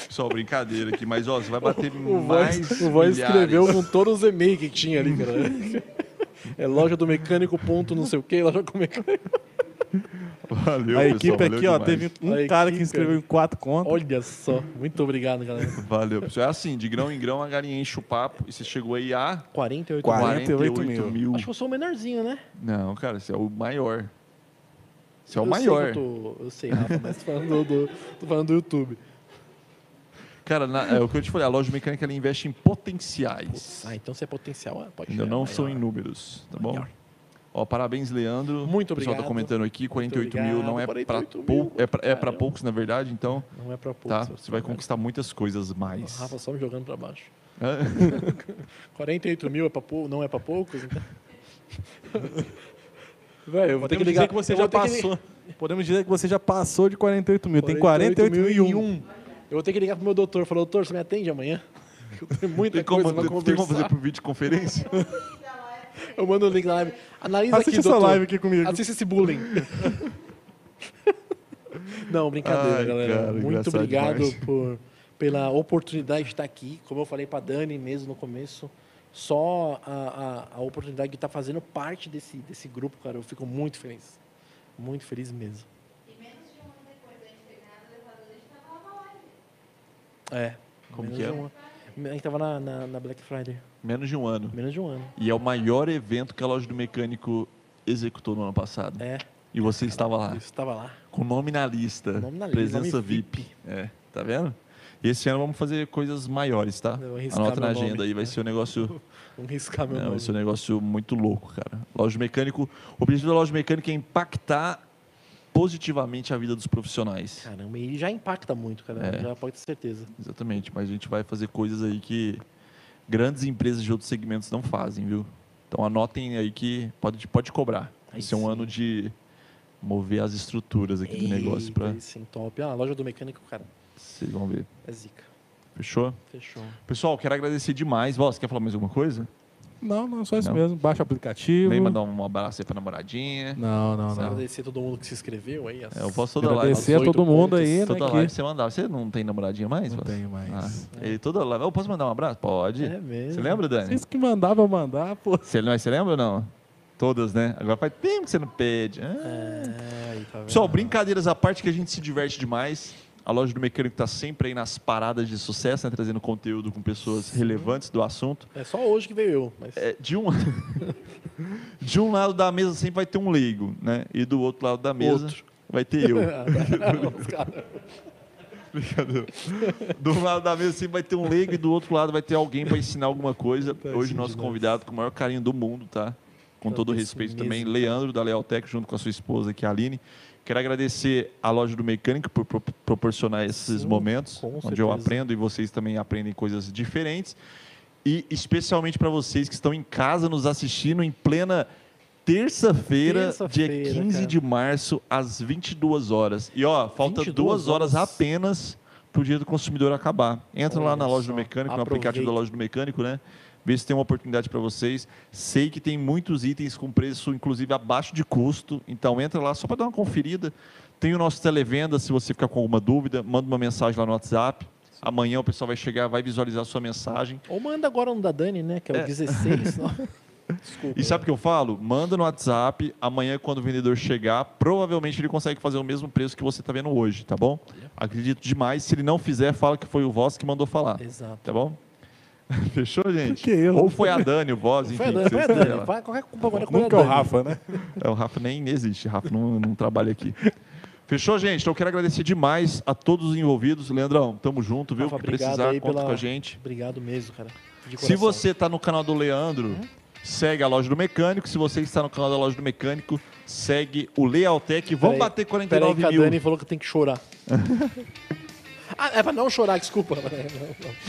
Só brincadeira aqui, mas ó, você vai bater O mais voz, o voz milhares. escreveu com todos os e-mails que tinha ali, cara. É loja do mecânico ponto não sei o que, loja do mecânico. Valeu, A pessoal, equipe valeu aqui, ó, demais. teve um A cara que equipe, inscreveu cara. em quatro contas. Olha só. Muito obrigado, galera. Valeu, pessoal. É assim, de grão em grão a galinha enche o papo e você chegou aí a 48 Quatro. mil. 48, 48 mil. mil. Acho que eu sou o menorzinho, né? Não, cara, você é o maior. Você é o Eu sei maior. que eu, tô- eu sei, Rafa, mas tô falando do, tô falando do YouTube. Cara, na- é o que eu te falei, a loja de mecânica ela investe em potenciais. Ah, então você é potencial, ah, pode Ainda ser não maior. são em números, tá bom? Maior. Ó, parabéns, Leandro. Muito O pessoal tá obrigado. comentando aqui, 48 mil não é obrigado, pra 48 mil, pou- é pra- é pra caramba. poucos, na verdade, então, Não é pra pouco. tá? seu Você vai filho, conquistar muitas coisas né? mais. O Rafa só me jogando pra baixo. Hã? 48 mil é pra pou... não é pra poucos? Então... Velho, eu vou ter que Podemos ligar. dizer que você eu já vou ter que li- passou. Podemos dizer que você já passou de 48 mil. Tem 48 mil e 48.001. um. Eu vou ter que ligar pro meu doutor. Falou, doutor, você me atende amanhã? Eu tenho muita Tem como, coisa pra tem como fazer conversar. por videoconferência? Eu mando o link da live. Analisa Assiste aqui, essa doutor. live aqui comigo. Assiste esse bullying. Não, brincadeira, Ai, galera. cara, Muito engraçado obrigado demais. por, pela oportunidade de estar aqui. Como eu falei para Dani mesmo no começo, só a, a, a oportunidade de estar fazendo parte desse, desse grupo, cara, eu fico muito feliz. Muito feliz mesmo. É. Como menos que de é? um ano. A gente tava na, na, na Black Friday. Menos de um ano. Menos de um ano. E é o maior evento que a loja do mecânico executou no ano passado. É, E você estava lá, eu estava lá. com nome na lista. Nome na lista, presença nome VIP. É, tá vendo? E esse ano vamos fazer coisas maiores, tá? Eu vou arriscar Anota na meu nome. agenda aí, vai ser um negócio Vamos riscar meu Não, nome. esse é um negócio muito louco, cara. Loja de mecânico. O objetivo da loja de mecânico é impactar positivamente a vida dos profissionais. Caramba, e já impacta muito, cara. É. Já pode ter certeza. Exatamente. Mas a gente vai fazer coisas aí que grandes empresas de outros segmentos não fazem, viu? Então anotem aí que pode, pode cobrar. Aí Esse é um sim. ano de mover as estruturas aqui do negócio Eita, para aí Sim, top. Ah, a loja do mecânico, cara, vocês vão ver. é zica. Fechou? Fechou. Pessoal, quero agradecer demais. Vó, Você quer falar mais alguma coisa? Não, não, só isso Não. mesmo. Baixa o aplicativo. Vem mandar um abraço aí pra namoradinha. Não, não, Só não. Agradecer a todo mundo que se inscreveu aí. as- É, eu posso toda live. Agradecer a todo 18 mundo pontos, aí, né? Toda que- live você mandava. Você não tem namoradinha mais? Não Vaz? tenho mais. Ah, ele toda live. Eu posso mandar um abraço? Pode. É mesmo. Você lembra, Dani? Vocês que mandavam eu mandar, pô. Você, mas você lembra ou não? Todas, né? Agora faz tempo que você não pede. Ah. É, aí, tá vendo? Pessoal, brincadeiras à parte que a gente se diverte demais. A loja do mecânico tá sempre aí nas paradas de sucesso, né? trazendo conteúdo com pessoas relevantes do assunto. É só hoje que veio eu. Mas... É, de, um... de um lado da mesa sempre vai ter um leigo, né? E do outro lado da mesa Outro. Ah, tá. vai ter eu. Os caras- Brincadeira. Do lado da mesa sempre vai ter um leigo e do outro lado vai ter alguém para ensinar alguma coisa. Tá, Hoje, nosso convidado com o maior carinho do mundo, tá? Com todo o Agradeço respeito também, mesmo, Leandro da Lealtec, junto com a sua esposa aqui, a Aline. Quero agradecer à loja do mecânico por pro- proporcionar esses Sim, momentos, com onde eu certeza. aprendo e vocês também aprendem coisas diferentes. E especialmente para vocês que estão em casa nos assistindo em plena terça-feira, dia Terça-feira, 15 cara. de março, às 22 horas. E ó, falta 22 duas horas horas. apenas pro dia do consumidor acabar. Entra lá Olha na loja do só, mecânico, no aproveita. aplicativo da loja do mecânico, né? Vê se tem uma oportunidade para vocês. Sei que tem muitos itens com preço, inclusive abaixo de custo. Então entra lá só para dar uma conferida. Tem o nosso televenda, se você ficar com alguma dúvida, manda uma mensagem lá no WhatsApp. Amanhã o pessoal vai chegar, vai visualizar a sua mensagem. Ou manda agora um da Dani, né? Que é o 16. não- Desculpa. E sabe o que eu falo? Manda no WhatsApp. Amanhã, quando o vendedor chegar, provavelmente ele consegue fazer o mesmo preço que você está vendo hoje, tá bom? Acredito demais. Se ele não fizer, fala que foi o Voz que mandou falar, Exato. tá bom? Fechou, gente? que eu? Ou foi a Dani, o Voz, enfim. Foi a que Dani, vocês foi a têm Dani. ela. Vai, qualquer culpa agora é culpa Nunca da o Dani. Rafa, né? É, o Rafa nem existe, Rafa não, não trabalha aqui. Fechou, gente? Então eu quero agradecer demais a todos os envolvidos. Leandrão, tamo junto, viu? Rafa, que obrigado precisar, aí conta pela- com a gente. Obrigado mesmo, cara. De Se coração. Uhum. você está no canal do Leandro, segue a loja do mecânico. Se você está no canal da loja do mecânico, segue o Lealtec. Vamos Peraí, bater 49 Peraí que a mil. Dani falou que tem que chorar. ah, é pra não chorar, desculpa. É,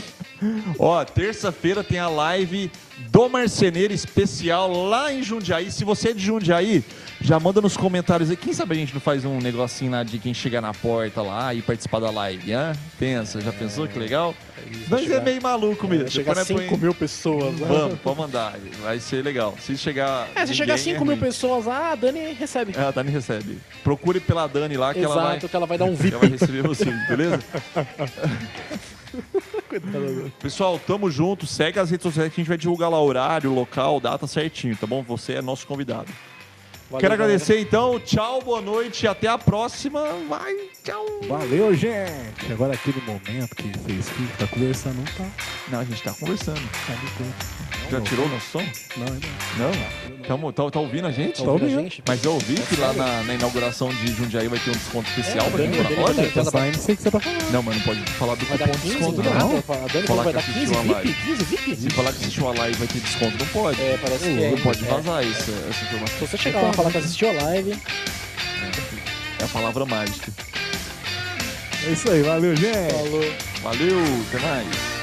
Ó, terça-feira tem a live do Marceneiro especial lá em Jundiaí. Se você é de Jundiaí, já manda nos comentários aí. Quem sabe a gente não faz um negocinho lá de quem chegar na porta lá e participar da live, hã? Pensa, já pensou que legal? Nós é chegar- meio maluco mesmo. Vai chegar Depois nós 5 né, põe- mil pessoas. né? Vamos, pode mandar. Vai ser legal. Se chegar. É, se chegar 5 5 mil pessoas, ah, a Dani recebe. É, a Dani recebe. Procure pela Dani lá que Exato, ela vai. que ela vai dar um VIP. Ela vai receber você, beleza? Pessoal, tamo junto. Segue as redes sociais que a gente vai divulgar lá horário, local, data certinho, tá bom? Você é nosso convidado. Valeu, Quero galera. agradecer então. Tchau, boa noite. Até a próxima. Vai. Tchau. Valeu, gente! Agora é aquele momento que vocês ficam tá conversando, não tá? Não, a gente tá conversando. tá de tempo. Já não, tirou o nosso som? Não, ainda Não? Tamo- Tá, tá ouvindo a gente? Tá ouvindo. Ouvindo a gente? Mas eu ouvi que lá na, na inauguração de Jundiaí vai ter um desconto especial É, pra quem Dani, for na Dani, loja? Dani. não. Tá saindo, sei o que você tá falando. Não, mas não pode falar do Vai cupom dar de 15, desconto, não? não. não. A Dani Falar falou que vai que dar 15, assistiu a live. VIP, 15, VIP. Se falar que assistiu a live vai ter desconto, não pode. É, parece que é. não pode é. vazar isso, essa informação. Se você chegar lá e falar que assistiu a live, É a palavra mágica. É isso aí, valeu, gente! falou. Valeu, até mais.